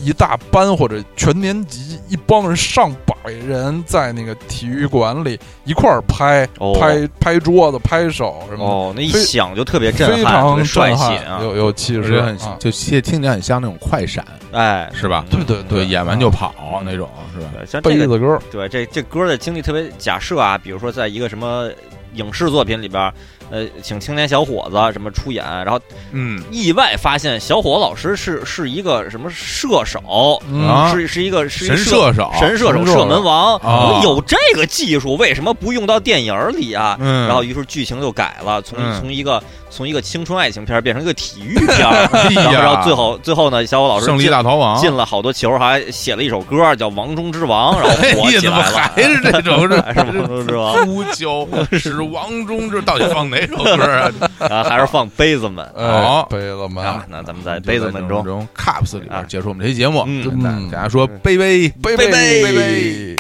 [SPEAKER 3] 一大班或者全年级一帮人上百人在那个体育馆里一块儿拍、
[SPEAKER 2] 哦
[SPEAKER 3] 拍拍桌子、拍手什么
[SPEAKER 2] 哦，那一
[SPEAKER 3] 非
[SPEAKER 2] 想就特别
[SPEAKER 3] 的，非
[SPEAKER 2] 震撼，特
[SPEAKER 3] 常
[SPEAKER 2] 别帅
[SPEAKER 3] 震
[SPEAKER 2] 气
[SPEAKER 3] 撼，
[SPEAKER 2] 啊！
[SPEAKER 3] 有有气
[SPEAKER 4] 就
[SPEAKER 3] 势
[SPEAKER 4] 是
[SPEAKER 3] 啊
[SPEAKER 4] 很，就听听起来很像那种快闪，
[SPEAKER 2] 哎，
[SPEAKER 4] 是吧？
[SPEAKER 3] 对对
[SPEAKER 4] 对，演完就跑
[SPEAKER 2] 嗯
[SPEAKER 4] 那种，是吧？
[SPEAKER 2] 对，像这
[SPEAKER 3] 杯
[SPEAKER 2] 个
[SPEAKER 3] 子歌，
[SPEAKER 2] 对这这歌的经历特别假设啊，比如说在一个什么影视作品里边儿，呃，请青年小伙子什么出演，然后
[SPEAKER 4] 嗯，
[SPEAKER 2] 意外发现小伙老师是是一个什么射手，
[SPEAKER 3] 嗯
[SPEAKER 4] 啊
[SPEAKER 2] 是是一个是一
[SPEAKER 4] 神
[SPEAKER 2] 个
[SPEAKER 4] 射手，
[SPEAKER 2] 神射手
[SPEAKER 3] 神射手
[SPEAKER 2] 射门王，
[SPEAKER 4] 啊
[SPEAKER 2] 有这个技术为什么不用到电影儿里啊？
[SPEAKER 4] 嗯，
[SPEAKER 2] 然后，于是剧情就改了，从
[SPEAKER 4] 嗯
[SPEAKER 2] 从一个从一个青春爱情片儿变成一个体育片儿，
[SPEAKER 4] 哎呀，
[SPEAKER 2] 然后最后最后呢，小伙老师
[SPEAKER 4] 胜利
[SPEAKER 2] 进
[SPEAKER 4] 大逃亡，
[SPEAKER 2] 进了好多球，还写了一首歌叫《王中之王》，然后火
[SPEAKER 4] 哎呀，
[SPEAKER 2] 起
[SPEAKER 4] 怎么
[SPEAKER 2] 来了。
[SPEAKER 4] 还是这种是
[SPEAKER 2] 还 是王中之王
[SPEAKER 4] 足球是王中之，到底放哪首歌 啊？
[SPEAKER 2] 啊，还是放杯子们
[SPEAKER 4] 呃
[SPEAKER 3] 哎，杯子们，
[SPEAKER 2] 啊？那咱们在杯子们中，啊
[SPEAKER 4] 中 cups 里边结束我们这期节目，
[SPEAKER 2] 嗯
[SPEAKER 4] 跟大
[SPEAKER 3] 嗯
[SPEAKER 4] 大家说杯杯。
[SPEAKER 3] 杯
[SPEAKER 2] 杯杯
[SPEAKER 3] 杯
[SPEAKER 4] 杯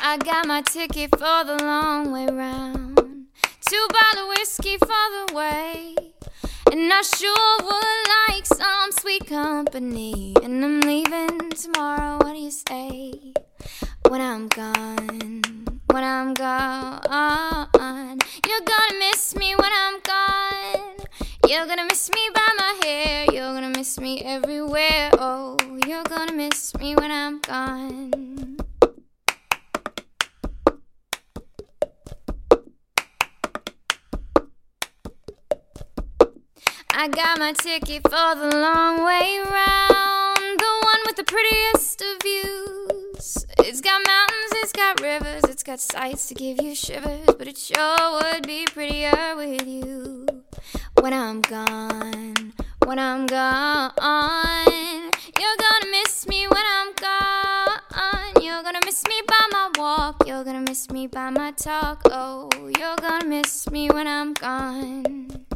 [SPEAKER 5] I got my ticket for the long way round. Two bottle whiskey for the way. And I sure would like some sweet company. And I'm leaving tomorrow. What do you say? When I'm gone, when I'm gone, you're gonna miss me when I'm gone. You're gonna miss me by my hair. You're gonna miss me everywhere. Oh, you're gonna miss me when I'm gone. I got my ticket for the long way round. The one with the prettiest of views. It's got mountains, it's got rivers, it's got sights to give you shivers. But it sure would be prettier with you. When I'm gone, when I'm gone, you're gonna miss me when I'm gone. You're gonna miss me by my walk, you're gonna miss me by my talk. Oh, you're gonna miss me when I'm gone.